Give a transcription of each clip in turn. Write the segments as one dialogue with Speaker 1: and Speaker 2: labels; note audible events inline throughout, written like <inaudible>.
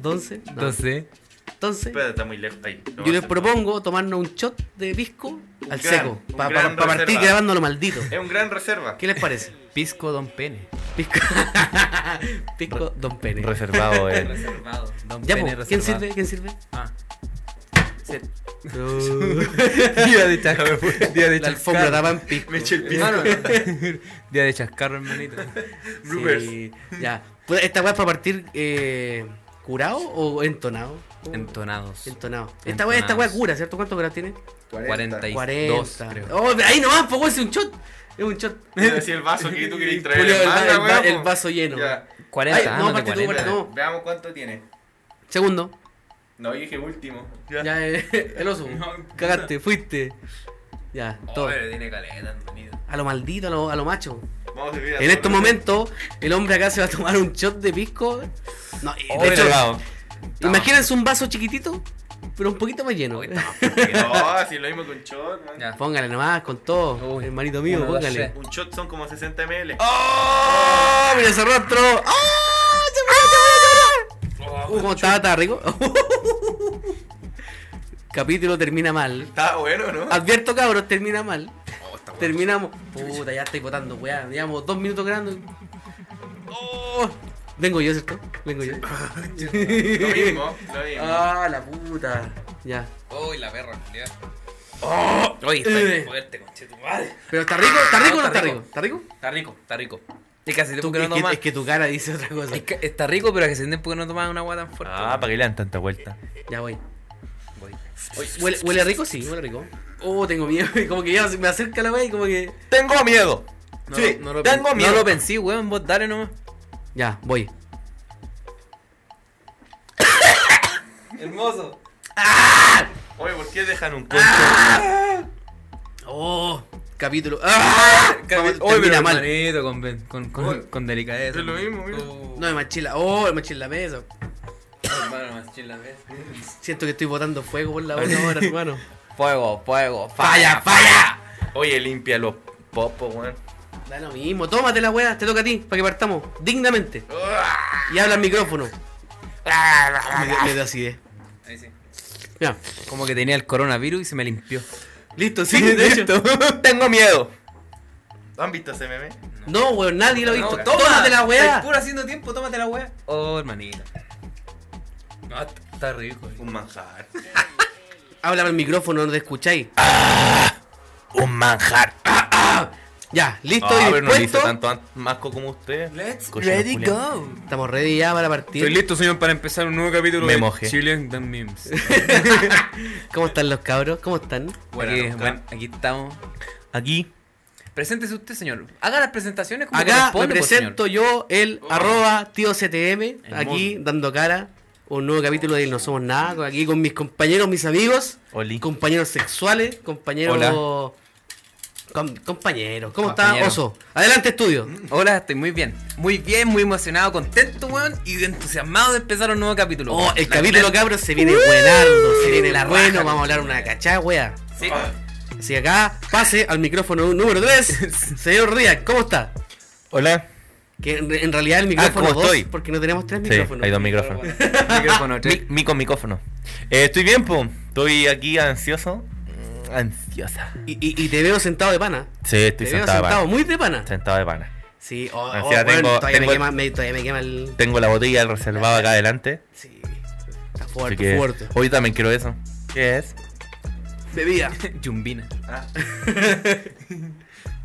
Speaker 1: ¿Donce? No.
Speaker 2: Entonces,
Speaker 1: Entonces,
Speaker 3: Espera, está muy lejos. Ahí, lo
Speaker 1: yo
Speaker 3: voy a
Speaker 1: les
Speaker 3: hacer.
Speaker 1: propongo tomarnos un shot de pisco al
Speaker 3: gran-
Speaker 1: seco.
Speaker 3: un
Speaker 1: Para
Speaker 3: gran
Speaker 1: partir
Speaker 3: reserva.
Speaker 1: grabando lo maldito.
Speaker 3: Es un gran reserva.
Speaker 1: ¿Qué les parece?
Speaker 2: pisco don pene.
Speaker 1: Pisco,
Speaker 2: <laughs>
Speaker 1: pisco Don Pene.
Speaker 2: Reservado,
Speaker 3: <laughs>
Speaker 2: eh.
Speaker 4: Reservado.
Speaker 2: Don
Speaker 1: Ya,
Speaker 2: pene
Speaker 1: po, ¿quién
Speaker 2: reservado.
Speaker 1: sirve? ¿Quién sirve?
Speaker 2: Ah. Se-
Speaker 1: Día de chascarro.
Speaker 2: Día de
Speaker 1: La alfombra
Speaker 2: chascarro.
Speaker 1: daba en pisco.
Speaker 3: Me eché el piso. <laughs>
Speaker 2: Hermano, Día de chascarro, hermanito.
Speaker 3: Bloopers.
Speaker 1: Sí, ya. Pues, ¿Esta weá es para partir eh, curado o entonado?
Speaker 2: Entonados.
Speaker 1: Entonado. Esta weá esta weá
Speaker 2: Entonados.
Speaker 1: cura, ¿cierto? ¿Cuántos grados tiene?
Speaker 3: <laughs>
Speaker 2: 40 y-
Speaker 1: 40.
Speaker 2: Dos, creo.
Speaker 1: Oh, ahí nomás, po, weón, es un shot. Es un shot.
Speaker 3: Yo decía el vaso que tú querías traer.
Speaker 1: Julio, el, va-
Speaker 3: Manda,
Speaker 1: el va-
Speaker 3: weón,
Speaker 1: el
Speaker 3: po.
Speaker 1: vaso lleno.
Speaker 3: Ya.
Speaker 1: Ay,
Speaker 2: 40,
Speaker 1: no,
Speaker 2: no,
Speaker 1: aparte tú,
Speaker 2: 40.
Speaker 1: No.
Speaker 3: Veamos cuánto tiene.
Speaker 1: Segundo.
Speaker 3: No, yo dije último.
Speaker 1: Ya, eh, <laughs> el oso. Cagaste, fuiste. Ya, todo.
Speaker 4: Todo. tiene caleta, hermanito.
Speaker 1: A lo maldito, a lo, a lo macho.
Speaker 3: Vamos a servir a
Speaker 1: En este estos
Speaker 3: todos.
Speaker 1: momentos, el hombre acá se va a tomar un shot de pisco. No, y
Speaker 2: Oh,
Speaker 1: de hecho,
Speaker 2: elevado.
Speaker 1: imagínense un vaso chiquitito, pero un poquito más lleno.
Speaker 3: <laughs> No, si lo mismo con shot, man.
Speaker 4: Ya.
Speaker 1: Póngale nomás con todo,
Speaker 2: Uy,
Speaker 1: hermanito mío,
Speaker 2: uno, dos,
Speaker 1: póngale.
Speaker 2: tres.
Speaker 3: Un shot son como 60 ml.
Speaker 1: Ah.
Speaker 3: Ah,
Speaker 1: ¡Oh! ¡Mira ese rostro! ¡Oh! ¡Se murió, se murió, se
Speaker 3: Oh, Ah,
Speaker 1: murió! Uh, ¿Cómo estaba? ¿Estaba rico? <laughs> Capítulo termina mal.
Speaker 3: Está bueno, ¿no?
Speaker 1: Advierto, cabros, termina mal.
Speaker 4: Oh,
Speaker 1: Terminamos. Puta, ya estoy votando, weá. Llevamos dos minutos grabando. Oh, Vengo yo, ¿cierto? Vengo yo.
Speaker 3: Lo mismo, lo mismo.
Speaker 1: Ah, la puta. Ya.
Speaker 4: Uy, la perra, Julián.
Speaker 1: Oh,
Speaker 4: Oye, está
Speaker 1: eh.
Speaker 4: bien fuerte, conche tu madre.
Speaker 1: Pero está rico, está rico o no
Speaker 4: Ah,
Speaker 1: está
Speaker 4: está
Speaker 1: rico.
Speaker 4: rico.
Speaker 1: ¿Está rico?
Speaker 4: Está rico, está rico. Es que hace
Speaker 1: Tú-
Speaker 4: tiempo que
Speaker 1: es,
Speaker 4: no
Speaker 1: que,
Speaker 4: tomas.
Speaker 1: es que tu cara dice otra cosa.
Speaker 4: Es que está rico, pero es que hace tiempo que no tomas una agua tan fuerte.
Speaker 2: Ah, para que le dan tanta vuelta.
Speaker 1: Ya voy.
Speaker 4: Voy.
Speaker 1: Oye, ¿Huele, huele rico? Sí, huele rico. Oh, tengo miedo. <laughs> Como que ya se- me acerca la wea y como que.
Speaker 2: Tengo miedo.
Speaker 4: No,
Speaker 2: sí,
Speaker 4: no lo
Speaker 2: tengo
Speaker 4: pen-
Speaker 2: miedo.
Speaker 4: No lo pensé, weón. Vos dale nomás.
Speaker 1: Ya, voy.
Speaker 4: Hermoso.
Speaker 3: Oye, ¿por qué dejan un concho?
Speaker 1: Oh, capítulo. ¡Ah! Vamos,
Speaker 2: Oye,
Speaker 1: termina
Speaker 2: pero
Speaker 1: mal.
Speaker 2: hermanito, con, ven- con, con,
Speaker 3: Oye,
Speaker 2: con delicadeza.
Speaker 3: es lo mismo, mira.
Speaker 1: No me manchila. Oh, me manché en la mesa.
Speaker 4: Hermano, más chila, ¿ves?
Speaker 1: Siento que estoy botando fuego por la boca ahora, hermano.
Speaker 2: Fuego, fuego,
Speaker 1: ¡Falla, falla!
Speaker 3: Oye, limpia los popos, weón.
Speaker 1: Da lo mismo. Tómate la wea, te toca a ti, para que partamos dignamente.
Speaker 3: Ah.
Speaker 1: Y habla al micrófono. Me dio- Me dio acidez.
Speaker 4: Ahí sí.
Speaker 1: Ya.
Speaker 2: Como que tenía el coronavirus y se me limpió.
Speaker 1: Listo, sí, de hecho.
Speaker 2: <laughs> tengo miedo.
Speaker 3: ¿Han visto ese meme?
Speaker 1: No, weón, nadie lo ha visto.
Speaker 4: No, toma.
Speaker 1: tómate la
Speaker 2: Estás
Speaker 1: weá.
Speaker 2: puro haciendo tiempo, tómate la weá. Oh, hermanito. No, t- está rico. eh.
Speaker 3: Un manjar.
Speaker 1: Habla al micrófono, no te escucháis.
Speaker 3: Un manjar.
Speaker 1: Ya, listo
Speaker 3: Ah,
Speaker 1: y
Speaker 3: pero Ah, no le hice
Speaker 1: dispuesto.
Speaker 3: tanto an- masco como usted.
Speaker 4: Let's
Speaker 3: Cochino
Speaker 4: ready
Speaker 3: Julián.
Speaker 4: go.
Speaker 1: Estamos ready ya para partir.
Speaker 2: Estoy listo, señor, para empezar un nuevo capítulo
Speaker 3: Me
Speaker 2: de
Speaker 3: mojé.
Speaker 2: Chilean Dan Memes.
Speaker 1: ¿Cómo están los cabros? ¿Cómo están?
Speaker 3: Buena
Speaker 2: aquí,
Speaker 3: nota.
Speaker 2: bueno, aquí estamos.
Speaker 3: Aquí.
Speaker 2: Preséntese usted, señor. Haga las presentaciones como
Speaker 1: Acá me
Speaker 2: corresponde, pues,
Speaker 1: presento
Speaker 2: señor.
Speaker 1: yo, el
Speaker 3: Oh.
Speaker 1: arroba tío CTM, aquí dando cara. Un nuevo capítulo de No Somos Nada, aquí con mis compañeros, mis amigos,
Speaker 3: Oli.
Speaker 1: compañeros sexuales, compañeros.
Speaker 2: Hola.
Speaker 1: com- compañeros, ¿cómo
Speaker 2: Compañero.
Speaker 1: está Oso? Adelante, estudio.
Speaker 3: Mm.
Speaker 2: Hola, estoy muy bien. Muy bien, muy emocionado, contento, weón. Y entusiasmado de empezar un nuevo capítulo.
Speaker 1: Oh,
Speaker 2: weón.
Speaker 1: el
Speaker 2: La-
Speaker 1: capítulo,
Speaker 2: la-
Speaker 1: cabros, se viene
Speaker 3: Uh,
Speaker 1: buenardo, se viene
Speaker 2: la
Speaker 1: bueno.
Speaker 2: raja,
Speaker 1: Vamos a hablar una cachá, wea.
Speaker 2: Sí.
Speaker 3: Ah.
Speaker 1: Si acá, pase al micrófono número
Speaker 3: <laughs>
Speaker 1: 3, señor Díaz, ¿cómo está?
Speaker 3: Hola.
Speaker 1: Que en, en realidad el micrófono
Speaker 3: Ah, ¿cómo
Speaker 1: dos,
Speaker 3: estoy?
Speaker 1: porque no tenemos tres
Speaker 3: Sí,
Speaker 1: micrófonos.
Speaker 3: hay dos micrófonos.
Speaker 2: <laughs> Micrófono,
Speaker 3: Mi,
Speaker 2: tres.
Speaker 3: mi con micrófono. Eh, estoy bien, po. Estoy aquí ansioso. Mm, Ansiosa.
Speaker 1: y, y- y te veo sentado de pana.
Speaker 3: Sí, estoy
Speaker 1: te veo
Speaker 3: sentado de
Speaker 1: sentado,
Speaker 3: pana.
Speaker 1: muy de pana.
Speaker 3: Sentado de pana.
Speaker 1: Sí, oh,
Speaker 3: Encima
Speaker 1: oh, weón,
Speaker 3: tengo-
Speaker 1: todavía,
Speaker 3: tengo
Speaker 1: me
Speaker 3: el-
Speaker 1: quema, me- todavía me quema el.
Speaker 3: Tengo la botella del reservado acá adelante.
Speaker 1: Sí, está
Speaker 3: Así
Speaker 1: fuerte,
Speaker 3: que
Speaker 1: fuerte.
Speaker 3: hoy también quiero eso. Eh, ¿Qué es?
Speaker 2: Oh.
Speaker 1: Bebida.
Speaker 2: Yumbina. <laughs>
Speaker 3: Ah.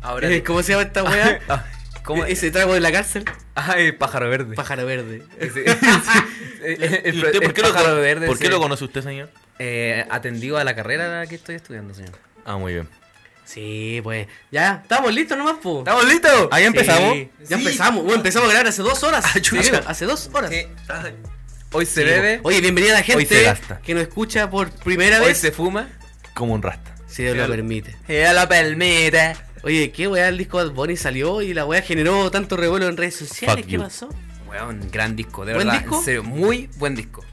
Speaker 2: Ahora.
Speaker 1: Eh, <laughs> ¿Cómo se llama esta weá?
Speaker 2: <laughs>
Speaker 1: E-,
Speaker 2: Ah, ¿Cómo es?
Speaker 1: Ese trago de la cárcel,
Speaker 2: Ay, pájaro verde.
Speaker 3: <laughs>
Speaker 1: pájaro verde.
Speaker 2: <laughs> Ese- el- el- el-
Speaker 3: ¿Y usted por
Speaker 2: el
Speaker 3: qué, lo,
Speaker 2: pájaro
Speaker 3: con-
Speaker 2: verde,
Speaker 3: por qué
Speaker 2: sí.
Speaker 3: lo conoce usted, señor?
Speaker 2: Eh, atendido a la carrera a la que estoy estudiando, señor.
Speaker 3: Ah, muy bien.
Speaker 1: Sí, pues. Ya, estamos listos nomás, po.
Speaker 2: ¿Estamos listos?
Speaker 3: Ahí
Speaker 1: Sí,
Speaker 3: empezamos.
Speaker 1: Ya
Speaker 2: Sí.
Speaker 1: empezamos, bueno, empezamos a grabar hace dos horas.
Speaker 2: Ah, chucha.
Speaker 1: Sí, hace dos horas.
Speaker 2: Sí. Hoy se
Speaker 1: Sí,
Speaker 2: bebe,
Speaker 1: po. Oye, bienvenida a la gente
Speaker 3: se gasta.
Speaker 1: que nos escucha por primera
Speaker 2: hoy
Speaker 1: vez.
Speaker 2: se fuma.
Speaker 3: Como un rasta.
Speaker 1: Si Dios lo
Speaker 2: Claro.
Speaker 1: permite.
Speaker 3: Eh,
Speaker 2: Ya lo permite.
Speaker 1: Oye, ¿qué weá? El disco Bad Bunny salió y la weá generó tanto revuelo en redes sociales.
Speaker 3: Fuck
Speaker 1: ¿Qué
Speaker 3: you.
Speaker 1: pasó?
Speaker 2: Weón, gran disco, de
Speaker 1: ¿Buen
Speaker 2: verdad.
Speaker 1: disco?
Speaker 2: En serio, muy buen disco.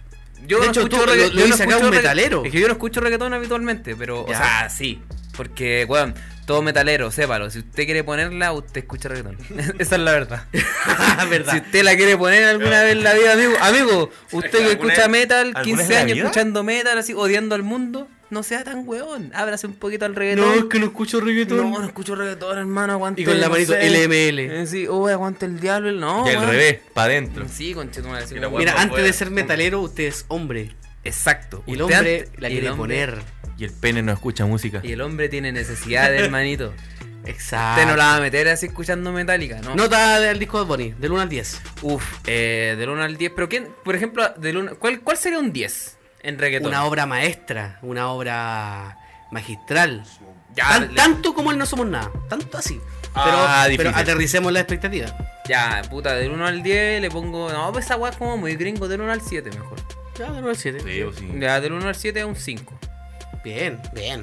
Speaker 2: Yo
Speaker 1: De hecho, tú
Speaker 2: regga-
Speaker 1: lo- lo
Speaker 2: yo
Speaker 1: hice acá
Speaker 2: escucho
Speaker 1: un
Speaker 2: regga-
Speaker 1: metalero.
Speaker 2: Es que yo no escucho reggaetón habitualmente, pero,
Speaker 1: Ya.
Speaker 2: o sea, sí. Porque, weón, Todo metalero, sépalo. Si usted quiere ponerla, usted
Speaker 1: <laughs>
Speaker 2: escucha reggaetón. <laughs> Esa es la verdad.
Speaker 1: ¿Verdad?
Speaker 2: Si usted la quiere poner alguna vez en la vida, amigo, amigo, usted que
Speaker 3: ¿Alguna
Speaker 2: escucha
Speaker 3: vez-
Speaker 2: metal,
Speaker 3: alguna
Speaker 2: 15
Speaker 3: vez en la
Speaker 2: años
Speaker 3: vida?
Speaker 2: escuchando metal, así odiando al mundo, no sea tan weón. Ábrase un poquito al
Speaker 1: No, es
Speaker 2: reggaetón.
Speaker 1: que no escucho reggaetón.
Speaker 2: no escucho reggaetón, hermano, aguante.
Speaker 1: y con la
Speaker 2: no
Speaker 1: manito
Speaker 2: sé.
Speaker 1: LML.
Speaker 2: Eh, Sí, oh, aguante el diablo, el- no.
Speaker 3: y al
Speaker 2: weón.
Speaker 3: revés, para adentro.
Speaker 2: Sí, conchetumare, sí,
Speaker 4: Y la
Speaker 2: como-
Speaker 4: weá-
Speaker 1: Mira,
Speaker 4: Bueno,
Speaker 1: antes de
Speaker 4: bueno.
Speaker 1: ser metalero, usted es hombre.
Speaker 2: Exacto.
Speaker 1: Y el
Speaker 2: Usted
Speaker 1: hombre
Speaker 2: antes-
Speaker 1: la
Speaker 2: y el
Speaker 1: quiere
Speaker 2: hombre-
Speaker 1: poner.
Speaker 3: Y el pene no escucha música.
Speaker 2: Y el hombre tiene necesidades,
Speaker 1: <laughs>
Speaker 2: hermanito.
Speaker 1: Exacto.
Speaker 2: Usted no la va a meter así escuchando Metallica, ¿no?
Speaker 1: Nota del disco de Bonnie, del 1 al 10.
Speaker 2: Uf, eh, del 1 al 10. Pero quién, por ejemplo, del uno- ¿cuál, ¿cuál sería un 10 en reggaetón?
Speaker 1: Una obra maestra, una obra magistral.
Speaker 2: Ya,
Speaker 1: Tan-
Speaker 2: le-
Speaker 1: Tanto como el No Somos Nada, tanto así. Pero,
Speaker 3: Ah,
Speaker 1: pero
Speaker 3: difícil.
Speaker 1: aterricemos la expectativa.
Speaker 2: ya, puta, del 1 al 10 le pongo. No, pues esa weá es como muy gringo, del 1 al 7 mejor.
Speaker 1: Ya, del 1 al 7.
Speaker 3: Sí, o sí.
Speaker 2: Ya, del 1 al 7 es un 5.
Speaker 1: Bien, bien.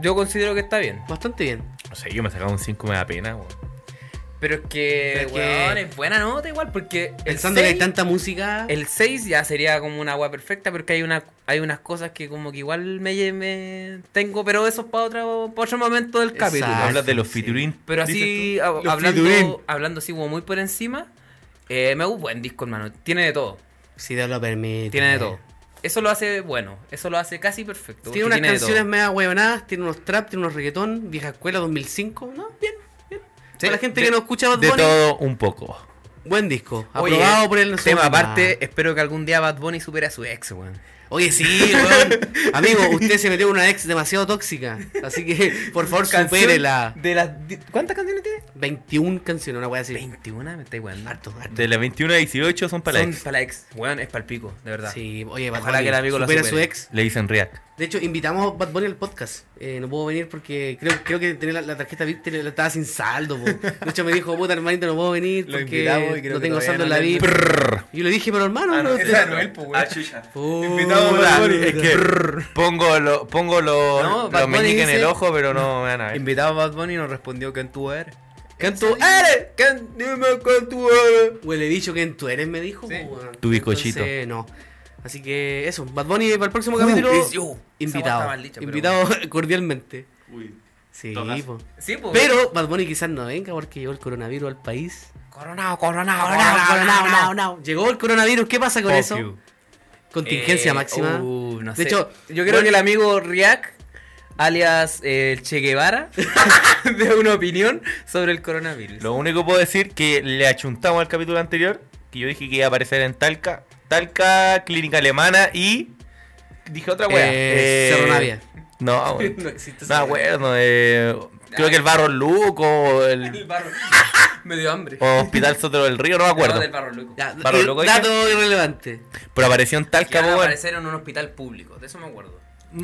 Speaker 2: Yo considero que está bien.
Speaker 1: Bastante bien.
Speaker 3: No sé, yo me sacaba un 5, me da pena, weón.
Speaker 2: Pero es que,
Speaker 1: Pero es que-
Speaker 2: weón, es buena nota igual, porque. el
Speaker 1: Pensando que hay
Speaker 2: seis-
Speaker 1: tanta música.
Speaker 2: El 6 ya sería como una agua perfecta porque hay una hay unas cosas que como que igual me, me tengo, pero eso es para otro, para otro momento del capítulo.
Speaker 1: Exacto. Ah,
Speaker 3: Hablas de los
Speaker 1: sí.
Speaker 3: featuring.
Speaker 2: Pero
Speaker 3: dices
Speaker 2: así,
Speaker 3: tú.
Speaker 2: hab-
Speaker 3: Los featuring.
Speaker 2: hablando, hablando así como muy por encima, eh, me gusta un buen disco, hermano. Tiene de todo,
Speaker 1: Si Dios lo permite.
Speaker 2: tiene de todo. Eso lo hace bueno, eso lo hace casi perfecto. porque
Speaker 1: Tiene unas
Speaker 2: de
Speaker 1: canciones
Speaker 2: todo.
Speaker 1: mega huevonadas, tiene unos trap, tiene unos reggaetón, vieja escuela 2005. No, bien, bien. Para la gente
Speaker 2: de-
Speaker 1: que no escucha Bad
Speaker 3: De
Speaker 1: Bunny,
Speaker 3: todo un poco.
Speaker 1: buen disco.
Speaker 2: Oye,
Speaker 1: Aprobado por el
Speaker 2: tema
Speaker 1: Nacional.
Speaker 2: aparte, eh. espero que algún día Bad Bunny supere a su ex, weón.
Speaker 1: Oye, sí,
Speaker 2: <laughs>
Speaker 1: weón. Amigo, usted se metió con una ex demasiado tóxica. Así que, por favor,
Speaker 2: Canción
Speaker 1: supérela.
Speaker 2: De las, di- ¿Cuántas canciones tiene?
Speaker 1: 21 canciones, una wea así.
Speaker 2: 21, me estáis weando.
Speaker 1: Harto, harto.
Speaker 3: De las 21 a 18 son para la
Speaker 2: Son
Speaker 3: ex.
Speaker 2: para la ex. Weón, es para el pico, de verdad.
Speaker 1: Sí, oye, Bad
Speaker 2: Ojalá
Speaker 1: Bunny
Speaker 2: que el amigo lo
Speaker 1: supera a su
Speaker 2: supere.
Speaker 1: ex.
Speaker 3: Le dicen React.
Speaker 1: De hecho, invitamos a Bad Bunny al podcast. Eh, no puedo venir porque creo, creo que tenía la, la tarjeta VIP tenía- la estaba sin saldo. po. De hecho, me dijo, puta hermanito, no puedo venir
Speaker 2: Lo
Speaker 1: porque
Speaker 2: invitamos y creo
Speaker 1: no
Speaker 2: que
Speaker 1: tengo
Speaker 2: todavía
Speaker 1: saldo en
Speaker 2: no
Speaker 1: la
Speaker 2: le-
Speaker 1: VIP.
Speaker 3: Prrr.
Speaker 1: Y yo le dije, pero hermano, no,
Speaker 4: Ese es Anuel, pues, weón.
Speaker 3: Ah, chucha.
Speaker 1: Puta.
Speaker 3: Invitamos a Bad Bunny. Es que pongo, lo, pongo lo-
Speaker 2: No,
Speaker 3: los
Speaker 2: Bad Bunny
Speaker 3: meñiques en el
Speaker 2: dice-
Speaker 3: ojo, pero no me van a ver.
Speaker 2: Invitado a Bad Bunny nos respondió que tú eres.
Speaker 1: ¿Quién tú eres? ¡Eh! Huele bicho, ¿quién tú eres? Me dijo.
Speaker 4: Sí.
Speaker 1: po, weón.
Speaker 3: Tu bizcochito.
Speaker 1: Entonces, no. Así que eso, Bad Bunny para el próximo
Speaker 2: Who
Speaker 1: capítulo.
Speaker 2: is you?
Speaker 4: Esa guata
Speaker 1: Invitado.
Speaker 4: mal dicha, pero
Speaker 1: invitado <laughs> cordialmente. Sí, po.
Speaker 3: Tocazo.
Speaker 2: Sí, pues.
Speaker 1: Pero Bad Bunny quizás no venga porque llegó el coronavirus al país.
Speaker 2: Coronado, coronado,
Speaker 1: Coronao,
Speaker 2: coronado,
Speaker 1: coronao,
Speaker 2: coronado.
Speaker 1: no, no. Llegó el coronavirus, ¿qué pasa con
Speaker 3: Fuck
Speaker 1: eso?
Speaker 3: you.
Speaker 1: Contingencia
Speaker 2: Eh,
Speaker 1: máxima.
Speaker 2: uh, no
Speaker 1: de
Speaker 2: sé.
Speaker 1: hecho,
Speaker 2: yo creo
Speaker 1: bueno,
Speaker 2: que el amigo Riak, alias eh, Che Guevara, <laughs> de una opinión sobre el coronavirus. <laughs>
Speaker 3: Lo único que puedo decir que le achuntamos al capítulo anterior, que yo dije que iba a aparecer en Talca, Talca, Clínica Alemana y... Dije otra wea.
Speaker 1: Eh, Cerro Navia.
Speaker 3: <laughs>
Speaker 2: <laughs>
Speaker 3: No, wea.
Speaker 4: No existe
Speaker 3: no,
Speaker 4: esa
Speaker 3: me acuerdo, eh, creo que el Barro Luco o
Speaker 4: El
Speaker 2: <laughs>
Speaker 3: el
Speaker 4: barro.
Speaker 2: Oh, Me dio hambre.
Speaker 3: o Hospital Sotero del Río, no me
Speaker 4: No,
Speaker 3: acuerdo.
Speaker 4: del barro loco.
Speaker 1: ya,
Speaker 3: Barro
Speaker 1: eh,
Speaker 3: Loco, dije.
Speaker 1: dato irrelevante.
Speaker 3: Pero apareció en Talca,
Speaker 2: Ya
Speaker 3: po, weón.
Speaker 2: aparecer en un hospital público, de eso me acuerdo.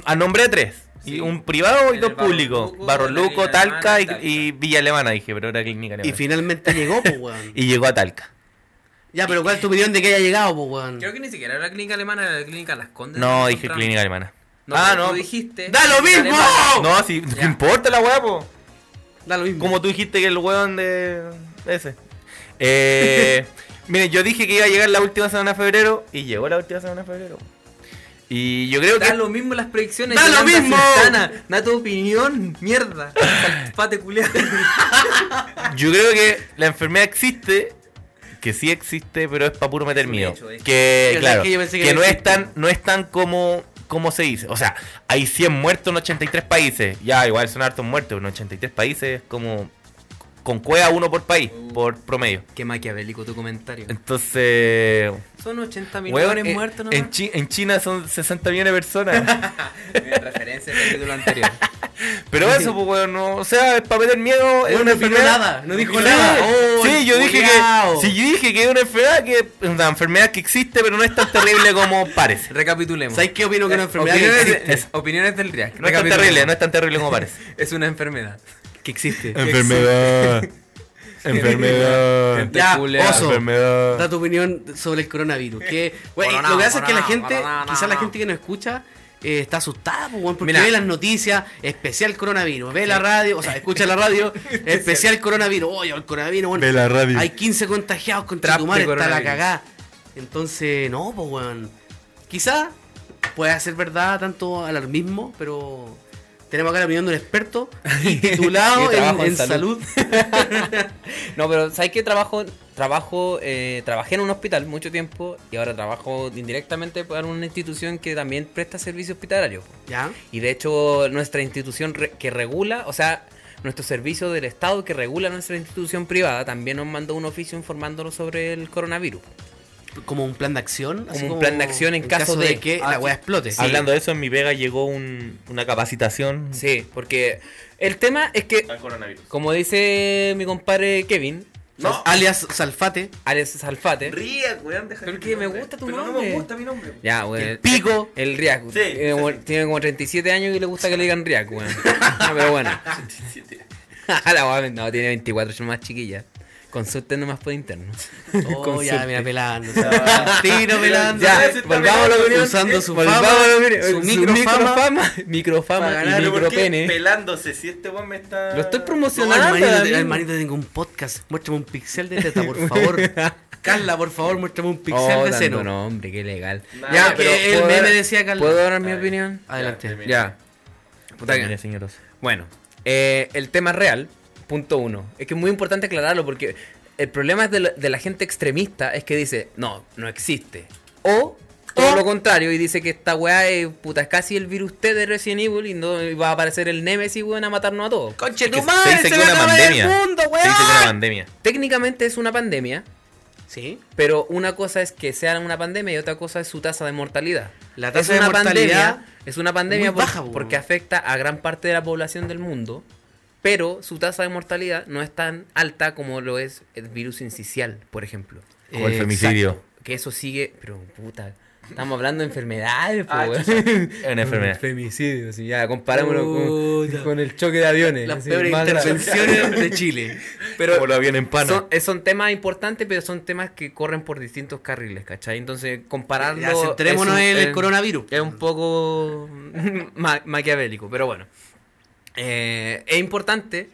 Speaker 3: A nombre de tres. Y
Speaker 4: Sí.
Speaker 3: un privado y
Speaker 4: El
Speaker 3: dos
Speaker 4: Barro
Speaker 3: públicos.
Speaker 4: Luco,
Speaker 3: Barro
Speaker 4: la
Speaker 3: Luco,
Speaker 4: Clínica
Speaker 3: Talca
Speaker 4: Alemana
Speaker 3: y,
Speaker 4: y Talca.
Speaker 3: y Villa Alemana, dije, pero era Clínica
Speaker 1: Y
Speaker 3: Alemana. Y,
Speaker 1: finalmente llegó, pues,
Speaker 3: <laughs>
Speaker 1: weón.
Speaker 3: llegó a Talca.
Speaker 1: Ya, pero ¿cuál es tu opinión de que haya llegado, pues,
Speaker 4: Creo
Speaker 1: weón?
Speaker 4: que ni siquiera era la clínica alemana, era la clínica Las Condes.
Speaker 3: No,
Speaker 4: Nos
Speaker 3: dije
Speaker 4: encontramos.
Speaker 3: Clínica Alemana.
Speaker 4: No,
Speaker 3: ah,
Speaker 4: pero
Speaker 3: no.
Speaker 4: Tú dijiste.
Speaker 3: ¡Da lo
Speaker 4: clínica
Speaker 3: mismo!
Speaker 4: alemana.
Speaker 3: No, si
Speaker 4: Ya.
Speaker 3: ¿qué importa la weá, po.
Speaker 1: Da lo mismo.
Speaker 3: Como tú dijiste que el weón de. ese.
Speaker 4: <laughs>
Speaker 3: Eh, miren, yo dije que iba a llegar la última semana de febrero y llegó la última semana de febrero. Y yo creo
Speaker 2: Da
Speaker 3: que.
Speaker 2: lo mismo las predicciones.
Speaker 3: ¡Da lo
Speaker 2: Yolanda
Speaker 3: mismo!
Speaker 2: Sultana, da tu opinión, mierda. Pate culiado.
Speaker 3: Yo creo que la enfermedad existe, que sí existe, pero es para puro meter
Speaker 4: Es un
Speaker 3: miedo.
Speaker 4: hecho, es-
Speaker 3: Que,
Speaker 1: Yo sé
Speaker 3: claro,
Speaker 1: que yo
Speaker 3: que,
Speaker 1: pensé que no
Speaker 3: no, es
Speaker 1: existía.
Speaker 3: tan, no es tan como, como se dice. O sea, hay 100 muertos en 83 países. Ya, igual son hartos muertos, pero en 83 países es como con cueva uno por país,
Speaker 1: Uh.
Speaker 3: por promedio.
Speaker 2: Qué maquiavélico tu comentario.
Speaker 3: Entonces,
Speaker 2: Son 80
Speaker 3: weón,
Speaker 2: millones
Speaker 3: eh,
Speaker 2: muertos nomás.
Speaker 3: en, Chi- en China son 60 millones de personas.
Speaker 1: <laughs>
Speaker 4: Mira, referencia al capítulo anterior.
Speaker 3: pero eso, pues, weón, no, o sea, es para meter miedo. Es
Speaker 1: Weón,
Speaker 3: una
Speaker 1: no opinó
Speaker 3: enfermedad.
Speaker 1: nada, no dijo
Speaker 3: Sí,
Speaker 1: nada. Oh,
Speaker 3: sí, yo dije
Speaker 1: culiao.
Speaker 3: que. Sí, yo dije que es una enfermedad que. Una enfermedad que existe, pero no es tan terrible como <laughs> parece.
Speaker 2: Recapitulemos.
Speaker 1: ¿Sabes qué opino que una
Speaker 2: Eh,
Speaker 1: enfermedad que
Speaker 2: opiniones,
Speaker 1: existe?
Speaker 2: es- opiniones del React.
Speaker 3: No es tan terrible, no es tan terrible como parece.
Speaker 2: Es una enfermedad.
Speaker 1: Que existe.
Speaker 3: <laughs> Enfermedad. Enfermedad.
Speaker 2: Gente
Speaker 1: Ya,
Speaker 2: culia.
Speaker 1: oso. Da
Speaker 3: Enfermedad.
Speaker 1: tu opinión sobre el coronavirus. Que, güey,
Speaker 2: Coronao,
Speaker 1: lo que hace es que la
Speaker 2: coronao,
Speaker 1: gente,
Speaker 2: coronao,
Speaker 1: quizás la
Speaker 2: coronao.
Speaker 1: gente que nos escucha, eh, está asustada, pues, weón, porque
Speaker 2: Mira.
Speaker 1: ve las noticias, especial coronavirus, ve la radio, o sea, escucha la
Speaker 2: <laughs>
Speaker 1: radio, especial coronavirus, oye, el coronavirus, bueno,
Speaker 3: De la radio.
Speaker 1: hay 15 contagiados con
Speaker 2: Trap de
Speaker 1: tu madre, está la
Speaker 2: coronavirus.
Speaker 1: cagada. Entonces, no, pues, weón. Quizás pueda ser verdad tanto alarmismo, pero Tenemos acá la opinión de un
Speaker 2: <laughs>
Speaker 1: experto titulado
Speaker 2: Que
Speaker 1: en,
Speaker 2: trabaja en
Speaker 1: en salud.
Speaker 2: <laughs> No, pero ¿sabes qué? Trabajo, trabajo, eh, trabajé en un hospital mucho tiempo y ahora trabajo indirectamente para una institución que también presta servicio hospitalario.
Speaker 1: ¿Ya?
Speaker 2: Y de hecho, nuestra institución re- que regula, o sea, nuestro servicio del Estado que regula nuestra institución privada, también nos mandó un oficio informándonos sobre el coronavirus.
Speaker 1: Como un plan de acción. así
Speaker 2: Como un plan de acción en caso de-
Speaker 1: que
Speaker 4: Ah,
Speaker 1: la
Speaker 4: sí.
Speaker 1: weá explote.
Speaker 3: Hablando de eso, en mi Vega llegó un- una
Speaker 1: Mm.
Speaker 3: capacitación
Speaker 2: Sí, porque el tema es que,
Speaker 3: al coronavirus.
Speaker 2: como dice mi compadre Kevin,
Speaker 1: No. Alias
Speaker 2: <laughs>
Speaker 1: Salfate.
Speaker 2: Alex Salfate,
Speaker 4: Ría, weón, deja
Speaker 2: Pero
Speaker 4: que
Speaker 2: que me
Speaker 4: nombre.
Speaker 2: gusta tu
Speaker 4: Pero no
Speaker 2: nombre.
Speaker 4: me gusta mi nombre.
Speaker 2: ya, güey.
Speaker 1: El pico.
Speaker 2: El Riaco.
Speaker 3: Sí,
Speaker 2: Eh,
Speaker 3: sí,
Speaker 2: bueno, Tiene como 37 años y le gusta que le digan Riaco, weón. No, pero bueno.
Speaker 1: <laughs>
Speaker 3: Ah.
Speaker 2: La weá, no, tiene 24 años más chiquilla. Consulten nomás por interno.
Speaker 1: Oh, ya,
Speaker 2: Consulte.
Speaker 1: mira,
Speaker 2: <laughs>
Speaker 1: pelando.
Speaker 3: <laughs> Tiro
Speaker 1: pelando.
Speaker 2: Ya,
Speaker 1: Ya,
Speaker 2: volvamos a la opinión.
Speaker 1: Usando su
Speaker 2: Volvamos
Speaker 1: fama,
Speaker 2: a la opinión.
Speaker 1: su
Speaker 2: Su
Speaker 1: microfama.
Speaker 2: microfama, microfama
Speaker 1: Para
Speaker 2: y
Speaker 1: ganar,
Speaker 3: Pero ¿por qué
Speaker 2: micropene.
Speaker 3: pelándose, si este weón me está.
Speaker 2: Lo estoy
Speaker 1: No,
Speaker 2: promocionando.
Speaker 1: hermanito,
Speaker 2: David.
Speaker 1: hermanito, tengo un podcast. Muéstrame un pixel de teta,
Speaker 2: <laughs>
Speaker 1: por favor. Carla, por favor, muéstrame un pixel
Speaker 2: Oh,
Speaker 1: de
Speaker 2: dando
Speaker 1: seno.
Speaker 2: nombre, qué legal.
Speaker 3: Nah,
Speaker 1: Ya,
Speaker 3: pero
Speaker 1: que el
Speaker 2: ¿puedo
Speaker 1: meme
Speaker 2: dar-
Speaker 1: decía Carla.
Speaker 2: ¿Puedo dar mi
Speaker 3: Ay.
Speaker 2: opinión?
Speaker 1: Adelante.
Speaker 3: Mira.
Speaker 2: Ya. Puta que-
Speaker 3: Mire, señoros.
Speaker 2: Bueno, eh, el tema real, punto uno. Es que es muy importante aclararlo porque el problema es de, la, de la gente extremista es que dice, no, no existe. O todo
Speaker 1: O-
Speaker 2: lo contrario y dice que esta weá es, puta, es casi el virus T de Resident Evil y, no, y va a aparecer el Nemesis, weón, a matarnos a todos.
Speaker 1: Conche
Speaker 3: que
Speaker 1: tu
Speaker 3: se
Speaker 1: madre,
Speaker 3: dice
Speaker 1: se
Speaker 3: que
Speaker 1: va a
Speaker 3: una
Speaker 1: acabar el
Speaker 3: pandemia.
Speaker 1: mundo,
Speaker 3: Se dice que una
Speaker 1: weón.
Speaker 3: pandemia.
Speaker 2: Técnicamente es una pandemia,
Speaker 1: Sí.
Speaker 2: pero una cosa es que sea una pandemia y otra cosa es su tasa de mortalidad.
Speaker 1: La
Speaker 2: Es
Speaker 1: tasa de
Speaker 2: una
Speaker 1: mortalidad
Speaker 2: pandemia, es una pandemia
Speaker 1: muy
Speaker 2: por-
Speaker 1: baja, po.
Speaker 2: porque afecta a gran parte de la población del mundo, pero su tasa de mortalidad no es tan alta como lo es el virus incisional, por ejemplo.
Speaker 3: Como el
Speaker 1: Eh,
Speaker 3: femicidio.
Speaker 2: Que eso sigue, pero puta, estamos hablando de enfermedades, po,
Speaker 4: Ah,
Speaker 2: weón. <laughs>
Speaker 3: Es una enfermedad.
Speaker 2: Femicidio, sí, ya, comparámoslo con-
Speaker 1: Puta.
Speaker 2: con, el choque de aviones.
Speaker 1: Las
Speaker 2: así,
Speaker 1: peores
Speaker 2: más grave. <laughs>
Speaker 1: intervenciones de Chile.
Speaker 3: Pero Como lo habían en pana.
Speaker 2: Son, eh, son temas importantes, pero son temas que corren por distintos carriles, ¿cachai? Entonces, compararlo.
Speaker 1: Ya, centrémonos
Speaker 2: es un-
Speaker 1: en el
Speaker 2: es-
Speaker 1: coronavirus.
Speaker 2: Es un poco <laughs> ma- maquiavélico, pero bueno. Eh, es importante.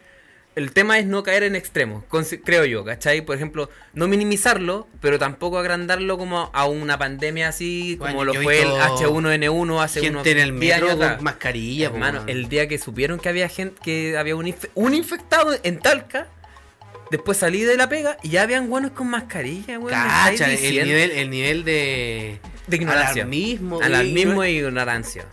Speaker 2: El tema es no caer en extremos, consi- creo yo, ¿cachai? Por ejemplo, no minimizarlo, pero tampoco agrandarlo como a una pandemia así como
Speaker 1: Bueno,
Speaker 2: lo
Speaker 1: yo he
Speaker 2: fue el
Speaker 1: visto
Speaker 2: H1N1 hace unos
Speaker 1: Gente en el
Speaker 2: 10 años
Speaker 1: metro
Speaker 2: atrás.
Speaker 1: con mascarilla, po,
Speaker 2: Hermano,
Speaker 1: weón.
Speaker 2: el día que supieron que había gente, que había un, inf- un infectado en Talca, después salí de la pega y ya habían buenos con mascarilla, weón. ¿me
Speaker 1: Cacha,
Speaker 2: estáis
Speaker 1: el
Speaker 2: diciendo?
Speaker 1: nivel, el nivel de.
Speaker 2: de ignorancia.
Speaker 1: Alarmismo.
Speaker 2: Alarmismo e ignorancia.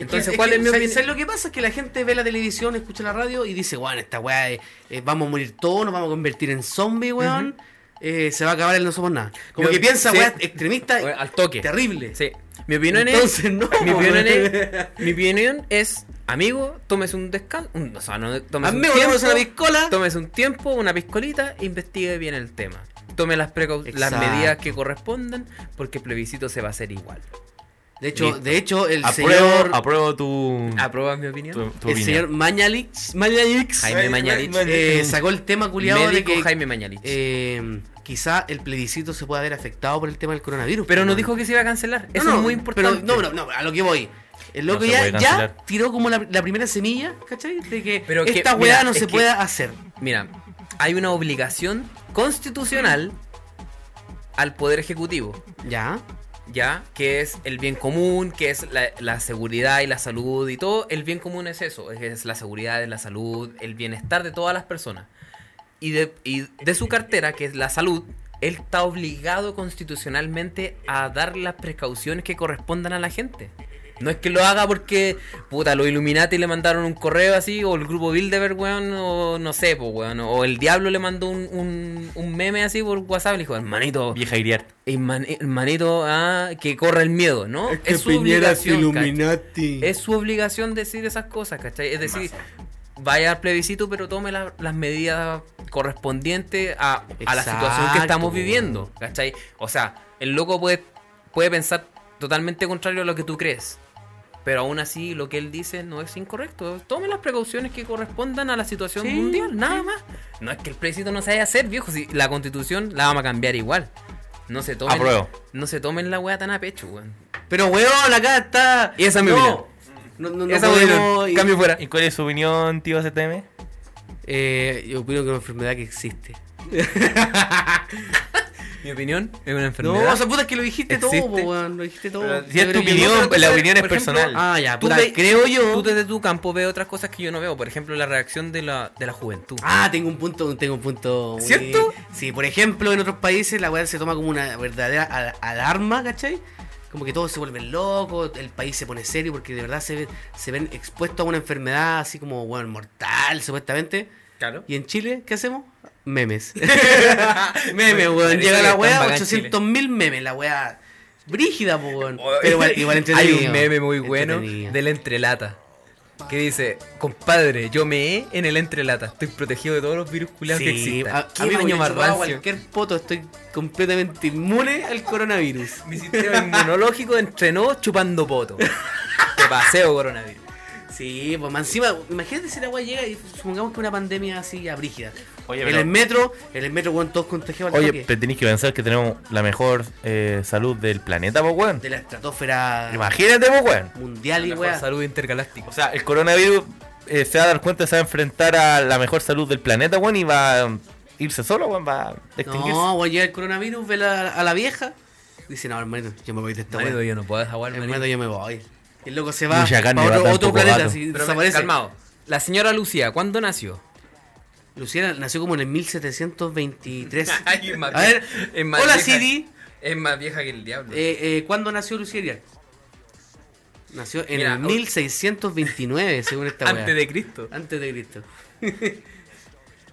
Speaker 2: Entonces, ¿cuál es, mi
Speaker 1: ¿sabes-
Speaker 2: opinión?
Speaker 1: ¿sabes lo que pasa? Es que la gente ve la televisión, escucha la radio y dice, weón, esta weá, eh, eh, vamos a morir todos, nos vamos a convertir en zombies, weón. eh, se va a acabar el no somos nada. Como
Speaker 2: Yo-
Speaker 1: que piensa,
Speaker 2: sí.
Speaker 1: weá, extremista,
Speaker 2: <laughs> Bueno, Al toque.
Speaker 1: terrible.
Speaker 2: Sí. Mi opinión es.
Speaker 1: Entonces, no.
Speaker 2: mi,
Speaker 1: po,
Speaker 2: opinión
Speaker 1: weón. <laughs>
Speaker 2: es mi opinión es, amigo, tómese un descanso. O sea, no, tómese
Speaker 1: Amigo,
Speaker 2: un tiempo,
Speaker 1: tómese una piscola.
Speaker 2: Tómese un tiempo, una piscolita, investigue bien el tema. Tome las, precau- las
Speaker 1: Exacto.
Speaker 2: medidas que correspondan, porque el plebiscito se va a hacer igual.
Speaker 1: De hecho,
Speaker 2: Listo.
Speaker 1: de hecho, el señor.
Speaker 3: Apruebo, apruebo tu.
Speaker 2: ¿Aprobas mi opinión?
Speaker 3: tu, tu
Speaker 1: el
Speaker 3: opinión.
Speaker 1: señor Mañalix, Mañalix
Speaker 2: Jaime
Speaker 3: Ay,
Speaker 2: Mañalich.
Speaker 3: Mañalich.
Speaker 1: eh, sacó el tema culiado de
Speaker 2: Médico
Speaker 1: que
Speaker 2: Jaime Mañalich.
Speaker 1: eh, quizá el plebiscito se pueda ver afectado por el tema del coronavirus.
Speaker 2: pero no
Speaker 1: weón.
Speaker 2: dijo que se iba a cancelar. Eso
Speaker 1: no,
Speaker 2: es muy
Speaker 1: no,
Speaker 2: importante.
Speaker 1: Pero, no, no, no, a lo que voy. El
Speaker 3: No
Speaker 1: loco
Speaker 3: se
Speaker 1: ya,
Speaker 3: puede
Speaker 1: ya
Speaker 3: cancelar.
Speaker 1: tiró como la, la primera semilla, ¿cachai? De que
Speaker 2: Pero que-
Speaker 1: esta
Speaker 2: mira,
Speaker 1: weá no
Speaker 2: es
Speaker 1: se
Speaker 2: que-
Speaker 1: pueda hacer.
Speaker 2: Mira, hay una obligación constitucional al Poder Ejecutivo,
Speaker 1: Ya.
Speaker 2: ¿ya? Que es el bien común, que es la, la seguridad y la salud y todo. El bien común es eso, es, es la seguridad, la salud, el bienestar de todas las personas. Y de, y de su cartera, que es la salud, él está obligado constitucionalmente a dar las precauciones que correspondan a la gente. No es que lo haga porque, puta, los Illuminati le mandaron un correo así, o el grupo Bilderberg, weón, o no sé, pues, weón, o el diablo le mandó un, un- un meme así por WhatsApp y le dijo, hermanito,
Speaker 3: Vieja Iriart.
Speaker 2: herman- hermanito, ah, que corra el miedo, ¿no? Es, su obligación. ¿cachai? Es su obligación decir esas cosas, ¿cachai? Es decir, vaya al plebiscito, pero tome la- las medidas correspondientes a, a la situación que
Speaker 1: Exacto,
Speaker 2: estamos
Speaker 1: weón.
Speaker 2: viviendo, ¿cachai? O sea, el loco puede, puede pensar totalmente contrario a lo que tú crees. Pero aún así, lo que él dice no es incorrecto. Tome las precauciones que correspondan a la situación
Speaker 1: Sí,
Speaker 2: mundial, nada más. No es que el plebiscito no se vaya a hacer, viejo. Si la constitución la vamos a cambiar igual. No se tomen,
Speaker 3: Apruebo.
Speaker 2: no se tomen la weá tan a pecho, weón.
Speaker 1: Pero weón, acá está.
Speaker 2: Y esa es mi
Speaker 1: no.
Speaker 2: opinión.
Speaker 1: No, no, no
Speaker 2: Esa
Speaker 1: podemos-
Speaker 2: weá, cambio fuera.
Speaker 3: ¿Y cuál es su opinión, tío CTM?
Speaker 1: Eh, yo opino que es una enfermedad que existe.
Speaker 2: Mi opinión es una
Speaker 1: No,
Speaker 2: enfermedad.
Speaker 1: o sea, puta, es que lo dijiste todo,
Speaker 2: ¿Existe?
Speaker 1: po, weón. Lo dijiste todo.
Speaker 4: Pero
Speaker 3: Si es tu
Speaker 1: Yo creo que-
Speaker 3: opinión,
Speaker 2: creo que
Speaker 3: la
Speaker 2: tú-
Speaker 3: opinión es
Speaker 2: por ejemplo,
Speaker 3: personal.
Speaker 1: Ah, ya,
Speaker 2: Tú
Speaker 1: puta,
Speaker 2: ve-
Speaker 1: creo yo.
Speaker 2: Tú desde tu campo ves otras cosas que yo no veo. Por ejemplo, la reacción de la, de
Speaker 1: <laughs>
Speaker 2: la juventud.
Speaker 1: Ah, tengo un punto, tengo un punto. muy-
Speaker 2: ¿Cierto?
Speaker 1: Sí, por ejemplo, en otros países la weá se toma como una verdadera al- alarma, ¿cachai? Como que todos se vuelven locos, el país se pone serio porque de verdad se, ve- se ven expuestos a una enfermedad así como, bueno, mortal, supuestamente.
Speaker 4: Claro.
Speaker 1: ¿Y en Chile qué hacemos?
Speaker 2: <laughs>
Speaker 1: Memes. <laughs> memes, weón. Llega la weá, 800 mil memes, la weá. Brígida, po, weón. Pero
Speaker 2: <laughs>
Speaker 1: igual, igual entretenido.
Speaker 2: Hay un meme muy bueno
Speaker 1: Entretenido.
Speaker 2: de la entrelata. Que dice, compadre, yo me he en el entrelata. Estoy protegido de todos los virus culiados que
Speaker 1: Sí,
Speaker 2: existen.
Speaker 1: a,
Speaker 2: ¿Qué
Speaker 1: a mí
Speaker 2: baño
Speaker 1: me
Speaker 2: más rancio?
Speaker 1: cualquier poto, estoy completamente inmune al coronavirus.
Speaker 2: Mi sistema inmunológico entrenó chupando poto. Te paseo coronavirus.
Speaker 1: Sí, pues más encima, imagínate si la weá llega y supongamos que una pandemia así ya brígida.
Speaker 3: Oye,
Speaker 1: en
Speaker 3: pero-
Speaker 1: el metro, en el metro, weón, todos contagiados al
Speaker 3: Oye,
Speaker 1: toque.
Speaker 3: pero tenéis que pensar que tenemos la mejor eh, salud del planeta, po, weón.
Speaker 1: de la estratosfera
Speaker 3: Imagínate, po, weón.
Speaker 1: mundial y
Speaker 2: Mejor
Speaker 1: weá.
Speaker 2: salud intergaláctica.
Speaker 3: O sea, el coronavirus eh, se va a dar cuenta, se va a enfrentar a la mejor salud del planeta, weón, y va a irse solo, weón, va a extinguirse.
Speaker 1: No, weón, llega el coronavirus, ve la- a la vieja. Dice, no, hermanito, yo me voy de esta weá.
Speaker 2: Marido, este yo no puedo desaguar,
Speaker 1: Hermanito, yo me voy. El loco se va
Speaker 3: Mucha carne
Speaker 1: pa'
Speaker 3: va
Speaker 1: otro,
Speaker 3: tan
Speaker 1: otro
Speaker 3: poco
Speaker 1: planeta,
Speaker 3: gato.
Speaker 1: así,
Speaker 2: Pero
Speaker 1: desaparece.
Speaker 2: calmado. La señora Lucía, ¿cuándo nació?
Speaker 1: Luciana nació como en el 1723.
Speaker 4: Ay, es
Speaker 1: a
Speaker 4: más
Speaker 1: ver,
Speaker 4: vieja- es más
Speaker 1: hola
Speaker 4: vieja-
Speaker 1: Siri,
Speaker 4: Es más vieja que el diablo.
Speaker 1: Eh, eh, ¿Cuándo nació Lucía Arias? Nació en
Speaker 4: Mira,
Speaker 1: el
Speaker 4: o-
Speaker 1: 1629, según esta weá.
Speaker 2: Antes de Cristo.
Speaker 1: Antes de Cristo.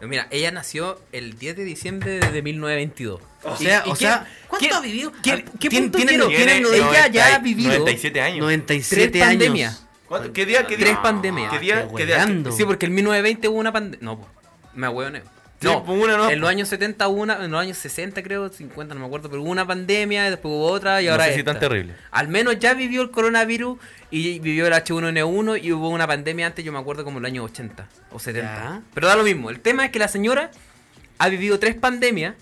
Speaker 2: Mira, ella nació el 10 de diciembre de 1922.
Speaker 3: Oh.
Speaker 1: O
Speaker 2: ¿Y-
Speaker 1: sea,
Speaker 2: y
Speaker 1: o
Speaker 2: qué-
Speaker 1: sea, ¿cuánto
Speaker 2: qué-
Speaker 1: ha vivido?
Speaker 2: qué-
Speaker 1: Ah,
Speaker 2: qué
Speaker 1: ¿tien-
Speaker 2: punto
Speaker 1: tiene-
Speaker 2: quiero?
Speaker 1: tiene
Speaker 2: Tiene-
Speaker 1: noventa-
Speaker 2: ella ya ha vivido
Speaker 3: 97 años.
Speaker 1: 97
Speaker 2: Tres
Speaker 1: años.
Speaker 2: pandemias.
Speaker 3: ¿Cuánto- ¿Qué día? ¿Qué día?
Speaker 2: Tres pandemias.
Speaker 3: ¿Qué día?
Speaker 1: Ah,
Speaker 3: ¿Qué día?
Speaker 1: weando.
Speaker 2: Sí, porque el 1920 hubo una pandemia. No, po, me ahueoneo.
Speaker 3: Sí, pues una no.
Speaker 2: En los años 70 hubo una, en los años 60 creo, 50 no me acuerdo, pero hubo una pandemia, y después hubo otra y
Speaker 3: No
Speaker 2: ahora
Speaker 3: sé si
Speaker 2: esta.
Speaker 3: tan terrible.
Speaker 2: Al menos ya vivió el coronavirus y vivió el H1N1 y hubo una pandemia antes, yo me acuerdo como el año 80 o 70.
Speaker 1: Ya.
Speaker 2: Pero da lo mismo, el tema es que la señora ha vivido tres pandemias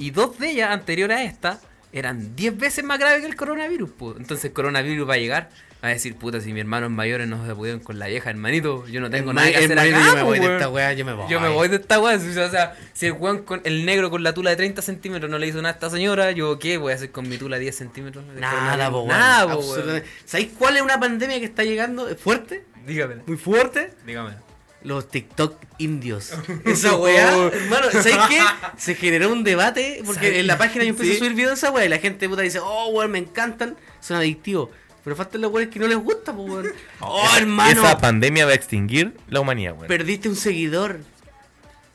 Speaker 2: y dos de ellas anteriores a esta eran 10 veces más graves que el coronavirus. po. Entonces el coronavirus va a llegar a decir, puta, si mis hermanos mayores no se pudieron con la vieja, hermanito, yo no tengo
Speaker 1: Herma-
Speaker 2: nada que hacer
Speaker 1: hermanito,
Speaker 2: acá,
Speaker 1: yo me
Speaker 2: po,
Speaker 1: voy de
Speaker 2: weón".
Speaker 1: esta weá, yo me voy.
Speaker 2: Yo me voy de esta weá. si- O sea, si el weón con el negro con la tula de 30 centímetros no le hizo nada a esta señora, yo qué voy a hacer con mi tula de 10 centímetros. de
Speaker 1: Nada,
Speaker 2: coronavirus?
Speaker 1: po, weón.
Speaker 2: Nada, po, weón.
Speaker 1: Absolutamente. ¿Sabéis cuál es una pandemia que está llegando? ¿Es fuerte?
Speaker 2: Dígamela,
Speaker 1: ¿Muy fuerte?
Speaker 2: dígamela.
Speaker 1: Los TikTok
Speaker 2: <laughs>
Speaker 1: indios. Esa weá, hermano, ¿sabes qué? Se generó un debate porque
Speaker 2: ¿Sabes?
Speaker 1: en la página yo empecé
Speaker 2: Sí.
Speaker 1: a subir videos de esa weá y la gente puta dice, oh weón, me encantan, son adictivos. Pero faltan los weones que no les gusta, pues
Speaker 2: <laughs>
Speaker 1: weón. Oh,
Speaker 3: Esa-
Speaker 1: hermano,
Speaker 3: Esa pandemia va a extinguir la humanidad, weón.
Speaker 1: perdiste un seguidor.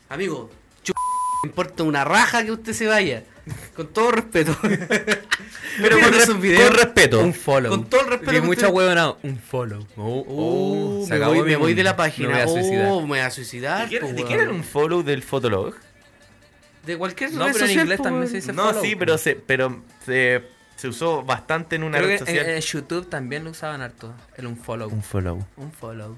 Speaker 1: Amigo, chu- me importa una raja que usted se vaya. Con todo
Speaker 2: <laughs>
Speaker 1: respeto. Pero
Speaker 3: con,
Speaker 1: con
Speaker 3: res-
Speaker 1: esos videos.
Speaker 3: con respeto.
Speaker 2: Un follow.
Speaker 1: Con todo el respeto
Speaker 2: Y
Speaker 1: que
Speaker 2: mucha
Speaker 1: usted-
Speaker 2: huevonada, un follow. Oh, oh,
Speaker 1: Uh,
Speaker 2: se
Speaker 1: me,
Speaker 2: acabó
Speaker 1: voy,
Speaker 2: mi
Speaker 1: me voy
Speaker 2: mundo.
Speaker 1: de la página.
Speaker 2: Me voy a suicidar.
Speaker 1: Oh, me voy a suicidar.
Speaker 3: ¿De qué-
Speaker 1: po,
Speaker 3: ¿De qué
Speaker 1: weón.
Speaker 3: era un follow del Fotolog?
Speaker 1: De cualquier
Speaker 2: No,
Speaker 1: red
Speaker 2: pero en
Speaker 1: social,
Speaker 2: inglés
Speaker 1: po,
Speaker 2: también
Speaker 1: weón.
Speaker 2: se dice
Speaker 3: No,
Speaker 2: follow.
Speaker 3: sí, pero se, pero se, se usó bastante en una
Speaker 2: Creo
Speaker 3: red
Speaker 2: que en,
Speaker 3: social.
Speaker 2: en YouTube también lo usaban harto. El un follow.
Speaker 3: Un follow.
Speaker 2: Un follow.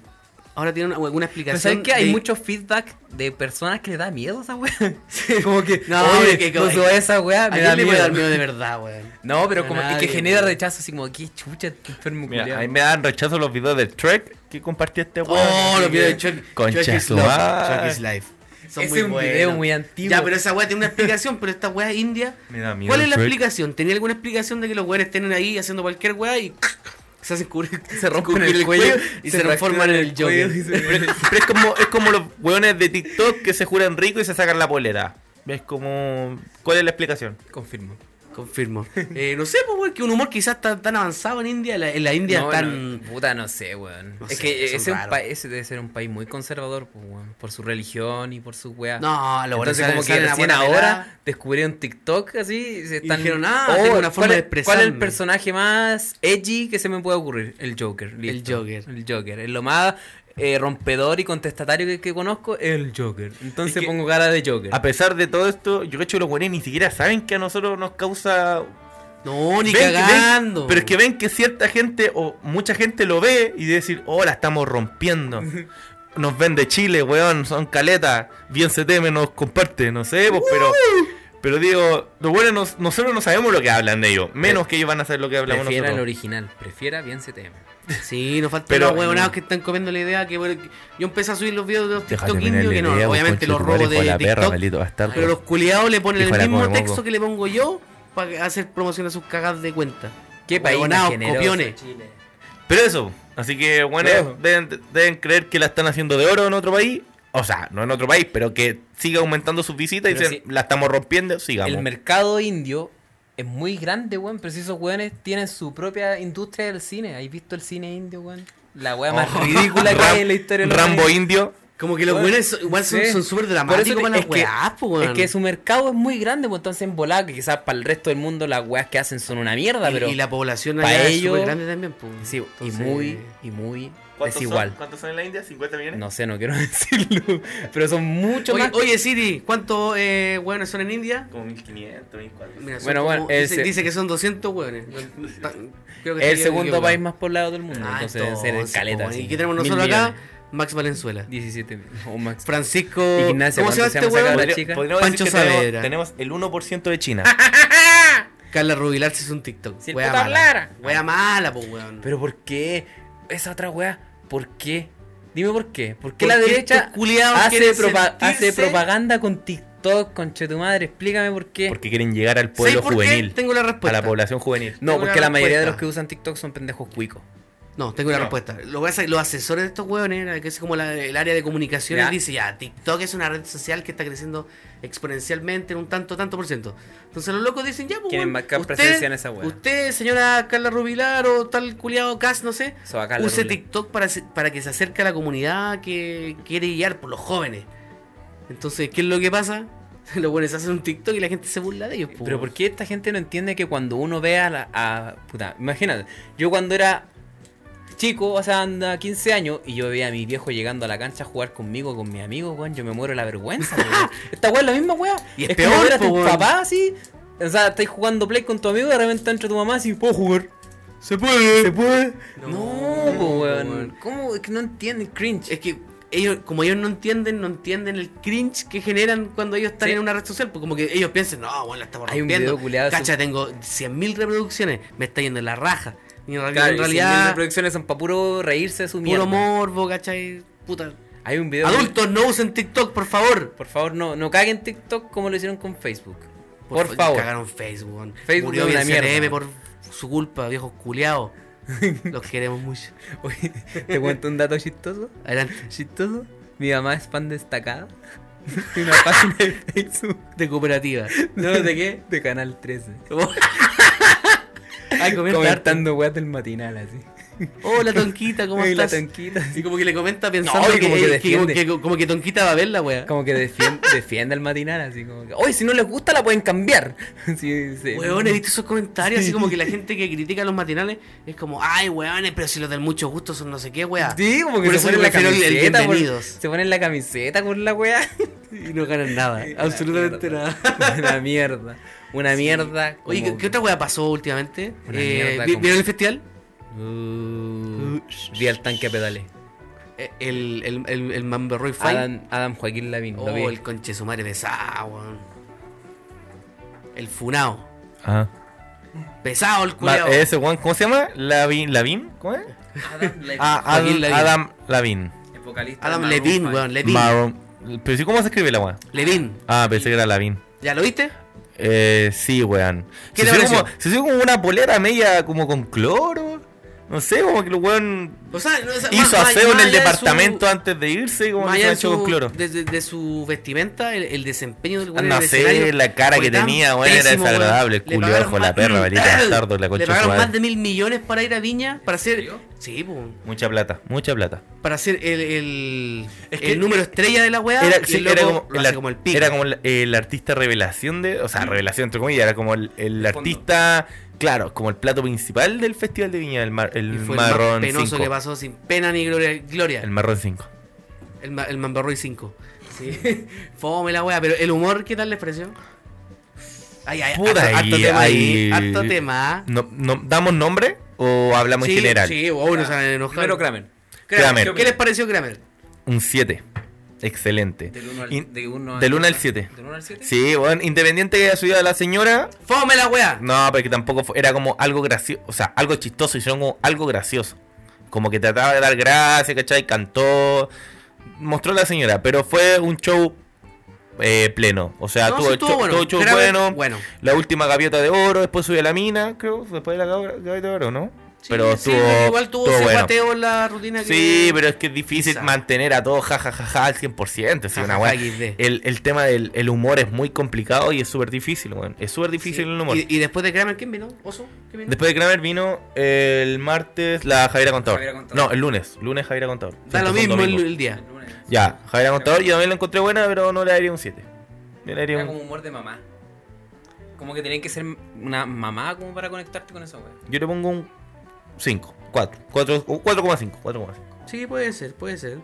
Speaker 1: Ahora tiene una, alguna
Speaker 2: Pero
Speaker 1: explicación.
Speaker 2: ¿sabes que Hay
Speaker 1: de-
Speaker 2: mucho feedback de personas que le da miedo a esa weá. <laughs> como que,
Speaker 1: No,
Speaker 2: oye,
Speaker 1: que-
Speaker 2: no suba esa weá,
Speaker 1: ¿A
Speaker 2: me
Speaker 1: quién
Speaker 2: da
Speaker 1: le
Speaker 2: miedo.
Speaker 1: puede dar miedo de verdad,
Speaker 2: <laughs>
Speaker 1: weón?
Speaker 2: No, pero
Speaker 1: A
Speaker 2: como
Speaker 1: nadie,
Speaker 2: que genera
Speaker 1: weón.
Speaker 2: rechazo, así como, qué chucha, qué enfermo
Speaker 3: Mira,
Speaker 2: culiao.
Speaker 3: ahí me dan rechazo los videos de Trek que compartí este weón.
Speaker 1: Oh, los videos de Chuck.
Speaker 3: Concha
Speaker 1: Chuck is
Speaker 3: su
Speaker 1: love.
Speaker 3: madre.
Speaker 1: Chuck is life. Son
Speaker 2: Ese
Speaker 1: muy
Speaker 2: es un
Speaker 1: buenos.
Speaker 2: video muy antiguo.
Speaker 1: Ya, pero esa weá tiene una explicación, pero esta weá es india.
Speaker 3: Me da miedo
Speaker 1: ¿Cuál es la
Speaker 3: Trek.
Speaker 1: explicación? ¿Tenía alguna explicación de que los weones estén ahí haciendo cualquier weá y <laughs> se hacen cubrir,
Speaker 2: se rompen
Speaker 1: cubrir
Speaker 2: el cuello
Speaker 1: y se, transforman en el
Speaker 2: cuello
Speaker 1: Joker?
Speaker 2: y <laughs> se-
Speaker 3: Pero, pero es, como, es como los weones de TikTok que se juran rico y se sacan la polera. ¿Ves como ¿Cuál es la explicación?
Speaker 2: Confirmo.
Speaker 1: Confirmo. Eh, no sé, pues, weón, que un humor quizás tan, tan avanzado en India, la- en la India
Speaker 2: No,
Speaker 1: tan...
Speaker 2: no, puta, no sé, weón.
Speaker 1: No
Speaker 2: es
Speaker 1: sé,
Speaker 2: que
Speaker 1: son
Speaker 2: ese, es un
Speaker 1: raros.
Speaker 2: pa- ese debe ser un país muy conservador, pues, weón, por su religión y por su weá.
Speaker 1: No, los weones
Speaker 2: Entonces, como que
Speaker 1: salen a
Speaker 2: recién
Speaker 1: buena
Speaker 2: ahora
Speaker 1: velada.
Speaker 2: descubrieron TikTok así. y Se
Speaker 1: Y
Speaker 2: están... Oh,
Speaker 1: dijeron, ah, tengo una forma
Speaker 2: ¿cuál
Speaker 1: de
Speaker 2: es- ¿Cuál es el
Speaker 1: expresarme?
Speaker 2: personaje más edgy que se me puede ocurrir? El Joker. listo.
Speaker 1: Joker.
Speaker 2: El Joker. Es lo más eh, rompedor y contestatario que, que conozco, el Joker. Entonces
Speaker 3: Es que- Ah,
Speaker 2: pongo cara de Joker.
Speaker 3: A pesar de todo esto, yo creo que los weones ni siquiera saben que a nosotros nos causa.
Speaker 1: No, ni
Speaker 3: Ven que- ven-
Speaker 1: cagando.
Speaker 3: pero es que ven que cierta gente o mucha gente lo ve y decir, oh, la estamos rompiendo. Nos ven de Chile, weón, son caletas. Bien se teme, nos comparte, no sé, pues, pero. Pero digo, lo bueno, nos- nosotros no sabemos lo que hablan de ellos. Menos que ellos van a saber lo que hablamos
Speaker 2: Prefiera el
Speaker 3: nosotros.
Speaker 2: original, prefiera bien CTM.
Speaker 1: Sí, nos faltan
Speaker 3: Pero-
Speaker 1: los huevonados que están comiendo la idea que bueno, que- yo empecé a subir los videos de los
Speaker 3: Deja
Speaker 1: TikTok
Speaker 3: terminar
Speaker 1: indios
Speaker 3: la
Speaker 1: que no,
Speaker 3: idea, pues, vos,
Speaker 1: obviamente los
Speaker 3: conchetumare,
Speaker 1: robo
Speaker 3: hijo
Speaker 1: de
Speaker 3: de la perra,
Speaker 1: TikTok,
Speaker 3: maldito bastardo.
Speaker 1: pero los culiados le ponen
Speaker 3: Hijo
Speaker 1: el
Speaker 3: de la
Speaker 1: mismo
Speaker 3: come moco.
Speaker 1: texto que le pongo yo para hacer promoción a sus cagadas de cuenta.
Speaker 2: Qué país
Speaker 1: Huevonados,
Speaker 2: más generoso,
Speaker 1: copiones.
Speaker 4: Chile.
Speaker 3: Pero eso, así que bueno,
Speaker 2: Claro.
Speaker 3: deben, deben creer que la están haciendo de oro en otro país. O sea, no en otro país, pero que siga aumentando sus visitas y
Speaker 2: Pero
Speaker 3: dicen,
Speaker 2: sí.
Speaker 3: la estamos rompiendo, sigamos.
Speaker 2: El mercado indio es muy grande, weón. Pero si esos weones tienen su propia industria del cine. ¿Has visto el cine indio, weón? La wea más
Speaker 3: Oh.
Speaker 2: ridícula que
Speaker 3: Ram-
Speaker 2: hay en la historia de la
Speaker 3: Rambo
Speaker 2: humanidad.
Speaker 3: indio.
Speaker 1: Como que los
Speaker 2: Bueno,
Speaker 1: buenos igual son
Speaker 2: sí.
Speaker 1: son súper
Speaker 2: Por eso
Speaker 1: dramáticos
Speaker 2: te-
Speaker 1: con las
Speaker 2: es que-
Speaker 1: weas, po,
Speaker 2: Es
Speaker 1: weón.
Speaker 2: que su mercado es muy grande, pues entonces en volada, que quizás para el resto del mundo las weas que hacen son una mierda,
Speaker 1: Y-
Speaker 2: pero.
Speaker 1: y la población
Speaker 2: pa'
Speaker 1: allá es
Speaker 2: ellos-
Speaker 1: súper grande también, po.
Speaker 2: Sí,
Speaker 1: Entonces-
Speaker 2: y muy, y muy desigual.
Speaker 3: ¿Cuántos son en la India? ¿50 millones?
Speaker 2: No sé, no quiero <laughs> decirlo. Pero son mucho
Speaker 1: Oye,
Speaker 2: más.
Speaker 1: oye, Siri, ¿cuántos eh, hueones son en India?
Speaker 3: Como 1500, 1400.
Speaker 1: Mira, son
Speaker 2: Bueno,
Speaker 1: como-
Speaker 2: bueno, el
Speaker 1: dice,
Speaker 2: se-
Speaker 1: dice que son 200 hueones. Ta- creo que
Speaker 2: es el
Speaker 1: estoy
Speaker 2: segundo
Speaker 1: equivocado.
Speaker 2: país más poblado del mundo.
Speaker 1: Ah,
Speaker 2: entonces deben ser
Speaker 1: entonces,
Speaker 2: caleta.
Speaker 1: po,
Speaker 2: así,
Speaker 1: ¿Y qué tenemos
Speaker 2: mil
Speaker 1: nosotros acá?
Speaker 2: millones.
Speaker 1: Max Valenzuela.
Speaker 2: 17 mil. O Max.
Speaker 1: Francisco.
Speaker 2: Ignacio,
Speaker 1: ¿Cómo se llama
Speaker 2: ¿cuánto
Speaker 1: este
Speaker 2: se llama esa
Speaker 1: hueón?
Speaker 2: cabra?
Speaker 3: Podría-
Speaker 2: chica. Ah,
Speaker 3: podríamos
Speaker 1: Pancho
Speaker 3: decir que tenemos-
Speaker 1: Saavedra.
Speaker 3: Tenemos, el 1% de China.
Speaker 1: Carla Rubilar se hizo un TikTok.
Speaker 2: Si el
Speaker 1: Wea
Speaker 2: puto hablara.
Speaker 1: mala. Wea mala, po, weón.
Speaker 2: Pero ¿por qué? Esa otra wea, ¿por qué? Dime por qué. ¿Por qué
Speaker 1: ¿Por
Speaker 2: la
Speaker 1: qué
Speaker 2: derecha
Speaker 1: estos culiados
Speaker 2: hace,
Speaker 1: quieren
Speaker 2: propa- hace
Speaker 1: sentirse-
Speaker 2: propaganda con TikTok, con tu madre? Explícame por qué.
Speaker 3: Porque quieren llegar al
Speaker 1: ¿Sabes
Speaker 3: pueblo
Speaker 1: por
Speaker 3: juvenil.
Speaker 1: qué? Tengo la
Speaker 3: A
Speaker 1: respuesta.
Speaker 3: la población juvenil.
Speaker 2: No,
Speaker 1: Tengo
Speaker 2: porque
Speaker 1: una
Speaker 2: la mayoría de los
Speaker 1: respuesta.
Speaker 2: que usan TikTok son pendejos cuicos.
Speaker 1: No, tengo la
Speaker 3: No.
Speaker 1: respuesta. Lo que pasa es que los asesores de estos hueones, que es como la- el área de comunicaciones,
Speaker 2: Ya.
Speaker 1: dice ya, TikTok es una red social que está creciendo exponencialmente en un tanto, tanto por ciento. Entonces los locos dicen ya, pues.
Speaker 2: Quieren
Speaker 1: weón,
Speaker 2: marcar
Speaker 1: usted-
Speaker 2: presencia en esa wea.
Speaker 1: Usted, señora Carla Rubilar o tal culiado Cas, no sé,
Speaker 2: Eso acá la
Speaker 1: use
Speaker 2: rula.
Speaker 1: TikTok para, se- para que se acerque a la comunidad que quiere guiar por los jóvenes. Entonces, ¿qué es lo que pasa? <laughs> Los buenos hacen un TikTok y la gente se burla de ellos. pues,
Speaker 2: Pero
Speaker 1: weón.
Speaker 2: ¿por qué esta gente no entiende que cuando uno ve a la... a- puta, imagínate, yo cuando era chico, o sea, anda 15 años, y yo veía a mi viejo llegando a la cancha a jugar conmigo, con mis amigos, weón, yo me muero de la vergüenza.
Speaker 1: <laughs>
Speaker 2: weón. Esta weón es la misma weón.
Speaker 1: Y es
Speaker 2: como
Speaker 1: peor,
Speaker 2: ver a
Speaker 1: po,
Speaker 2: tu
Speaker 1: weón.
Speaker 2: papá así. O sea, estáis jugando play con tu amigo y de repente entra tu mamá así, puedo jugar. Se puede, se puede. No,
Speaker 1: No,
Speaker 2: po,
Speaker 1: weón.
Speaker 2: weón. ¿Cómo? Es que no entienden cringe.
Speaker 1: Es que ellos, como ellos no entienden, no entienden el cringe que generan cuando ellos están
Speaker 2: Sí.
Speaker 1: en una red social. Pues como que ellos piensan, no, bueno, la estamos
Speaker 2: Hay un
Speaker 1: rompiendo.
Speaker 2: video culiado de
Speaker 1: Cacha, tengo 100.000 reproducciones, me está yendo en la raja. Y en realidad,
Speaker 2: Claro,
Speaker 1: en
Speaker 2: y
Speaker 1: realidad
Speaker 2: 100.000 reproducciones son para puro reírse de su mierda.
Speaker 1: puro morbo, ¿cachai? Puta.
Speaker 2: Hay un video...
Speaker 1: Adultos, no usen TikTok, por favor.
Speaker 2: Por favor, no, no caguen TikTok como lo hicieron con Facebook. Por,
Speaker 1: fa-
Speaker 2: favor.
Speaker 1: Cagaron Facebook. weón.
Speaker 2: Facebook
Speaker 1: Murió
Speaker 2: es una
Speaker 1: bien CNM
Speaker 2: mierda.
Speaker 1: por su culpa, viejos culiados. Los queremos mucho.
Speaker 2: <laughs> Oye, te cuento un dato chistoso.
Speaker 1: Adelante.
Speaker 2: Chistoso. Mi mamá es fan <laughs> destacada. De una página <laughs> de Facebook.
Speaker 1: De cooperativa.
Speaker 2: No, ¿de qué? De Canal 13.
Speaker 1: <laughs> Ay, comenta
Speaker 2: Comentando weas del matinal así.
Speaker 1: harto. Hola, Tonquita,
Speaker 2: <laughs>
Speaker 1: ¿cómo
Speaker 2: Y la
Speaker 1: estás?
Speaker 2: tonquita. así.
Speaker 1: Y como que le comenta pensando
Speaker 2: No,
Speaker 1: que,
Speaker 2: y como que
Speaker 1: que- como,
Speaker 2: defiende.
Speaker 1: que, como que Tonquita va a verla, wea.
Speaker 2: Como que defien- defiende el matinal así como que. Oye, si no les gusta la pueden cambiar. <laughs> Sí, sí.
Speaker 1: Weón, he visto esos comentarios así como que la
Speaker 2: <laughs>
Speaker 1: gente que critica los matinales es como, ay, weones, pero si los del mucho gusto son no sé qué, wea.
Speaker 2: Sí, como que
Speaker 1: Por
Speaker 2: se
Speaker 1: eso
Speaker 2: ponen
Speaker 1: yo
Speaker 2: la
Speaker 1: prefiero el- el
Speaker 2: camiseta. por-
Speaker 1: bienvenidos.
Speaker 2: se ponen la camiseta con la <laughs> wea.
Speaker 1: Y no ganan nada, absolutamente
Speaker 2: Una
Speaker 1: nada.
Speaker 2: mierda. <laughs> Una mierda. Una mierda.
Speaker 1: Oye,
Speaker 2: como-
Speaker 1: ¿qué, qué otra wea pasó últimamente?
Speaker 2: Una
Speaker 1: Eh,
Speaker 2: mierda
Speaker 1: ¿vi-
Speaker 2: como-
Speaker 1: ¿Vieron el festival?
Speaker 2: Uh, vi al tanque a pedales.
Speaker 1: Eh, El, el, el, el Mambo Roy Fight.
Speaker 2: Adam, Adam Joaquín Lavín.
Speaker 1: Oh,
Speaker 2: lo vi. <laughs>
Speaker 1: el conche su madre pesado, weón. El funao.
Speaker 3: Ajá.
Speaker 1: Pesado el
Speaker 3: Ma-
Speaker 1: culiao.
Speaker 3: ese Juan, ¿cómo se llama? Lavin, ¿Lavin? ¿Cómo es?
Speaker 4: Adam Levine.
Speaker 3: Ah, Adam,
Speaker 1: Joaquín Lavín.
Speaker 3: Adam Lavin.
Speaker 4: el vocalista
Speaker 1: Adam
Speaker 4: de Maroon
Speaker 1: Levine,
Speaker 4: five.
Speaker 1: weón. Levine.
Speaker 3: Maroon- Pero sí, ¿cómo se escribe la weá?
Speaker 1: Levine.
Speaker 3: Ah, pensé que era Lavin.
Speaker 1: ¿Ya lo viste?
Speaker 3: Eh, sí, weón.
Speaker 1: ¿Qué
Speaker 3: se
Speaker 1: te
Speaker 3: hizo
Speaker 1: pareció?
Speaker 3: como, se hizo como una polera media como con cloro. No sé, como que el weón
Speaker 1: O sea, no, o sea,
Speaker 3: hizo
Speaker 1: más-
Speaker 3: aseo
Speaker 1: más
Speaker 3: en el
Speaker 1: allá de su-
Speaker 3: departamento antes de irse, como
Speaker 1: Más
Speaker 3: que
Speaker 1: allá
Speaker 3: se
Speaker 1: de
Speaker 3: hecho con
Speaker 1: su-
Speaker 3: cloro. Ah,
Speaker 1: de, de- de su vestimenta, el, el desempeño del weón en
Speaker 3: No
Speaker 1: el
Speaker 3: sé,
Speaker 1: escenario
Speaker 3: la cara
Speaker 1: fue
Speaker 3: que
Speaker 1: tan
Speaker 3: tenía, weón, era
Speaker 1: pésimo, weón.
Speaker 3: desagradable. El
Speaker 1: Le pagaron
Speaker 3: culiojo, la
Speaker 1: más-
Speaker 3: perra,
Speaker 1: <coughs>
Speaker 3: maldita bastardo, la
Speaker 1: Le
Speaker 3: concha de su
Speaker 1: pagaron
Speaker 3: madre.
Speaker 1: más de mil millones para ir a Viña, para hacer.
Speaker 4: serio?
Speaker 1: Sí, po,
Speaker 3: Mucha plata, mucha plata.
Speaker 1: para hacer el, el, el
Speaker 3: Es que- eh,
Speaker 1: número estrella de la weá. Ah, y
Speaker 3: Era,
Speaker 1: el
Speaker 3: sí,
Speaker 1: loco
Speaker 3: era como,
Speaker 1: lo
Speaker 3: el,
Speaker 1: hace
Speaker 3: ar-
Speaker 1: como el pico. Mm.
Speaker 3: era como el- el artista revelación de. O sea, revelación entre comillas. Era como el, el
Speaker 4: fondo.
Speaker 3: artista. Claro, como el plato principal del Festival de Viña, el, mar- el
Speaker 1: y fue
Speaker 3: Marrón
Speaker 1: el más penoso
Speaker 3: 5.
Speaker 1: que pasó sin pena ni gloria. gloria.
Speaker 3: El Marrón 5.
Speaker 1: El, ma- el Mamberroy 5. Sí. <laughs> Fome la wea, pero el humor, ¿qué tal les pareció? Ay, ay,
Speaker 3: Puta,
Speaker 1: harto, harto
Speaker 3: ahí-
Speaker 1: tema ahí,
Speaker 3: ahí-
Speaker 1: harto tema. ¿ah?
Speaker 3: No, no- ¿Damos nombre o hablamos
Speaker 1: sí,
Speaker 3: en general?
Speaker 1: Sí, wow, no se van a enojar.
Speaker 2: Primero Kramer.
Speaker 1: Kramer,
Speaker 3: Kramer.
Speaker 1: ¿Qué les pareció Kramer?
Speaker 3: Un 7. Excelente.
Speaker 2: Del 1 al
Speaker 3: In-
Speaker 2: 7.
Speaker 3: del uno al siete.
Speaker 2: ¿Del 1 al 7?
Speaker 3: Sí, bueno, independiente de la subida de la señora,
Speaker 1: ¡Fome la weá!
Speaker 3: no, porque tampoco fue- era como algo gracioso, o sea, algo chistoso, hicieron como algo gracioso. Como que trataba de dar gracias, ¿cachai? Cantó, mostró a la señora, pero fue un show eh, pleno. O sea,
Speaker 1: No,
Speaker 3: tuvo,
Speaker 1: sí estuvo
Speaker 3: show,
Speaker 1: bueno,
Speaker 3: tuvo show
Speaker 1: pero era
Speaker 3: bueno,
Speaker 1: bueno.
Speaker 3: La última gaviota de oro, después subió a la mina, creo, después de la gav- gaviota de oro, ¿no? pero
Speaker 1: Sí,
Speaker 3: estuvo,
Speaker 1: igual tuvo
Speaker 3: estuvo
Speaker 1: ese
Speaker 3: bueno.
Speaker 1: guateo en la rutina que.
Speaker 3: Sí, pero es que es difícil
Speaker 1: Quizá.
Speaker 3: mantener a todos jajajaja al 100%. sí,
Speaker 1: Ja,
Speaker 3: una
Speaker 1: ja,
Speaker 3: wea.
Speaker 1: ja, XD.
Speaker 3: el, el tema del el humor es muy complicado y es súper difícil, weón. Es súper difícil
Speaker 1: Sí.
Speaker 3: el humor.
Speaker 1: Y, y después de Kramer, ¿quién vino? ¿Oso? ¿Quién vino?
Speaker 3: Después de Kramer vino el martes la Javiera Contador.
Speaker 4: Javiera Contador.
Speaker 3: No, el lunes. Lunes Javiera Contador.
Speaker 1: da
Speaker 3: Siempre
Speaker 1: lo
Speaker 3: son
Speaker 1: mismo el,
Speaker 3: domingos.
Speaker 1: el día.
Speaker 4: El lunes.
Speaker 3: Ya, Javiera Contador yo también la encontré buena, pero no le daría un 7. Yo le daría
Speaker 4: Era como
Speaker 3: un...
Speaker 4: humor de mamá.
Speaker 2: Como que tenían que ser una mamá como para conectarte con esa wea.
Speaker 3: Yo le pongo un 5, 4, 4, 4,5, 4,5.
Speaker 1: Sí, puede ser, puede ser.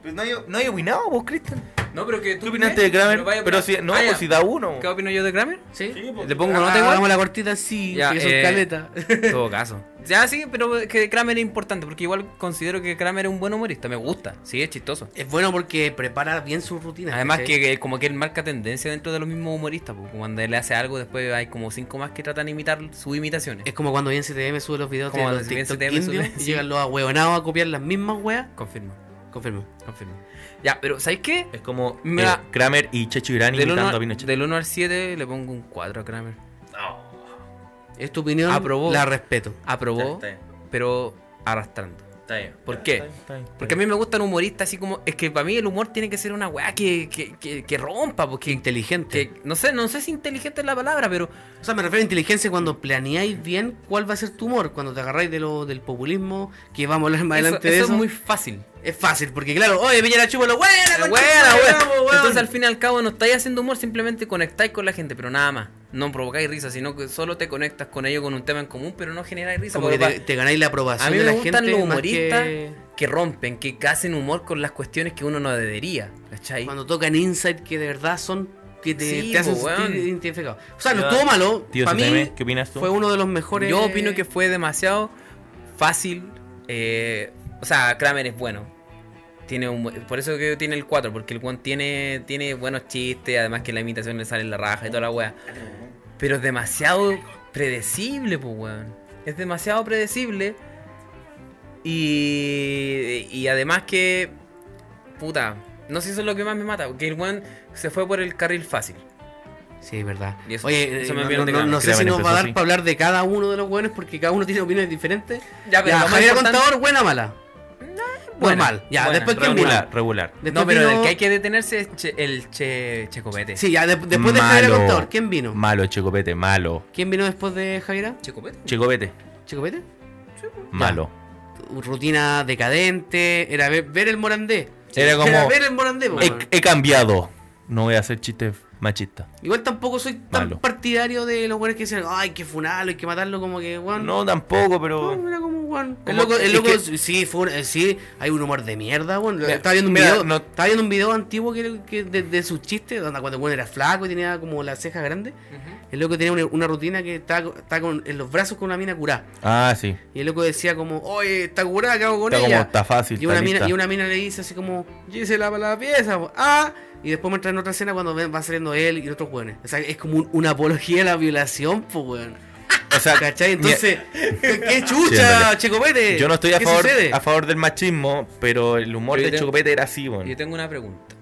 Speaker 3: Pero Pues no hay, no hay opinado vos, Cristian.
Speaker 4: No, pero que tú.
Speaker 3: ¿Qué opinaste de Kramer?
Speaker 4: Pero
Speaker 3: Pero,
Speaker 4: vaya,
Speaker 3: si, no, pues
Speaker 4: vaya.
Speaker 2: pues
Speaker 3: si da uno.
Speaker 2: Ah, ¿Qué opino yo de Kramer?
Speaker 1: Sí.
Speaker 3: pues,
Speaker 2: Le pongo
Speaker 1: Ah,
Speaker 2: nota igual.
Speaker 1: hagamos la cortita sí,
Speaker 2: Ya,
Speaker 1: porque son
Speaker 2: eh,
Speaker 1: caleta.
Speaker 2: En
Speaker 3: <laughs>
Speaker 2: todo caso. Ya sí, pero es que Kramer es importante porque igual considero que Kramer es un buen humorista. Me gusta. Sí, es chistoso.
Speaker 1: <laughs> Es bueno porque prepara bien su rutina.
Speaker 2: Además
Speaker 1: ¿cachai?
Speaker 2: que, que como que él marca tendencia dentro de los mismos humoristas. Porque cuando él hace algo después hay como cinco más que tratan de imitar sus imitaciones.
Speaker 1: Es como cuando bien CTM sube los videos de
Speaker 2: Como
Speaker 1: los
Speaker 2: bien
Speaker 1: TikTok
Speaker 2: CTM sube-
Speaker 1: indios y llegan los ahueonados a copiar las mismas weas.
Speaker 2: Confirmo,
Speaker 1: Confirmo.
Speaker 2: confirmo. Ya, pero ¿sabes qué?
Speaker 3: Es como
Speaker 2: Mira.
Speaker 3: eh, Kramer y Checho Irán
Speaker 2: Del
Speaker 3: imitando a
Speaker 2: 1,
Speaker 3: Pinochet.
Speaker 2: al 7 le pongo un 4 a Kramer.
Speaker 1: Es tu opinión,
Speaker 2: Aprobó.
Speaker 1: la respeto.
Speaker 2: Aprobó,
Speaker 3: Está bien,
Speaker 2: pero arrastrando.
Speaker 3: está bien.
Speaker 2: ¿Por qué?
Speaker 3: Está bien, está bien, está
Speaker 2: Porque a mí me gustan humoristas así como... Es que para mí el humor tiene que ser una weá que, que, que, que rompa, porque...
Speaker 1: Inteligente.
Speaker 2: Que, no sé, no sé si inteligente es la palabra, pero...
Speaker 1: O sea, me refiero a inteligencia cuando planeáis bien cuál va a ser tu humor, cuando te agarráis de lo, del populismo, que vamos a hablar más
Speaker 2: Eso,
Speaker 1: adelante de
Speaker 2: eso
Speaker 1: eso.
Speaker 2: es muy fácil.
Speaker 1: Es fácil, porque claro, oye, Piñera chupa lo buena,
Speaker 2: Pero
Speaker 1: concha
Speaker 2: Eh, buena,
Speaker 1: madre,
Speaker 2: buena.
Speaker 1: vamos, weón.
Speaker 2: Entonces al fin y al cabo no estáis haciendo humor, simplemente conectáis con la gente, pero nada más. No provocáis risa, sino que solo te conectas con ellos con un tema en común, pero no generáis risa.
Speaker 1: como que
Speaker 2: porque
Speaker 1: te,
Speaker 2: pa-
Speaker 1: te ganáis la aprobación
Speaker 2: a mí
Speaker 1: de
Speaker 2: me
Speaker 1: la
Speaker 2: gustan
Speaker 1: gente
Speaker 2: los
Speaker 1: más
Speaker 2: humoristas que...
Speaker 1: que
Speaker 2: rompen, que hacen humor con las cuestiones que uno no debería. ¿Cachai?
Speaker 1: cuando tocan insight que de verdad son que te,
Speaker 2: Sí,
Speaker 1: te hacen
Speaker 2: po, weón.
Speaker 1: sentir identificado. O sea, no
Speaker 3: Yo-
Speaker 1: estuvo malo,
Speaker 3: Tío
Speaker 1: para mí
Speaker 3: CTM, ¿qué opinas tú?
Speaker 1: fue uno de los mejores.
Speaker 2: Yo opino que fue demasiado fácil. eh, o sea, Kramer es bueno. Tiene un, buen- por eso que tiene el 4, porque el Juan tiene, tiene buenos chistes, además que la imitación le sale en la raja y toda la wea. Pero es demasiado predecible, pues weón. Es demasiado predecible. Y, y además que... Puta, no sé si eso es lo que más me mata, porque el Juan se fue por el carril fácil.
Speaker 1: Sí, es verdad.
Speaker 2: Y eso-
Speaker 1: Oye,
Speaker 2: eso
Speaker 1: eh,
Speaker 2: me
Speaker 1: no,
Speaker 2: vieron de
Speaker 1: no-
Speaker 2: cara.
Speaker 1: no sé
Speaker 3: Créame,
Speaker 1: si nos va a
Speaker 3: empezó
Speaker 1: dar
Speaker 3: así.
Speaker 1: para hablar de cada uno de los hueones porque cada uno tiene opiniones diferentes.
Speaker 2: Ya,
Speaker 1: Ya,
Speaker 2: pero lo más
Speaker 1: Javier
Speaker 2: importante-
Speaker 1: Contador, buena mala.
Speaker 2: buena,
Speaker 1: Normal. Ya,
Speaker 2: buena,
Speaker 1: después que
Speaker 3: Regular, regular.
Speaker 2: no, pero del que hay que detenerse es Che- el che, Checopete.
Speaker 1: Sí, ya de- después de Javier
Speaker 3: Malo.
Speaker 1: Contador, ¿quién vino?
Speaker 3: Malo, Checopete, malo.
Speaker 1: ¿Quién vino después de Javiera?
Speaker 2: ¿Checopete?
Speaker 3: Checopete,
Speaker 1: ¿Chicopete?
Speaker 3: malo.
Speaker 1: Rutina decadente, era ver, ver el Morandé.
Speaker 3: Era como-
Speaker 1: ver el Morandé, po, weón.
Speaker 3: He, he cambiado. No voy a hacer chistes machistas.
Speaker 1: Igual tampoco soy tan
Speaker 3: Malo.
Speaker 1: partidario de los weones que dicen, ay, hay que funarlo, hay que matarlo, como que, weón.
Speaker 3: No, tampoco,
Speaker 1: No,
Speaker 3: pero.
Speaker 1: era como, weón. El
Speaker 3: Como-
Speaker 1: loco, el
Speaker 3: es
Speaker 1: loco
Speaker 3: que-
Speaker 1: sí, fue, un- eh, sí, hay un humor de mierda, weón.
Speaker 3: Mira,
Speaker 1: Estaba viendo un
Speaker 3: mira,
Speaker 1: video,
Speaker 3: no-
Speaker 1: estaba viendo un video antiguo que, que de, de sus chistes, donde cuando el weón era flaco y tenía como las cejas grandes. El loco tenía una, una rutina que estaba, co- estaba con, en los brazos con una mina curada.
Speaker 3: Ah, sí.
Speaker 1: Y el loco decía como, oye, está curada, ¿qué hago con
Speaker 3: Está como,
Speaker 1: ella?
Speaker 3: está fácil.
Speaker 1: Y una,
Speaker 3: está
Speaker 1: mina,
Speaker 3: lista.
Speaker 1: y una mina le dice así como, llévese la, la pieza, po". ah, y después muestra en otra escena cuando ven- va saliendo él y otros jóvenes. O sea, es como un- una apología a la violación, pues, weón.
Speaker 3: O sea,
Speaker 1: ¿Cachai?
Speaker 3: <laughs>
Speaker 1: Entonces, ¡qué
Speaker 3: Sí, es
Speaker 1: chucha,
Speaker 3: verdad.
Speaker 1: Checo Pérez!
Speaker 3: Yo no estoy a
Speaker 1: ¿Qué
Speaker 3: favor,
Speaker 1: sucede?
Speaker 3: a favor del machismo, pero el humor
Speaker 2: Yo
Speaker 3: de
Speaker 2: tengo-
Speaker 3: Checopete era así, bueno.
Speaker 2: Yo tengo una pregunta.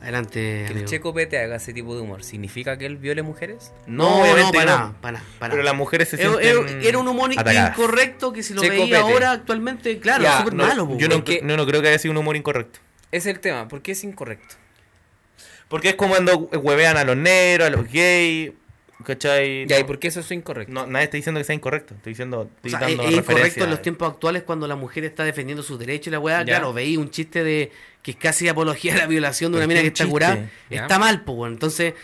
Speaker 1: Adelante,
Speaker 2: Que el
Speaker 1: amigo.
Speaker 2: Checopete haga ese tipo de humor, ¿significa que él viole mujeres?
Speaker 1: No, no,
Speaker 3: obviamente
Speaker 1: para
Speaker 3: no.
Speaker 1: nada, para nada, para
Speaker 3: Pero
Speaker 1: nada.
Speaker 3: las mujeres se
Speaker 1: Era- era-
Speaker 3: sienten
Speaker 1: era un humor
Speaker 3: atacadas.
Speaker 1: incorrecto que si lo
Speaker 2: Checo
Speaker 1: veía
Speaker 2: Pérez.
Speaker 1: ahora actualmente, claro,
Speaker 2: Ya,
Speaker 1: es súper
Speaker 3: No,
Speaker 1: malo, po,
Speaker 3: yo no,
Speaker 1: weón.
Speaker 2: porque-
Speaker 3: no, no creo que haya sido un humor incorrecto.
Speaker 2: Ese es el tema, ¿por qué es incorrecto?
Speaker 3: Porque es como cuando eh, huevean a los negros, a los gays, ¿cachai?
Speaker 2: Ya, ¿y por qué eso es incorrecto?
Speaker 3: No, nadie está diciendo que sea incorrecto. Estoy diciendo,
Speaker 1: O
Speaker 3: estoy
Speaker 1: sea, es,
Speaker 3: dando
Speaker 1: es incorrecto
Speaker 3: referencia.
Speaker 1: en los tiempos actuales cuando la mujer está defendiendo sus derechos y la weá,
Speaker 2: Ya.
Speaker 1: claro, veí un chiste de que es casi apología a la violación de
Speaker 3: Pero
Speaker 1: una
Speaker 3: es
Speaker 1: mina
Speaker 3: que
Speaker 1: que
Speaker 3: un
Speaker 1: está
Speaker 3: chiste,
Speaker 1: curada,
Speaker 2: ya.
Speaker 1: está mal, pues entonces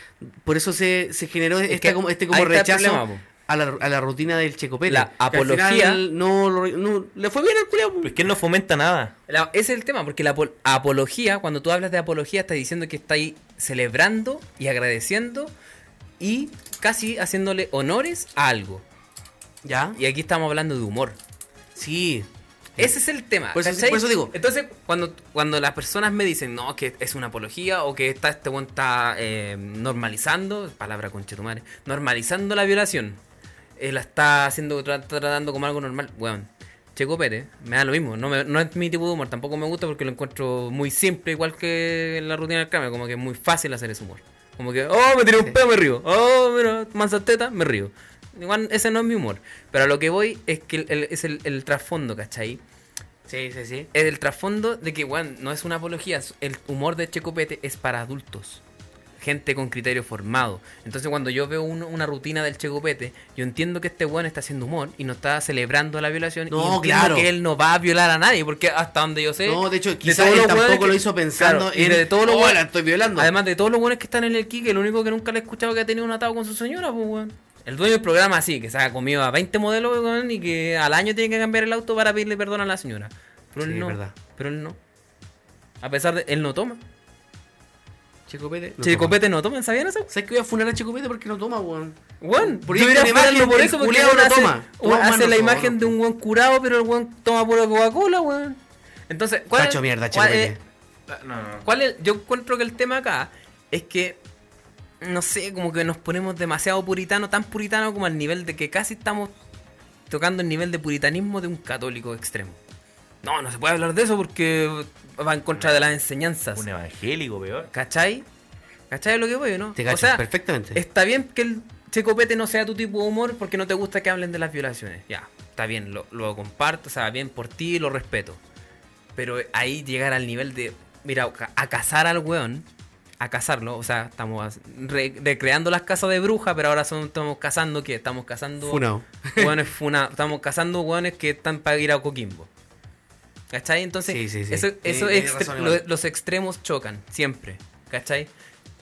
Speaker 1: por eso se, se generó
Speaker 2: Es
Speaker 1: esta
Speaker 2: que
Speaker 1: como, este
Speaker 2: ahí
Speaker 1: como
Speaker 2: está el
Speaker 1: rechazo
Speaker 2: problema, po.
Speaker 1: a la, a la rutina del Checopete.
Speaker 2: La
Speaker 1: que al final
Speaker 2: apología- Pues,
Speaker 1: no, lo- no- le fue bien al culiao, po.
Speaker 3: Pero es que él no fomenta nada.
Speaker 2: La- ese es el tema, porque la apol- apología, cuando tú hablas de apología, estás diciendo que estáis celebrando y agradeciendo y casi haciéndole honores a algo.
Speaker 1: Ya,
Speaker 2: Y aquí estamos hablando de humor.
Speaker 1: sí.
Speaker 2: Ese es el tema.
Speaker 1: Por eso-
Speaker 2: ¿cachai?
Speaker 1: por eso digo.
Speaker 2: Entonces, cuando, cuando las personas me dicen, no, que es una apología o que está, este weón está eh, normalizando, palabra conchetumare, normalizando la violación, eh, la está haciendo, tra- tratando como algo normal, weón. Checo Pérez, me da lo mismo, no, me- no es mi tipo de humor, tampoco me gusta porque lo encuentro muy simple, igual que en la rutina del cambio, como que es muy fácil hacer ese humor. Como que, oh, me tiré un pedo, me río, oh, mira, mansa teta, me río. Igual ese no es mi humor, pero a lo que voy es que el- el- es el, el trasfondo, ¿cachai?
Speaker 1: Sí, sí, sí.
Speaker 2: Es el trasfondo de que, weón, no es una apología. es- El humor de Checopete es para adultos. Gente con criterio formado. Entonces, cuando yo veo un- una rutina del Checopete, yo entiendo que este weón está haciendo humor y no está celebrando la violación. y
Speaker 1: No,
Speaker 2: entiendo
Speaker 1: claro.
Speaker 2: que él no va a violar a nadie, porque hasta donde yo sé.
Speaker 1: No, de hecho, quizás
Speaker 2: todos
Speaker 1: él
Speaker 2: los
Speaker 1: tampoco
Speaker 2: hueones
Speaker 1: lo
Speaker 2: que-
Speaker 1: hizo pensando
Speaker 2: Claro, y de todos los
Speaker 1: "Oh,
Speaker 2: hueones-
Speaker 1: la estoy violando.
Speaker 2: Además de todos los buenos que están en el Kike, el único que nunca le he escuchado que ha tenido un atado con su señora, pues, weón. El dueño del programa, así, que se ha comido a 20 modelos, weón, y que al año tiene que cambiar el auto para pedirle perdón a la señora. Pero él
Speaker 1: Sí,
Speaker 2: no.
Speaker 1: es verdad.
Speaker 2: Pero él no. A pesar de. Él no toma.
Speaker 1: Checo Pérez.
Speaker 2: Che, Copete no toma, ¿sabían eso?
Speaker 1: ¿Sabes que voy a funar a Checo Pérez porque no toma, weón?
Speaker 2: Weón,
Speaker 1: Por
Speaker 2: yo
Speaker 1: ahí
Speaker 2: iría a
Speaker 1: tiene
Speaker 2: funarlo
Speaker 1: imagen
Speaker 2: por
Speaker 1: del
Speaker 2: eso, porque
Speaker 1: culiao
Speaker 2: weón
Speaker 1: no
Speaker 2: hace,
Speaker 1: toma.
Speaker 2: weón
Speaker 1: Toma
Speaker 2: hace la
Speaker 1: menos,
Speaker 2: imagen
Speaker 1: weón.
Speaker 2: de un weón curado, pero el weón toma pura Coca-Cola, weón. Entonces, ¿cuál
Speaker 1: Cacho mierda, Checo
Speaker 2: cuál es-
Speaker 1: Pérez.
Speaker 3: Ah,
Speaker 4: No, no, no.
Speaker 2: ¿Cuál es? Yo encuentro que el tema acá es que, no sé, como que nos ponemos demasiado puritano, tan puritano como al nivel de que casi estamos tocando el nivel de puritanismo de un católico extremo. No, no se puede hablar de eso porque va en contra de las enseñanzas.
Speaker 3: Un evangélico, peor.
Speaker 2: ¿Cachai? ¿Cachai lo que voy, no?
Speaker 1: Te
Speaker 2: O
Speaker 1: cacho
Speaker 2: sea,
Speaker 1: perfectamente.
Speaker 2: Está bien que el checopete no sea tu tipo de humor porque no te gusta que hablen de las violaciones. Ya, está bien, lo, lo comparto, o sea, bien por ti, lo respeto. Pero ahí llegar al nivel de, mira, ca- a cazar al weón, a cazarlo, o sea, estamos re- recreando las casas de bruja, pero ahora son, estamos cazando, ¿qué? Estamos cazando
Speaker 1: Funado.
Speaker 2: <laughs> hueones funa- estamos cazando hueones que están para ir a Coquimbo. ¿Cachai? Entonces,
Speaker 1: Sí, sí, sí.
Speaker 2: eso, eso
Speaker 1: tienes
Speaker 2: extre-
Speaker 1: razón,
Speaker 2: lo-
Speaker 1: igual.
Speaker 2: los extremos chocan, siempre. ¿Cachai?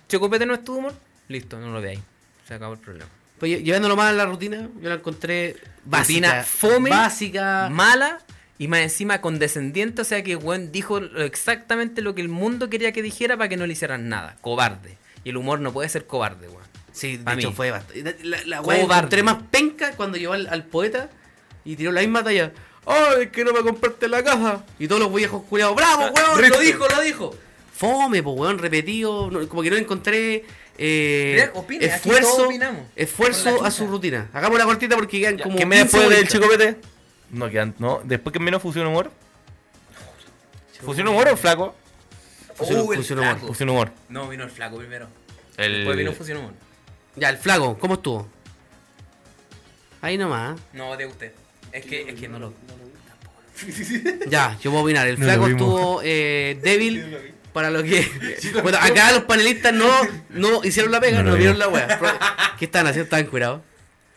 Speaker 2: Chocopete no es tu humor, listo, no lo veáis. Se acabó el problema.
Speaker 1: Pues lle- llevándolo más a la rutina, yo la encontré básica.
Speaker 2: Rutina fome,
Speaker 1: Básica.
Speaker 2: Mala y más encima condescendiente, o sea que weón dijo lo- exactamente lo que el mundo quería que dijera para que no le hicieran nada. Cobarde. Y el humor no puede ser cobarde, weón.
Speaker 1: Sí, de
Speaker 2: Pa'
Speaker 1: hecho
Speaker 2: mí.
Speaker 1: fue bastante. La, la weá
Speaker 2: Cobarde.
Speaker 1: encontré más penca cuando llevó al, al poeta y tiró la misma talla. ¡Ay, es que no me compraste la caja! Y todos los viejos culiados, ¡bravo, weón! ¡Lo
Speaker 2: Rico.
Speaker 1: dijo, lo dijo! Ah, Fome, pues weón, repetido. no- como que no encontré. eh,
Speaker 2: Mira, opine, aquí todos
Speaker 1: esfuerzo
Speaker 2: opinamos. Por
Speaker 1: esfuerzo
Speaker 2: la
Speaker 1: a su
Speaker 2: chucha.
Speaker 1: rutina. Hagamos la cortita porque quedan como.
Speaker 3: ¿Qué me
Speaker 1: 15
Speaker 3: después del
Speaker 1: bolitas.
Speaker 3: chico pete? No, quedan, no. Después que menos fusión humor. ¿Fusión humor o flaco?
Speaker 1: Fusión-
Speaker 2: Uh, el
Speaker 1: fusión humor.
Speaker 2: flaco.
Speaker 3: Fusión humor.
Speaker 2: No, vino el flaco primero.
Speaker 3: El...
Speaker 2: Después vino Fusión Humor.
Speaker 1: Ya, el flaco, ¿cómo estuvo? Ahí nomás.
Speaker 2: No, de usted. Es que, es que no lo...
Speaker 1: Ya, yo puedo opinar. El
Speaker 3: No lo
Speaker 1: flaco
Speaker 3: vimos.
Speaker 1: estuvo eh, débil para lo que. Bueno, acá los panelistas no, no hicieron la pega,
Speaker 3: No
Speaker 1: no,
Speaker 3: lo
Speaker 1: vieron la wea. Pro- ¿Qué están haciendo? Están curados.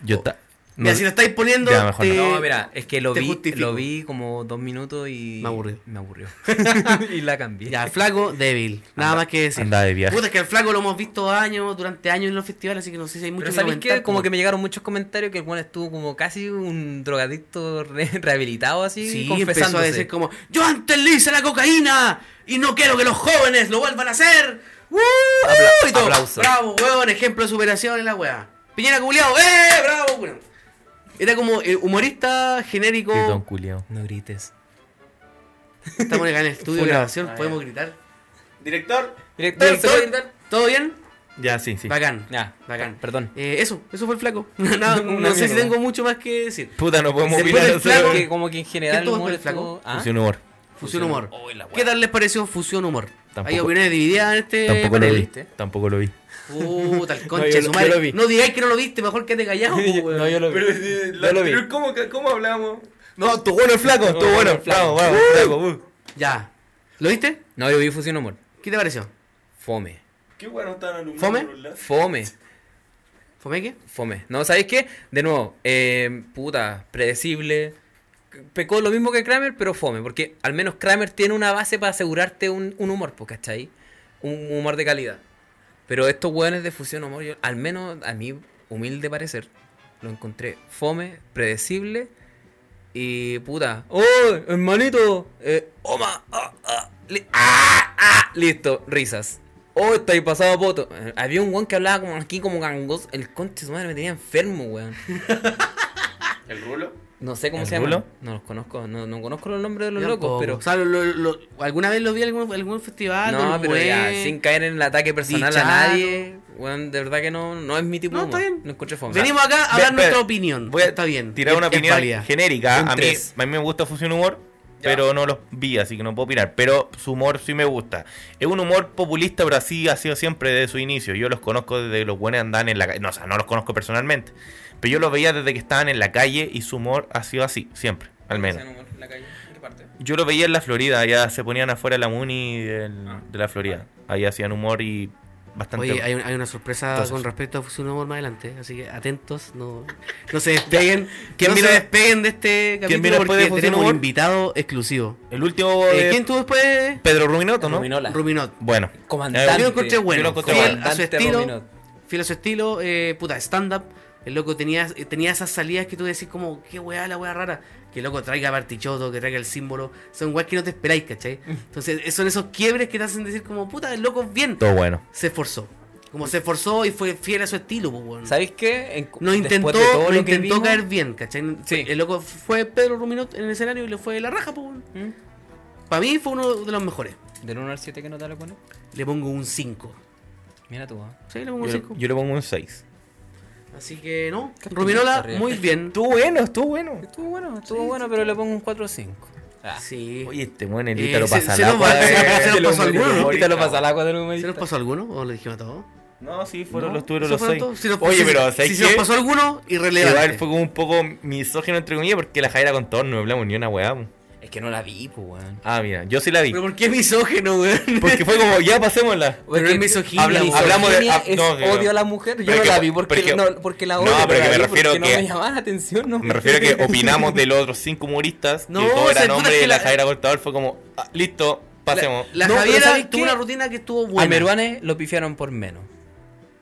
Speaker 3: Yo está. no-
Speaker 1: Mira, si lo estáis poniendo.
Speaker 3: Ya, mejor
Speaker 1: te-
Speaker 2: No, mira, eh, es que lo
Speaker 1: Eh, te
Speaker 2: vi,
Speaker 1: justifico.
Speaker 2: lo vi como dos minutos y...
Speaker 1: Me aburrió. <laughs>
Speaker 2: Me aburrió. <laughs> y la cambié.
Speaker 1: Ya, el flaco débil. Nada más que decir.
Speaker 3: Anda de viaje.
Speaker 1: Puta, es que el flaco lo hemos visto años, durante años en los festivales, así que no sé si hay mucho que
Speaker 2: Pero ¿sabéis
Speaker 1: comentar,
Speaker 2: qué? Como que me llegaron muchos comentarios que el bueno estuvo como casi un drogadicto re- <laughs> rehabilitado así,
Speaker 1: Sí, empezó a
Speaker 2: confesándose.
Speaker 1: decir como, yo antes le hice la cocaína y no quiero que los jóvenes lo vuelvan a hacer. ¡Woo!
Speaker 2: Apla-
Speaker 1: Y todo,
Speaker 2: aplauso.
Speaker 1: Bravo, weón, ejemplo de superación en la weá. Piñera culiao, ¡eh! ¡Bravo, weón! Era como eh, humorista
Speaker 3: Gritón
Speaker 1: genérico.
Speaker 3: culiao.
Speaker 2: No grites.
Speaker 1: Estamos acá en el estudio de
Speaker 2: Funa.
Speaker 1: grabación,
Speaker 2: Ah,
Speaker 1: podemos gritar.
Speaker 3: Director.
Speaker 2: Director, ¿se
Speaker 1: Director,
Speaker 2: puede gritar?
Speaker 1: ¿Todo bien?
Speaker 3: Ya, sí, sí.
Speaker 1: Bacán.
Speaker 2: Ya,
Speaker 1: Bacán.
Speaker 2: perdón.
Speaker 1: Eh, eso, eso fue el flaco. <laughs> Nada, no
Speaker 2: Una
Speaker 1: sé si
Speaker 2: mierda.
Speaker 1: tengo mucho más que decir.
Speaker 3: Puta, no podemos
Speaker 1: Después
Speaker 3: opinar
Speaker 1: del
Speaker 3: sobre-
Speaker 1: flaco
Speaker 2: Que como que en general
Speaker 1: estuvo
Speaker 2: humor
Speaker 1: el flaco?
Speaker 2: estuvo- ¿Ah?
Speaker 3: Fusión humor.
Speaker 1: Fusión humor.
Speaker 2: Oh, la
Speaker 1: ¿Qué
Speaker 2: wea.
Speaker 1: tal les pareció Fusión Humor? Hay
Speaker 3: Tampoco-
Speaker 1: opiniones divididas en este
Speaker 3: Tampoco lo
Speaker 1: panel.
Speaker 3: vi.
Speaker 2: ¿viste?
Speaker 3: Tampoco lo vi.
Speaker 1: Puta, el
Speaker 2: No,
Speaker 1: concha
Speaker 2: yo
Speaker 1: de
Speaker 2: lo-
Speaker 1: su
Speaker 2: yo
Speaker 1: madre.
Speaker 2: lo vi.
Speaker 1: No digáis que no lo viste, mejor que te callado.
Speaker 2: <laughs> No, <laughs>
Speaker 1: <laughs>
Speaker 2: yo lo vi.
Speaker 4: Pero eh, la
Speaker 2: Yo lo vi.
Speaker 4: anterior, ¿cómo, ¿cómo hablamos?
Speaker 3: No, tú bueno, flaco.
Speaker 2: tú bueno, flaco.
Speaker 3: Vamos, vamos, flaco. uh.
Speaker 1: Ya. ¿Lo viste?
Speaker 2: No, yo vi Fusión Humor.
Speaker 1: ¿Qué te pareció?
Speaker 2: Fome.
Speaker 4: Qué bueno están alumnos.
Speaker 1: ¿Fome? <laughs>
Speaker 2: Fome.
Speaker 1: ¿Fome qué?
Speaker 2: Fome. No, ¿sabéis qué? De nuevo, eh, puta, predecible. Pecó lo mismo que Kramer, pero fome. Porque al menos Kramer tiene una base para asegurarte un, un humor, pues, ¿cachai? Un humor de calidad. Pero estos hueones de fusión humor, yo, al menos a mi humilde parecer, lo encontré fome, predecible y puta. ¡Oh, hermanito! Eh, ¡Oma! ah, ah, li- ah, ah", Listo, risas. ¡Oh, está ahí pasado poto! Eh, Había un weón que hablaba como aquí como gangoso. El conche de su madre me tenía enfermo, weón.
Speaker 4: ¿El rulo?
Speaker 2: No sé cómo
Speaker 3: ¿El
Speaker 2: se llaman.
Speaker 3: Rulo?
Speaker 2: No los conozco, no, no conozco los nombres de los
Speaker 1: Yo
Speaker 2: locos,
Speaker 1: tampoco.
Speaker 2: pero.
Speaker 1: O sea, lo- lo- lo- alguna vez lo vi en algún, algún festival.
Speaker 2: No,
Speaker 1: algún
Speaker 2: pero ya,
Speaker 1: buen-
Speaker 2: sin caer en el ataque personal
Speaker 1: Dichado.
Speaker 2: a nadie. Weón, de verdad que no, no es mi tipo
Speaker 1: No,
Speaker 2: de humor.
Speaker 1: está bien.
Speaker 2: No encuentro fome.
Speaker 1: Venimos acá a
Speaker 3: Ve-
Speaker 1: dar
Speaker 3: ve-
Speaker 1: nuestra opinión.
Speaker 3: Voy a
Speaker 1: Está bien.
Speaker 3: tirar Uh, una
Speaker 1: Es- es
Speaker 3: opinión
Speaker 1: válida.
Speaker 3: genérica.
Speaker 2: Un
Speaker 3: A mí,
Speaker 2: tres.
Speaker 3: a mí me gusta Fusión Humor,
Speaker 4: Ya.
Speaker 3: pero no los vi, así que no puedo opinar. Pero su humor sí me gusta. Es un humor populista, pero así ha sido siempre desde su inicio. Yo los conozco desde que los buenos andan en la calle. No, o sea, no los conozco personalmente. Pero yo los veía desde que estaban en la calle y su humor ha sido así, siempre, al menos.
Speaker 2: En la calle, ¿en qué parte?
Speaker 3: Yo lo veía en la Florida, allá se ponían afuera de la Muni del-
Speaker 2: Ah,
Speaker 3: de la Florida. Ahí hacían humor y bastante.
Speaker 1: Oye, hay, un- hay una sorpresa
Speaker 3: Entonces.
Speaker 1: con respecto a Fusión Humor más adelante, así que atentos, no, no se
Speaker 2: <laughs>
Speaker 1: despeguen.
Speaker 3: ¿Quién
Speaker 1: no
Speaker 3: vino-
Speaker 1: se despeguen de este capítulo
Speaker 3: ¿Quién vino después
Speaker 1: porque
Speaker 3: de Fusión
Speaker 1: tenemos un
Speaker 3: Humor?
Speaker 1: invitado exclusivo.
Speaker 3: El último
Speaker 1: Eh,
Speaker 3: de
Speaker 1: ¿Quién tuvo después?
Speaker 3: Pedro Rubinoto, ¿no?
Speaker 2: Ruminola.
Speaker 1: Ruminot.
Speaker 3: Bueno.
Speaker 2: Comandante.
Speaker 1: Yo lo encontré bueno,
Speaker 3: Yo lo encontré
Speaker 1: fiel
Speaker 3: bueno.
Speaker 1: a su
Speaker 2: Comandante
Speaker 1: estilo,
Speaker 2: Ruminot.
Speaker 1: fiel a su estilo, eh, puta, stand-up. El loco tenía, eh, tenía esas salidas que tú decís como, qué weá, la weá rara. Que el loco traiga partichoto, que traiga el símbolo. Son weas que no te esperáis, ¿cachai?
Speaker 3: Mm.
Speaker 1: Entonces, son esos quiebres que te hacen decir como, puta, el loco es bien.
Speaker 3: Todo bueno.
Speaker 1: se esforzó. Como se esforzó y fue fiel a su estilo, pues, weón.
Speaker 2: ¿Sabéis qué? En-
Speaker 1: No
Speaker 2: después
Speaker 1: intentó,
Speaker 2: de todo
Speaker 1: no
Speaker 2: lo que
Speaker 1: intentó
Speaker 2: vimos-
Speaker 1: caer bien, ¿cachai?
Speaker 2: Sí.
Speaker 1: El loco fue Pedro Ruminot en el escenario y le fue la raja, pues, weón.
Speaker 2: ¿Mm?
Speaker 1: Para mí fue uno de los mejores.
Speaker 2: Del 1 al 7 que no te lo pones.
Speaker 1: Le pongo un 5.
Speaker 2: Mira tú, ah.
Speaker 1: Sí, le pongo un
Speaker 3: Yo,
Speaker 1: 5.
Speaker 3: yo le pongo un 6.
Speaker 1: Así que, no.
Speaker 2: Qué
Speaker 1: Ruminola,
Speaker 2: optimista,
Speaker 1: muy bien.
Speaker 3: Estuvo bueno, estuvo bueno.
Speaker 2: Estuvo bueno, estuvo bueno, pero le pongo un 4 o 5. Ah.
Speaker 1: Sí.
Speaker 3: Oye, este buen el
Speaker 1: Eh,
Speaker 3: Ítalo
Speaker 1: se-
Speaker 3: pasa
Speaker 1: se
Speaker 3: la
Speaker 1: nos va- <laughs> se- se nos pasó
Speaker 3: el
Speaker 1: alguno, ¿no?
Speaker 3: humorista.
Speaker 2: Ahorita lo pasa al agua del humorista.
Speaker 1: ¿Se nos pasó alguno o le dijimos a todos?
Speaker 3: No, sí, fueron
Speaker 1: No,
Speaker 3: los tuyos
Speaker 1: ¿esos
Speaker 3: los
Speaker 1: fueron
Speaker 3: 6.
Speaker 1: todos? Si nos-
Speaker 3: Oye,
Speaker 1: si-
Speaker 3: pero
Speaker 1: si,
Speaker 3: ¿sabes
Speaker 1: se nos
Speaker 3: qué?
Speaker 1: pasó alguno,
Speaker 3: Igual
Speaker 1: irrelevante.
Speaker 3: fue como un poco misógino entre comillas porque la Jaira con todos no hablamos ni una weá. po.
Speaker 2: Es que no la vi, pues, weón.
Speaker 3: Ah, mira, yo sí la vi.
Speaker 1: Pero <laughs> ¿por qué misógeno,
Speaker 2: <laughs>
Speaker 1: weón?
Speaker 3: Porque fue como, ya pasémosla.
Speaker 1: Pero
Speaker 2: Es
Speaker 1: es
Speaker 2: que
Speaker 1: misoginia,
Speaker 2: habla-
Speaker 1: weón.
Speaker 2: hablamos de
Speaker 3: ah,
Speaker 2: es
Speaker 3: no, sí,
Speaker 2: odio
Speaker 3: no.
Speaker 2: a la mujer. Yo
Speaker 3: Pero
Speaker 2: no
Speaker 3: es que-
Speaker 2: la vi porque,
Speaker 3: pero es que-
Speaker 2: no, porque la
Speaker 3: no,
Speaker 2: odio.
Speaker 3: pero
Speaker 2: la
Speaker 3: que me
Speaker 2: vi
Speaker 3: refiero
Speaker 2: porque
Speaker 3: que-
Speaker 2: No me llamaba la atención, no.
Speaker 3: Me refiero a
Speaker 2: <laughs>
Speaker 3: que opinamos de los otros cinco humoristas.
Speaker 1: No,
Speaker 3: No, que todos
Speaker 1: o sea,
Speaker 3: eran
Speaker 1: puta,
Speaker 3: hombres
Speaker 1: es que
Speaker 3: y la
Speaker 1: la-
Speaker 3: Jaira Cortador fue como, ah, listo, pasemos.
Speaker 1: La
Speaker 2: No, pero ¿sabes
Speaker 1: Javiera tuvo
Speaker 2: qué?
Speaker 1: una rutina que estuvo
Speaker 2: A
Speaker 1: buena.
Speaker 2: Meruane lo pifiaron por menos.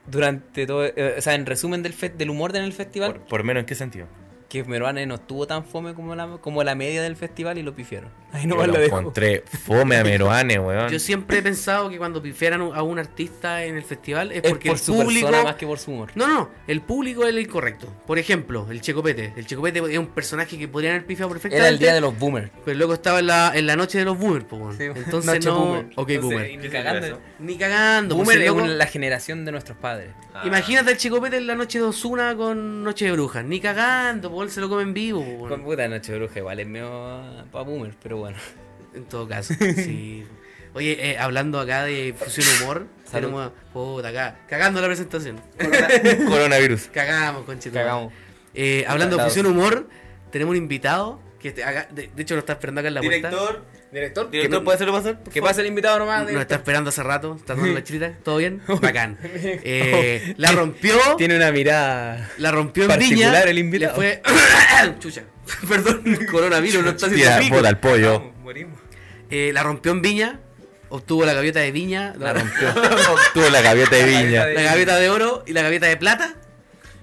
Speaker 2: Durante todo. eh, o sea, en resumen del, fe- del humor en el festival,
Speaker 3: Por, por menos, ¿en qué sentido?
Speaker 2: que Meruane no estuvo tan fome como la, como la media del festival y lo pifiaron. Ahí
Speaker 3: No
Speaker 2: no
Speaker 3: yo
Speaker 2: lo
Speaker 3: lo
Speaker 2: dejo.
Speaker 3: encontré fome a Meruane, weón.
Speaker 1: Yo siempre he pensado que cuando pifieran a un artista en el festival es
Speaker 2: Es
Speaker 1: porque
Speaker 2: por
Speaker 1: el
Speaker 2: su
Speaker 1: público.
Speaker 2: persona más que por su humor.
Speaker 1: No, no, el público es el incorrecto. Por ejemplo, el Checopete. El Checopete es un personaje que podrían haber pifiado
Speaker 2: Era
Speaker 1: perfectamente.
Speaker 2: el día de los boomers.
Speaker 1: Pero luego estaba en la, en la noche de los boomers, po, weón. Entonces
Speaker 2: Noche
Speaker 1: no.
Speaker 2: boomer.
Speaker 1: Ok,
Speaker 2: Entonces,
Speaker 1: boomer.
Speaker 2: Ni cagando.
Speaker 1: Ni cagando. pues,
Speaker 2: Boomer
Speaker 1: el
Speaker 2: es
Speaker 1: loco-
Speaker 2: una- la generación de nuestros padres.
Speaker 1: Imagínate al Checopete en la noche de Osuna con Noche de Brujas. Ni cagando, po, él se lo come en vivo, po, weón.
Speaker 2: Con puta noche de bruja, igual es medio para boomer, pero bueno.
Speaker 1: En todo caso, sí.
Speaker 2: <laughs>
Speaker 1: Oye, eh, hablando acá de fusión humor,
Speaker 2: Salud.
Speaker 1: tenemos. a- Puta, acá. Cagando la presentación.
Speaker 3: <laughs> Coronavirus.
Speaker 1: Cagamos, conchito.
Speaker 2: Cagamos.
Speaker 1: Eh, hablando de
Speaker 2: Claro.
Speaker 1: fusión humor, tenemos un invitado que te- acá- de, de hecho nos está esperando acá en la puerta.
Speaker 2: <laughs>
Speaker 4: Director.
Speaker 2: Director,
Speaker 1: Que no-
Speaker 3: ¿Director puede hacerlo pasar?
Speaker 2: que pase el invitado nomás.
Speaker 1: Nos está
Speaker 2: director.
Speaker 1: esperando hace rato, está tomando
Speaker 2: <laughs>
Speaker 1: la chilita, ¿todo bien? Bacán. Eh, la rompió,
Speaker 2: Tiene una mirada.
Speaker 1: la rompió en
Speaker 2: particular
Speaker 1: Viña.
Speaker 2: el invitado.
Speaker 1: Le fue. <coughs> Chucha, perdón, coronavirus, no está haciendo
Speaker 3: Tira,
Speaker 1: pico.
Speaker 3: bota al pollo.
Speaker 4: Morimos.
Speaker 1: Eh, La rompió en Viña, obtuvo la gaviota de Viña, la,
Speaker 3: Tuvo la gaviota de viña.
Speaker 1: la gaviota de oro y la gaviota de plata.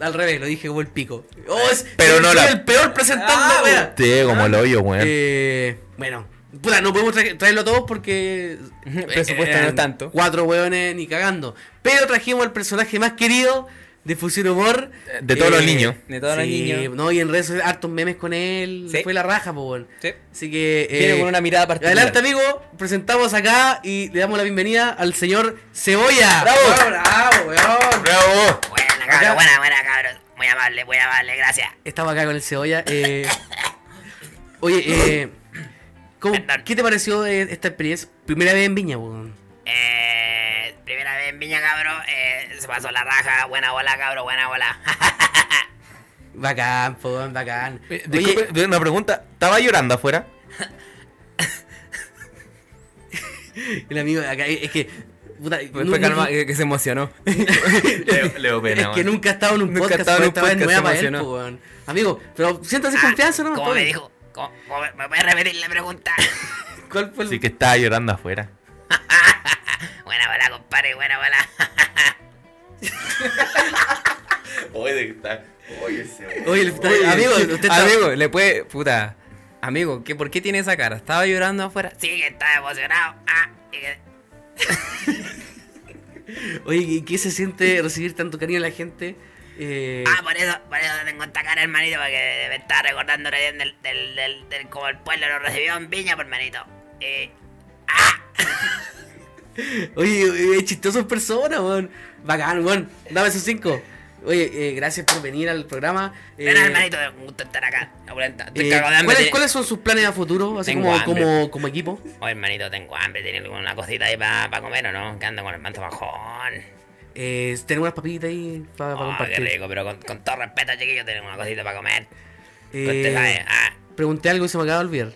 Speaker 1: Al revés, lo dije como el pico. Oh, es,
Speaker 3: Pero
Speaker 1: soy-
Speaker 3: no
Speaker 1: soy
Speaker 3: la-
Speaker 1: el peor presentando,
Speaker 2: Ah,
Speaker 1: wea.
Speaker 3: Te como el hoyo, weón.
Speaker 1: Eh, bueno, puta, no podemos tra- traerlo a todos porque.
Speaker 2: El
Speaker 1: eh,
Speaker 2: <laughs> presupuesto no
Speaker 1: eran
Speaker 2: es tanto.
Speaker 1: Cuatro hueones ni cagando. Pero trajimos al personaje más querido de Fusión Humor.
Speaker 3: de todos los niños.
Speaker 2: De todos los
Speaker 1: sí,
Speaker 2: niños.
Speaker 1: No, y en redes sociales, hartos memes con él.
Speaker 2: Sí.
Speaker 1: Fue la raja, po, weón.
Speaker 2: Sí.
Speaker 1: Así que. eh,
Speaker 2: Viene con una mirada particular.
Speaker 1: Adelante, amigo. Presentamos acá y le damos la bienvenida al señor Cebolla.
Speaker 2: Bravo.
Speaker 1: ¡Bravo, weón!
Speaker 3: ¡Bravo!
Speaker 5: Buena, cabrón, buena, buena, cabrón. Muy amable, muy amable, gracias.
Speaker 1: Estaba acá con el cebolla. eh, oye, eh, ¿cómo-
Speaker 5: Perdón.
Speaker 1: ¿qué te pareció eh, esta experiencia? Primera vez en Viña, weón.
Speaker 5: Eh, primera vez en Viña, cabrón. Eh, se pasó la raja. Buena bola, cabrón, buena bola.
Speaker 1: Bacán, po, weón, bacán.
Speaker 3: Eh,
Speaker 1: Oye,
Speaker 3: disculpe, una pregunta. ¿Estaba llorando afuera?
Speaker 1: el amigo de acá, eh, es que. puta,
Speaker 2: Fue-
Speaker 1: nu-
Speaker 2: fue
Speaker 1: nu-
Speaker 2: calma, eh, que se emocionó.
Speaker 3: Leo, Leo pena,
Speaker 1: es que
Speaker 3: weón.
Speaker 1: nunca ha estado en un
Speaker 2: Nunca ha
Speaker 1: podcast,
Speaker 2: estado en
Speaker 1: po, esta
Speaker 2: un
Speaker 1: vez
Speaker 2: podcast,
Speaker 1: nueva
Speaker 2: se
Speaker 1: para él,
Speaker 2: emocionó.
Speaker 1: po, weón. Amigo, pero siéntase
Speaker 5: Ah,
Speaker 1: confianza,
Speaker 5: <laughs>
Speaker 1: ¿no?
Speaker 5: ¿Cómo me dijo? ¿Cómo, cómo me- me puedes repetir la pregunta? <laughs>
Speaker 1: ¿Cuál fue el-
Speaker 3: Así que estaba llorando afuera.
Speaker 5: buena bola, compadre, buena bola. <laughs>
Speaker 3: Oye, de está.
Speaker 4: Oye, ese.
Speaker 1: Oye, el- amigo, usted está-
Speaker 2: Amigo, le puede. Puta. Amigo, ¿qué, ¿por qué tiene esa cara? ¿Estaba llorando afuera?
Speaker 5: Sí, que estaba emocionado. Ah, y que-
Speaker 1: Oye, ¿y ¿qué se siente recibir tanto cariño de la gente? Eh,
Speaker 5: Ah, por eso, por eso tengo esta cara, hermanito, porque me estaba recordando re bien del, del, del, del- como el pueblo lo recibió en Viña, por hermanito. Eh, ah,
Speaker 1: Oye, eh, es chistoso persona, weón. Bacán, weón. Dame esos cinco. Oye, eh, gracias por venir al programa. Eh,
Speaker 5: verás, hermanito, un gusto estar acá. Abuelita, estoy
Speaker 1: eh,
Speaker 5: cagado de hambre.
Speaker 1: ¿cuáles,
Speaker 5: tiene-
Speaker 1: cuáles son sus planes a futuro? Así
Speaker 5: Tengo
Speaker 1: como,
Speaker 5: hambre.
Speaker 1: como, como equipo.
Speaker 5: Oye, Oh, hermanito, tengo hambre, ¿tiene alguna cosita ahí para comer o no? Que ando con el manto bajón.
Speaker 1: Eh, tenemos unas papitas ahí para
Speaker 5: Oh, qué
Speaker 1: compartir.
Speaker 5: rico, pero con, con todo respeto, chiquillos, tenemos una cosita para comer.
Speaker 1: Eh,
Speaker 5: Usted sabe, ah,
Speaker 1: pregunté algo y se me acaba de olvidar.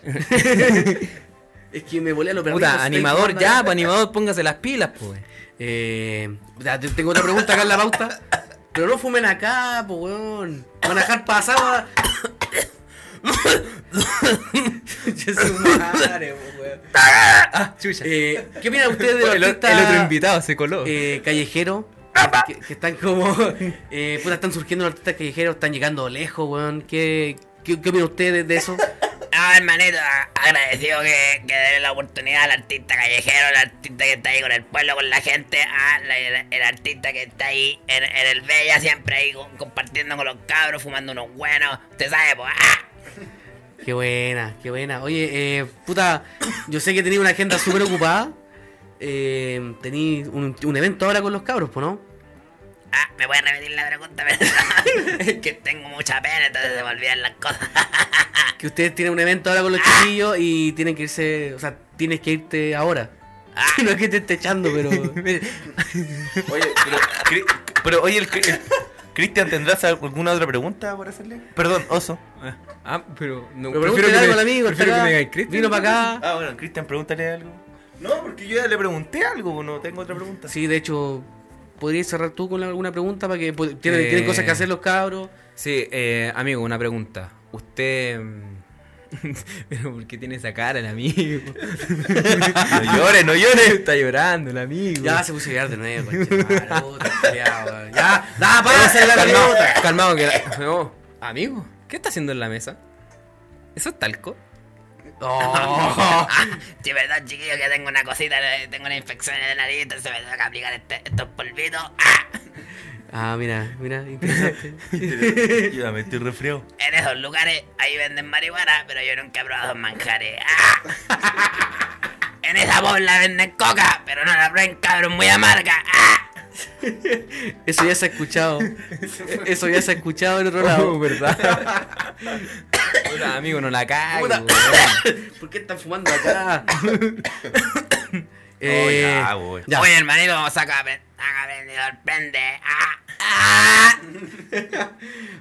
Speaker 1: es que me volé a lo perdido.
Speaker 2: Puta, animador ya, pues animador, póngase las pilas, pues.
Speaker 1: Eh, ya, te- tengo otra pregunta acá en la pauta. Pero no fumen acá, po, weón. Van a dejar
Speaker 2: <laughs>
Speaker 1: pasada. Ya su <laughs> madre, po, weón.
Speaker 2: Ah, chucha.
Speaker 1: Eh, ¿Qué opinan ustedes de los
Speaker 2: el, o-
Speaker 1: artistas
Speaker 2: el otro invitado se coló.
Speaker 1: eh, callejeros? Que, que están como. Eh, puta, están surgiendo los artistas callejeros, están llegando lejos, weón. ¿Qué, qué, qué opinan ustedes de eso?
Speaker 5: ah, hermanito, a- agradecido que, que dé la oportunidad al artista callejero, al artista que está ahí con el pueblo, con la gente, ah, la- el, el artista que está ahí en, en el Bella, siempre ahí con- compartiendo con los cabros, fumando unos buenos. Usted sabe, pues, ah.
Speaker 1: Qué buena, qué buena. Oye, eh, puta, yo sé que tenéis una agenda súper ocupada. Eh, tenéis un, un evento ahora con los cabros, po, ¿no?
Speaker 5: Ah, me voy a repetir la pregunta, <laughs> pero que tengo mucha pena, entonces se me olvidan las cosas.
Speaker 1: Que ustedes tienen un evento ahora con
Speaker 2: Ah.
Speaker 1: los chiquillos y tienen que irse, o sea, tienes que irte ahora.
Speaker 2: Ah.
Speaker 1: <laughs> No es que te esté echando,
Speaker 2: <laughs>
Speaker 1: pero...
Speaker 4: Oye, pero.
Speaker 3: Cri- Pero oye, el, Cri- el- Cristian, ¿tendrás alguna otra pregunta por hacerle? Perdón, oso.
Speaker 2: Ah, pero no.
Speaker 1: Pero pregúntale algo al amigo,
Speaker 2: prefiero
Speaker 1: está acá,
Speaker 2: que me diga el Cristian.
Speaker 1: Vino para acá.
Speaker 3: Ah, bueno, Cristian, pregúntale algo. No, porque yo ya le pregunté algo, pues, no tengo otra pregunta.
Speaker 1: Sí, de hecho, ¿podrías cerrar tú con alguna pregunta para que... po- Tienen,
Speaker 2: Eh.
Speaker 1: tienen cosas que hacer los cabros.
Speaker 2: Sí, eh, amigo, una pregunta. Usted. mm, <laughs> Pero ¿por qué tiene esa cara el <laughs> amigo?
Speaker 3: No llores, no llores.
Speaker 2: Está llorando el amigo.
Speaker 1: Ya se puso a llorar de nuevo.
Speaker 2: <laughs>
Speaker 1: conchetumare, puta, culiao, weón. Ya, da, pasa la
Speaker 2: calmado,
Speaker 1: pelota.
Speaker 2: calmado que la- no. Amigo, ¿qué está haciendo en la mesa? ¿Eso es talco?
Speaker 1: Oh.
Speaker 5: Sí, verdad, chiquillo, que tengo una cosita, eh, tengo una infección en la nariz, entonces me tengo que aplicar este- estos polvitos. ¡Ah!
Speaker 1: Ah, mira, mira, interesante.
Speaker 3: Ya me estoy resfriado.
Speaker 5: En esos lugares ahí venden marihuana, pero yo nunca he probado manjares. ¡Ah!
Speaker 1: <laughs>
Speaker 5: En esa pobla venden coca, pero no la prueben, cabrón, muy amarga. ¡Ah!
Speaker 1: Eso ya se ha
Speaker 2: <laughs>
Speaker 1: escuchado. Eso ya se ha escuchado en otro <laughs>
Speaker 2: Oh.
Speaker 1: lado.
Speaker 2: ¿verdad? Puta, amigo, no la cago.
Speaker 1: Puta. <laughs>
Speaker 2: weón.
Speaker 1: ¿Por qué están fumando acá?
Speaker 3: Oh,
Speaker 1: eh,
Speaker 3: ya, pues, voy.
Speaker 1: ya.
Speaker 5: Oye, hermanito, saca, pre- saca prendedor, prende. ¡Ah! ¡Ah!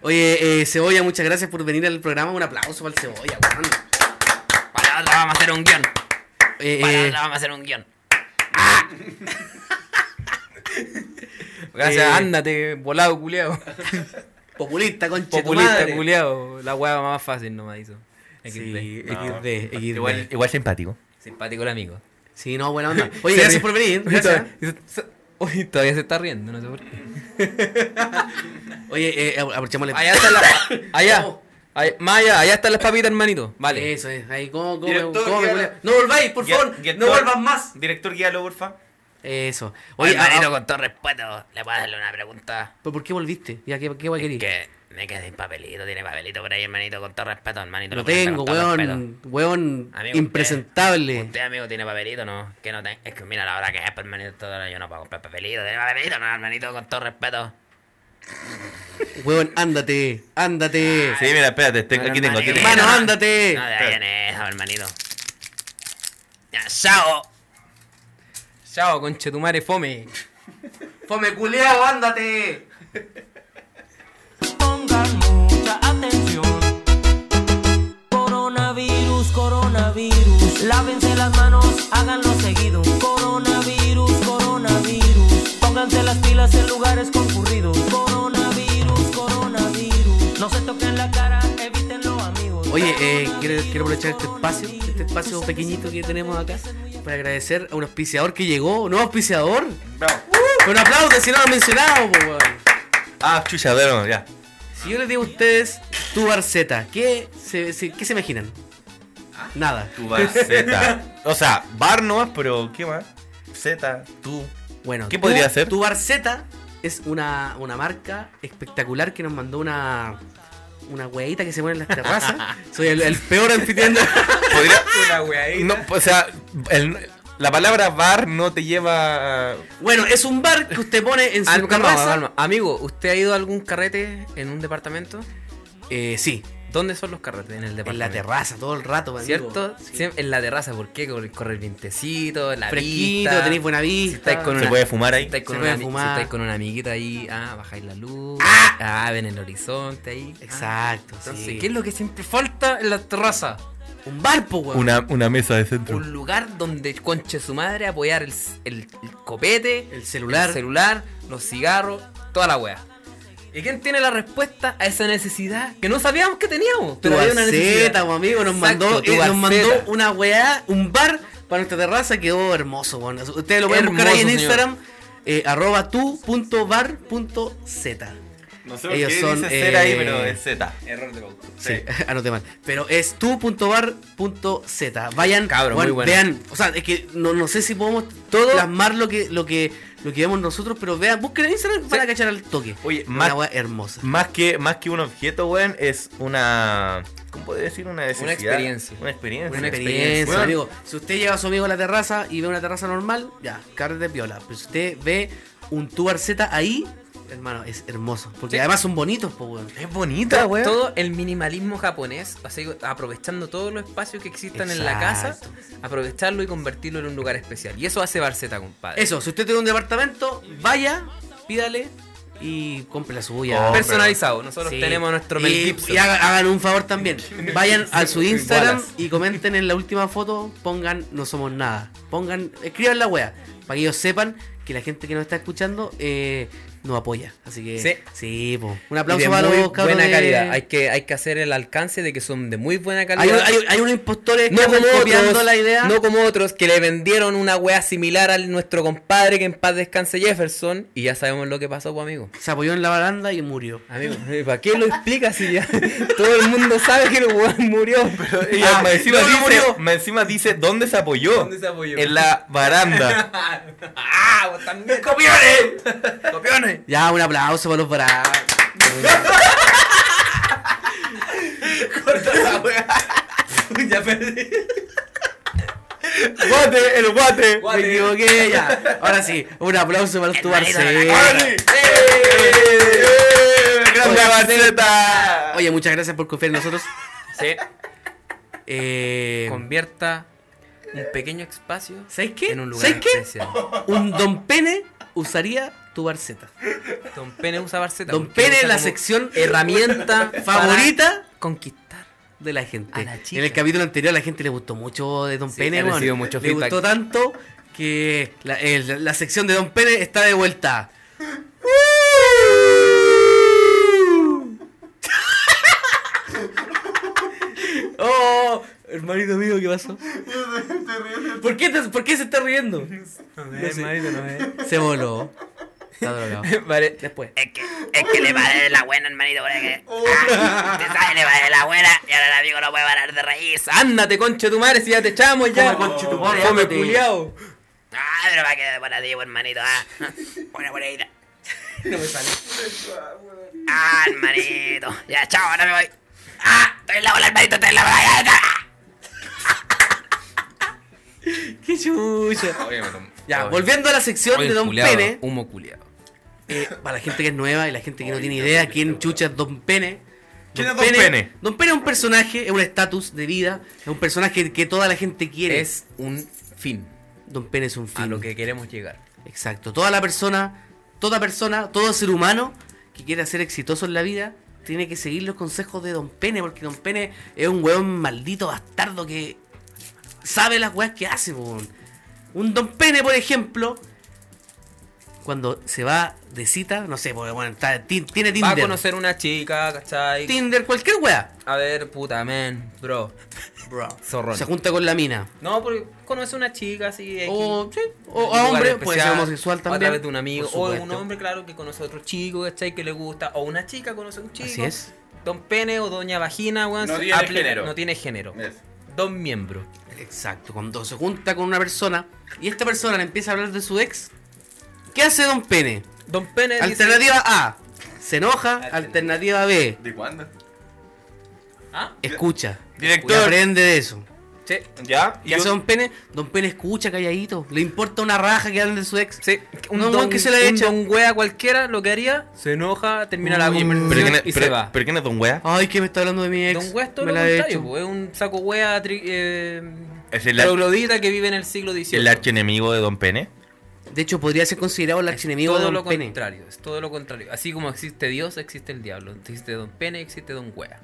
Speaker 1: Oye, eh, Cebolla, muchas gracias por venir al programa. Un aplauso para el Cebolla, weón.
Speaker 5: Ah. Para otra vamos a hacer un guión.
Speaker 1: Eh,
Speaker 5: Para
Speaker 1: eh,
Speaker 5: otra vamos a hacer un guión.
Speaker 2: Gracias,
Speaker 1: Eh.
Speaker 2: ándate, volado, culeado.
Speaker 1: populista, concha de tu
Speaker 2: Populista,
Speaker 1: madre.
Speaker 2: culeado. La hueá más fácil nomás hizo.
Speaker 1: Sí,
Speaker 2: XD.
Speaker 1: XD, XD.
Speaker 3: Igual, igual simpático.
Speaker 2: Simpático el amigo.
Speaker 1: Sí, no, buena onda. Oye,
Speaker 2: Se
Speaker 1: gracias
Speaker 2: ríe.
Speaker 1: por
Speaker 2: <laughs>
Speaker 1: venir. <laughs>
Speaker 2: Oye,
Speaker 1: Gracias.
Speaker 2: todavía- Oye, todavía se está riendo, no sé
Speaker 1: <laughs>
Speaker 2: por qué.
Speaker 1: Oye, eh, aprovechémosle.
Speaker 2: Allá están las. Allá.
Speaker 1: No.
Speaker 2: Ay- más allá, allá están las papitas, hermanito. Vale.
Speaker 1: Eso Oh. es, ahí, ¿cómo, cómo,
Speaker 3: Director,
Speaker 1: cómo me
Speaker 3: ya-
Speaker 1: culea? No volváis, por favor, no vuelvas más.
Speaker 3: Director, guíalo, porfa.
Speaker 1: Eso.
Speaker 5: Oye,
Speaker 1: Oye, ah,
Speaker 5: hermanito,
Speaker 1: ah,
Speaker 5: con todo respeto, le puedo hacerle una pregunta.
Speaker 1: ¿pero ¿por qué volviste? ¿Ya qué, qué va a
Speaker 5: Es
Speaker 1: querer?
Speaker 5: que me quedé sin papelito, tiene papelito por ahí, hermanito, con todo respeto, hermanito.
Speaker 1: Lo
Speaker 5: con todo
Speaker 1: tengo,
Speaker 5: respeto.
Speaker 1: weón. Weón,
Speaker 5: Amigo,
Speaker 1: impresentable.
Speaker 5: ¿Usted, amigo, tiene papelito no? Que no ten- Es que mira la hora que es, pues, hermanito, todo- yo no puedo comprar papelito. ¿Tiene papelito no, hermanito, con todo respeto?
Speaker 1: Weón, ándate, ándate.
Speaker 3: Sí, mira, espérate, tengo- aquí tengo, aquí tengo.
Speaker 1: Hermano, ándate.
Speaker 5: No, de ahí viene eso, hermanito. Ya, chao.
Speaker 2: Chao, conchetumare, fome.
Speaker 1: Fome culeado, ándate.
Speaker 6: Pongan mucha atención. Coronavirus, coronavirus. Lávense las manos, háganlo seguido. Coronavirus, coronavirus. Pónganse las pilas en lugares concurridos. Coronavirus, coronavirus. No se toquen la cara, evítenlo, amigos.
Speaker 1: Oye, eh, quiero, quiero aprovechar este espacio, este espacio pequeñito que tenemos acá, para agradecer a un auspiciador que llegó. ¿No auspiciador?
Speaker 4: Bravo.
Speaker 1: Con un aplauso, si no lo han mencionado, po, weón.
Speaker 3: Ah, chucha, bueno, ya.
Speaker 1: Si yo les digo a ustedes tu barceta, ¿qué se, se- qué se imaginan? Nada.
Speaker 3: Tu bar Z. <laughs> O sea, bar no más, pero ¿qué más? Z, tú.
Speaker 1: Bueno,
Speaker 3: ¿Qué
Speaker 1: tu-
Speaker 3: podría ser?
Speaker 1: Tu barceta es una, una marca espectacular que nos mandó una. Una hueita que se pone en las
Speaker 3: <laughs>
Speaker 1: terrazas. Soy el, el peor anfitrión de-
Speaker 3: Podría-
Speaker 2: Una wea ahí.
Speaker 3: no, o sea, el- la palabra bar no te lleva.
Speaker 1: Bueno, es un bar que usted pone en su
Speaker 2: Al- pues, calma,
Speaker 1: terraza.
Speaker 2: calma. Amigo, ¿usted ha ido a algún carrete en un departamento?
Speaker 1: Eh, sí,
Speaker 2: ¿Dónde son los carretes? En el
Speaker 1: en
Speaker 2: departamento.
Speaker 1: la terraza todo el rato, amigo.
Speaker 2: ¿Cierto?
Speaker 1: Sí.
Speaker 2: Siem- en la terraza, ¿por qué? Corre, corre el vientecito, la
Speaker 1: Fresquito,
Speaker 2: vista.
Speaker 1: tenéis buena
Speaker 2: si
Speaker 1: vista.
Speaker 2: estáis con
Speaker 3: Se
Speaker 2: una,
Speaker 3: puede fumar
Speaker 2: si
Speaker 3: ahí.
Speaker 2: estáis con,
Speaker 1: Se
Speaker 2: una,
Speaker 1: puede
Speaker 2: ami-
Speaker 1: fumar.
Speaker 2: si estáis con una amiguita ahí, ah, bajáis la luz, ah, ven el horizonte ahí. ah.
Speaker 1: Exacto,
Speaker 2: Entonces,
Speaker 1: sí.
Speaker 2: ¿qué es lo que siempre falta en la terraza?
Speaker 1: Un bar, po, weón.
Speaker 3: Una, una mesa de centro.
Speaker 2: Un lugar donde conche su madre apoyar el, el- el copete,
Speaker 1: El celular.
Speaker 2: el celular, los cigarros, toda la wea. ¿Y quién tiene la respuesta a esa necesidad que no sabíamos que teníamos?
Speaker 1: Tu
Speaker 2: Pero había una
Speaker 1: barceta,
Speaker 2: necesidad.
Speaker 1: po, amigo, nos
Speaker 2: Exacto,
Speaker 1: mandó,
Speaker 2: tu
Speaker 1: eh, nos mandó
Speaker 2: barceta.
Speaker 1: una weá, un bar para nuestra terraza, quedó hermoso, weón. Ustedes lo pueden buscar ahí en
Speaker 2: Hermoso, señor.
Speaker 1: Instagram, eh, arroba tu.bar.z.
Speaker 4: No sé por
Speaker 1: Ellos
Speaker 4: qué
Speaker 1: son.
Speaker 4: dice
Speaker 1: eh,
Speaker 3: Era ahí, pero es Z.
Speaker 4: Error de caucho.
Speaker 1: Sí, <laughs> anoté mal. Pero es tu.bar.z. Vayan,
Speaker 2: Cabro, muy bueno.
Speaker 1: vean. O sea, es que no, no sé si podemos todo plasmar lo que, lo que lo que vemos nosotros, pero vean, busquen en Instagram para cachar al toque.
Speaker 3: Oye,
Speaker 1: una
Speaker 3: más-
Speaker 1: weá hermosa.
Speaker 3: Más que, más que un objeto, weón, es una. ¿Cómo podría decir? Una necesidad.
Speaker 2: experiencia.
Speaker 3: Una experiencia.
Speaker 1: Una
Speaker 2: Una
Speaker 1: experiencia,
Speaker 2: experiencia.
Speaker 1: amigo. Si usted lleva a su amigo a la terraza y ve una terraza normal, ya, carne de piola. Pero si usted ve un tubar Z ahí, hermano, es hermoso. Porque además son bonitos, po, weón.
Speaker 3: Es bonita, weón.
Speaker 2: Todo el minimalismo japonés, así, aprovechando todos los espacios que existan en la casa,
Speaker 1: Exacto.
Speaker 2: aprovecharlo y convertirlo en un lugar especial. Y eso hace Barceta, compadre.
Speaker 1: Eso, si usted tiene un departamento, vaya, pídale y compre la suya.
Speaker 3: Oh,
Speaker 2: Personalizado. Nosotros
Speaker 1: Sí.
Speaker 2: tenemos nuestro
Speaker 1: y,
Speaker 2: Mel Gibson.
Speaker 1: y haga- hagan un favor también.
Speaker 2: <laughs>
Speaker 1: Vayan a su Instagram
Speaker 2: Wallace.
Speaker 1: y comenten en la última foto, pongan no somos nada. Pongan, escriban la wea, para que ellos sepan que la gente que nos está escuchando eh, nos apoya. Así que
Speaker 2: Sí.
Speaker 1: sí, po. un
Speaker 2: Y de
Speaker 1: aplauso para
Speaker 2: muy
Speaker 1: los cabros.
Speaker 2: buena
Speaker 1: de-
Speaker 2: calidad. Hay que, hay que hacer el alcance de que son de muy buena
Speaker 1: Hay,
Speaker 2: calidad.
Speaker 1: hay- hay unos
Speaker 2: <laughs>
Speaker 1: impostores
Speaker 2: no
Speaker 1: que
Speaker 2: como
Speaker 1: andan copiando
Speaker 2: otros,
Speaker 1: la idea.
Speaker 2: no como otros que le vendieron una wea similar a nuestro compadre que en paz descanse Jefferson y ya sabemos lo que pasó, pues, amigo.
Speaker 1: Se apoyó en la baranda y murió.
Speaker 2: Amigo, ¿para qué lo explicas si ya <laughs> todo el mundo sabe que el weón murió?
Speaker 3: Y
Speaker 2: Ah,
Speaker 3: me encima
Speaker 2: no, no
Speaker 3: dice,
Speaker 2: murió.
Speaker 3: me encima dice dónde se apoyó.
Speaker 2: ¿Dónde se apoyó?
Speaker 3: En la baranda. <laughs>
Speaker 2: ¡Ah! vos también. ¡Copiones! ¡Copiones!
Speaker 1: Ya, un aplauso para los bravos.
Speaker 2: <laughs> ya perdí.
Speaker 3: guate, el guate.
Speaker 1: Me equivoqué ya. Ahora sí, un aplauso para los tu
Speaker 5: marido de la
Speaker 1: Barceta.
Speaker 3: ¡Eh! ¡Eh! ¡Grande
Speaker 1: Oye,
Speaker 3: Barceta!
Speaker 1: Oye, muchas gracias por confiar en nosotros.
Speaker 2: Sí.
Speaker 1: Eh,
Speaker 2: Em. Convierta un pequeño espacio
Speaker 1: ¿Sabes qué?
Speaker 2: en un lugar
Speaker 1: ¿Sabes qué?
Speaker 2: especial.
Speaker 1: Un Don Pene usaría tu barceta.
Speaker 2: Don Pene usa Barceta.
Speaker 1: Don
Speaker 2: porque
Speaker 1: Pene
Speaker 2: usa
Speaker 1: es la
Speaker 2: como
Speaker 1: sección
Speaker 2: herramienta
Speaker 1: favorita
Speaker 2: para conquistar.
Speaker 1: de la gente.
Speaker 2: A la chica.
Speaker 1: en el capítulo anterior a la gente le gustó mucho de Don
Speaker 2: Sí,
Speaker 1: Pene.
Speaker 2: he
Speaker 1: weón.
Speaker 2: recibido mucho
Speaker 1: le
Speaker 2: feedback.
Speaker 1: gustó tanto que la, el- la sección de Don Pene está de vuelta. <laughs> Oh, hermanito mío, ¿qué pasó? ¿Por qué, te- ¿Por qué se está riendo? Se voló. Está drogado.
Speaker 2: <laughs> Vale.
Speaker 1: Después.
Speaker 5: Es que, es que le va a dar la buena, hermanito. Porque,
Speaker 1: Oh.
Speaker 5: ah, <laughs> usted sabe, le va a dar la buena y ahora el amigo no puede parar de reírse.
Speaker 2: Ándate, conche tu madre, si ya te echamos ya.
Speaker 1: Come, conche tu madre,
Speaker 2: Come,
Speaker 1: ándate.
Speaker 2: culiao.
Speaker 5: Ah, pero va a quedar para ti, buen hermanito.
Speaker 2: <laughs>
Speaker 5: Ah, buena bonita. No me sale. Ah, hermanito. Ya, chao, ahora me voy. Ah, estoy en la bola, hermanito, estoy en la bola. ya, ya.
Speaker 1: <laughs> ¡Qué chucha!
Speaker 3: Oye, me tomó-
Speaker 1: Ya, volviendo a la sección
Speaker 2: Oye,
Speaker 1: de Don
Speaker 2: culiao,
Speaker 1: Pene,
Speaker 2: Humo culiado.
Speaker 1: eh, para la gente que es nueva y la gente que no tiene idea quién chucha es Don Pene.
Speaker 3: ¿Quién es Don Pene?
Speaker 1: Don Pene es un personaje, es un estatus de vida, es un personaje que toda la gente quiere.
Speaker 2: Es un fin
Speaker 1: Don Pene es un fin.
Speaker 2: a lo que queremos llegar.
Speaker 1: Exacto. Toda la persona, toda persona, todo ser humano que quiera ser exitoso en la vida tiene que seguir los consejos de Don Pene, porque Don Pene es un weón maldito bastardo que sabe las weas que hace, po, weón. Un Don Pene, por ejemplo, cuando se va de cita, no sé, porque bueno, está- ti- tiene
Speaker 2: Va a
Speaker 1: Tinder.
Speaker 2: conocer una chica, ¿cachai?
Speaker 1: Tinder, cualquier wea.
Speaker 2: A ver, puta, men, bro.
Speaker 1: Bro.
Speaker 2: Zorrón.
Speaker 1: Se junta con la mina.
Speaker 2: No, porque conoce una chica así. X,
Speaker 1: O, sí, o a
Speaker 2: un lugar
Speaker 1: hombre, puede ser
Speaker 2: especial,
Speaker 1: homosexual
Speaker 2: O a través
Speaker 1: también,
Speaker 2: de un amigo.
Speaker 1: por
Speaker 2: O un
Speaker 1: supuesto.
Speaker 2: hombre, claro, que conoce a otro chico, ¿cachai? Que le gusta. O una chica conoce a un chico.
Speaker 1: Así es.
Speaker 2: Don Pene o Doña Vagina, weón.
Speaker 4: No
Speaker 2: se
Speaker 4: tiene género.
Speaker 2: No tiene género.
Speaker 4: Es.
Speaker 2: Dos miembros.
Speaker 1: Exacto, cuando se junta con una persona y esta persona le empieza a hablar de su ex, ¿Qué hace Don Pene?
Speaker 2: Don Pene dice-
Speaker 1: Alternativa A. Se enoja. Alternativa B.
Speaker 4: ¿De cuándo?
Speaker 2: ¿Ah?
Speaker 1: Escucha. Y
Speaker 3: Director.
Speaker 1: aprende de eso.
Speaker 2: Sí.
Speaker 3: ¿Ya?
Speaker 1: ¿Qué hace Don Pene? Don Pene escucha calladito. Le importa una raja que hablen de su ex.
Speaker 2: Sí, un
Speaker 1: No,
Speaker 2: don,
Speaker 1: weón, que se la echa.
Speaker 2: un don wea cualquiera lo que haría, se enoja, termina la
Speaker 1: Uy,
Speaker 2: conversación
Speaker 3: ¿Pero quién es,
Speaker 2: Mm, y se
Speaker 3: pero-
Speaker 2: va.
Speaker 3: pero quién es Don Wea?
Speaker 1: Ay, que me está hablando de mi ex.
Speaker 2: don wea es todo
Speaker 1: Me
Speaker 2: lo
Speaker 1: la he
Speaker 2: contrario,
Speaker 1: hecho.
Speaker 2: po, pues, es un saco wea tri- eh,
Speaker 3: Es el, ar-
Speaker 2: troglodita que vive en el siglo XVIII.
Speaker 3: el archienemigo de Don Pene.
Speaker 1: De hecho, podría ser considerado el archienemigo
Speaker 2: pues. todo
Speaker 1: de Don
Speaker 2: lo
Speaker 1: Pene.
Speaker 2: contrario, es todo lo contrario. Así como existe Dios, existe el diablo. Existe Don Pene, existe Don Wea.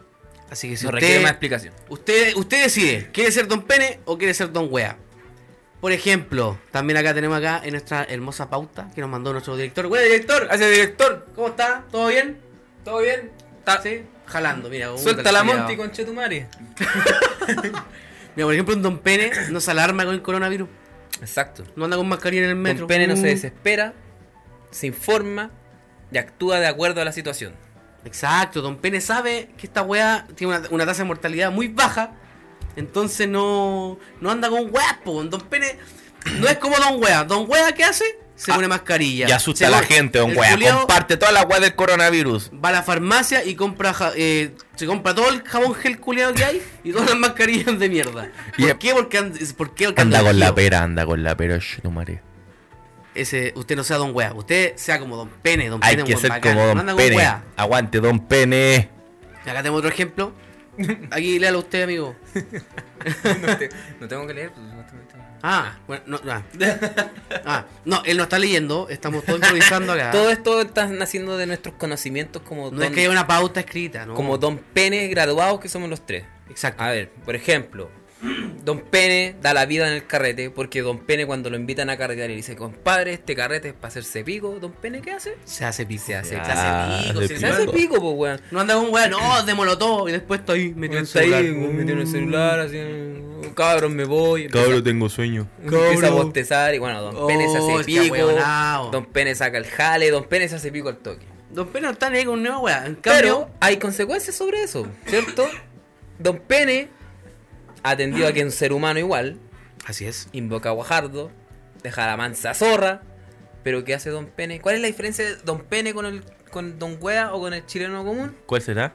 Speaker 1: Así que si
Speaker 2: No requiere
Speaker 1: usted,
Speaker 2: más explicación.
Speaker 1: usted, usted decide, ¿quiere ser Don Pene o quiere ser Don Wea? Por ejemplo, también acá tenemos acá en nuestra hermosa pauta que nos mandó nuestro director. Wea, director,
Speaker 2: Hace director,
Speaker 1: ¿cómo está? ¿Todo bien?
Speaker 2: ¿todo bien? Ta-
Speaker 1: Sí, jalando, mira. un
Speaker 2: Suelta la
Speaker 1: calculeado.
Speaker 2: Monty, conchetumare.
Speaker 1: Mira, por ejemplo, un Don Pene no se alarma con el coronavirus.
Speaker 2: Exacto.
Speaker 1: No anda con mascarilla en el metro.
Speaker 2: Don Pene no se
Speaker 1: Mm.
Speaker 2: desespera, se informa y actúa de acuerdo a la situación.
Speaker 1: Exacto, Don Pene sabe que esta weá tiene una, una tasa de mortalidad muy baja. Entonces no, no anda con weá, po. Don Pene no es como Don Weá. Don Weá, ¿qué hace? Se
Speaker 3: Ah,
Speaker 1: pone mascarilla.
Speaker 3: Y asusta
Speaker 1: Se
Speaker 3: a la
Speaker 1: va-
Speaker 3: gente, Don
Speaker 1: el
Speaker 3: Wea.
Speaker 1: culiao
Speaker 3: Comparte toda la wea del coronavirus.
Speaker 1: Va a la farmacia y compra ja- eh, se compra todo el jabón gel culiado que hay y todas las mascarillas de mierda. ¿Por
Speaker 3: Y-
Speaker 1: qué? Porque, and- es- ¿por qué? Porque
Speaker 3: Anda con la
Speaker 1: elegido.
Speaker 3: pera, anda con la pera, Chetumare.
Speaker 1: Ese, usted no sea Don Weá, usted sea como Don Pene. Don
Speaker 3: Hay
Speaker 1: Pene es un
Speaker 3: que
Speaker 1: buen
Speaker 3: ser
Speaker 1: bacán,
Speaker 3: como
Speaker 1: no
Speaker 3: Don
Speaker 1: anda con
Speaker 3: Pene.
Speaker 1: weá.
Speaker 3: Aguante, Don Pene.
Speaker 1: Y Acá tenemos otro ejemplo. Aquí léalo usted, amigo.
Speaker 2: no, te- <laughs> no tengo que leer. pues, no tengo- tengo-
Speaker 1: Ah, bueno, no, ah. Ah, no, él no está leyendo, estamos todos improvisando acá.
Speaker 2: <laughs> Todo esto está naciendo de nuestros conocimientos como,
Speaker 1: no
Speaker 2: don,
Speaker 1: es que haya una pauta escrita, ¿no?
Speaker 2: como don Pene graduados que somos los tres.
Speaker 1: Exacto.
Speaker 2: A ver, por ejemplo, don Pene da la vida en el carrete porque don Pene cuando lo invitan a carretear le dice, compadre, este carrete es para hacerse pico. Don Pene, ¿qué hace?
Speaker 1: Se hace pico.
Speaker 2: Se hace- se
Speaker 3: hace pico,
Speaker 1: se
Speaker 3: se
Speaker 2: Se
Speaker 1: hace
Speaker 2: hace
Speaker 1: pico.
Speaker 2: pico, pues, weón.
Speaker 1: No anda con weá, no, démoslo todo. Y después está ahí metido en el
Speaker 2: Está ahí,
Speaker 1: celular.
Speaker 2: metido en el celular, así, cabrón, me voy.
Speaker 3: Cabrón, tengo sueño.
Speaker 2: Empieza a bostezar y bueno, Don
Speaker 1: Oh,
Speaker 2: Pene se hace
Speaker 1: está
Speaker 2: pico.
Speaker 1: hueonao.
Speaker 2: Don Pene saca el jale, Don Pene se hace pico al toque.
Speaker 1: Don Pene no está ni ahí con nueva weá. En
Speaker 2: Pero
Speaker 1: cambio,
Speaker 2: hay consecuencias sobre eso, ¿cierto? Don Pene atendió a que un ser humano igual,
Speaker 1: así es.
Speaker 2: invoca a Guajardo, deja a la mansa zorra, pero ¿qué hace Don Pene? ¿Cuál es la diferencia de Don Pene con el con Don Wea o con el chileno común?
Speaker 3: ¿Cuál será?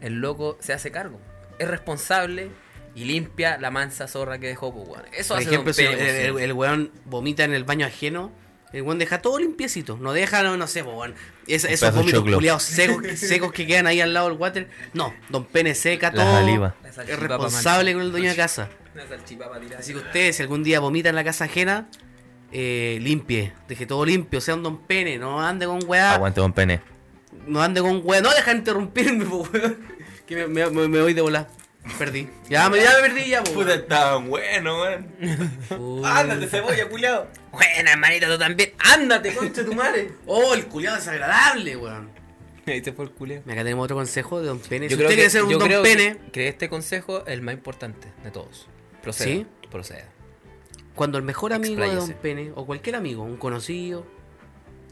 Speaker 2: El loco se hace cargo, es responsable y limpia la mansa zorra que dejó, pues, weón. Eso
Speaker 1: Por
Speaker 2: hace
Speaker 1: ejemplo,
Speaker 2: Don
Speaker 1: si
Speaker 2: Pene.
Speaker 1: el,
Speaker 2: pues,
Speaker 1: el- el weón vomita en el baño ajeno, el weón deja todo limpiecito. No deja, no, no sé, po, weón. Es- esos
Speaker 3: pedazo de
Speaker 1: vómitos
Speaker 3: choclo.
Speaker 1: culiados secos, secos que quedan ahí al lado del water. No, Don Pene seca
Speaker 3: La
Speaker 1: todo.
Speaker 3: saliva.
Speaker 2: La
Speaker 1: Es
Speaker 2: salchipapa
Speaker 1: responsable
Speaker 2: mancha.
Speaker 1: con el dueño de casa.
Speaker 2: Una salchipapa tirada.
Speaker 1: Así que ustedes, si algún día vomita en la casa ajena, eh, limpie. Deje todo limpio, sea un don pene, no ande con weá.
Speaker 3: Aguante, Don Pene.
Speaker 1: No ande con weá. No, deja de interrumpirme, <laughs> po, weón. Que me, me- me- me voy de volar. Perdí. Ya me, ya me perdí, ya, po, weón.
Speaker 4: tan bueno, weón. Ándate, cebolla, culiao.
Speaker 5: Bueno, hermanito, tú también.
Speaker 2: Ándate, concha tu madre.
Speaker 1: Oh, el culiado desagradable, weón.
Speaker 2: Ahí se fue el culeo.
Speaker 1: Mira, Acá tenemos otro consejo de don pene. si usted quiere ser un don pene,
Speaker 2: que este consejo es el más importante de todos. Proceda.
Speaker 1: ¿Sí?
Speaker 2: Proceda.
Speaker 1: cuando el mejor amigo de
Speaker 2: Expláyese.
Speaker 1: don pene, o cualquier amigo, un conocido,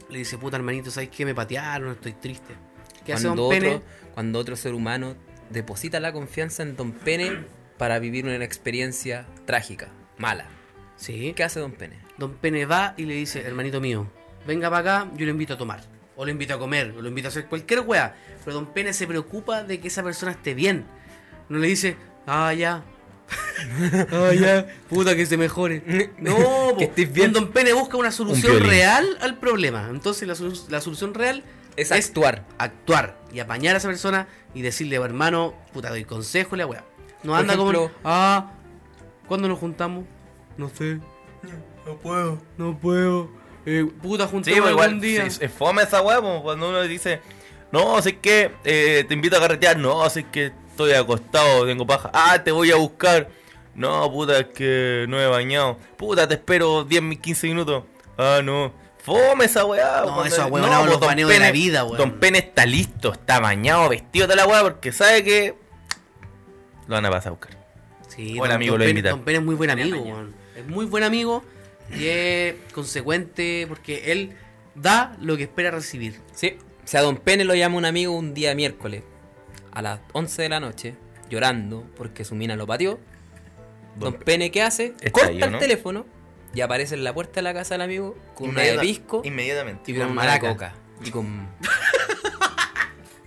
Speaker 1: le dice, puta hermanito, ¿sabes qué? Me patearon, estoy triste. ¿Qué hace don
Speaker 2: Cuando
Speaker 1: pene?
Speaker 2: otro, cuando otro ser humano deposita la confianza en Don Pene para vivir una experiencia trágica, mala.
Speaker 1: Sí.
Speaker 2: ¿Qué hace Don Pene?
Speaker 1: Don Pene va y le dice, hermanito mío, venga para acá, yo lo invito a tomar. O lo invito a comer, o lo invito a hacer cualquier wea. Pero Don Pene se preocupa de que esa persona esté bien. No le dice, ah, ya. ah, ya. Puta, que se mejore. No, po.
Speaker 2: <laughs> Que estés bien.
Speaker 1: Un Don Pene busca una solución
Speaker 3: violín.
Speaker 1: real al problema. Entonces la, solu- la solución real
Speaker 2: Es,
Speaker 1: Es-
Speaker 2: actuar.
Speaker 1: actuar y apañar a esa persona y decirle, hermano, puta, doy consejo y la weá. No anda
Speaker 2: ejemplo-
Speaker 1: como. Ah, ¿cuándo nos juntamos? No sé. No puedo. No puedo. Eh, puta,
Speaker 3: Sí, pues
Speaker 1: juntamos
Speaker 3: igual
Speaker 1: algún día.
Speaker 3: es, es fome esa weá, pues, cuando uno dice, no, así que eh, te invito a carretear, no, así que estoy acostado, tengo paja, ah, te voy a buscar, no, puta, es que no he bañado, puta, te espero 10, mi- 15 minutos, ah, no, fome esa weá.
Speaker 1: No,
Speaker 3: cuando-
Speaker 1: esos huevonados
Speaker 3: pues,
Speaker 1: los
Speaker 3: Don
Speaker 1: baneos de la
Speaker 3: Pene-
Speaker 1: vida, weón.
Speaker 3: Don Pene está listo, está bañado, vestido de la weá, porque sabe que lo van a pasar a buscar.
Speaker 1: Sí,
Speaker 3: Hola, amigo, lo
Speaker 1: Pérez-
Speaker 3: invita.
Speaker 1: Don Pérez es muy buen amigo, weón. Es muy buen amigo y es consecuente porque él da lo que espera recibir.
Speaker 2: Sí. O sea, Don Pene lo llama un amigo un día miércoles a las 11 de la noche, llorando porque su mina lo pateó. Don, Pene, ¿qué hace?
Speaker 3: Está
Speaker 2: Corta
Speaker 3: ahí,
Speaker 2: el
Speaker 3: ¿no?
Speaker 2: teléfono, Y aparece en la puerta de la casa del amigo con una de
Speaker 4: Inmediata-
Speaker 2: pisco y
Speaker 4: Inmediatamente.
Speaker 2: con una de coca. Y con. <laughs>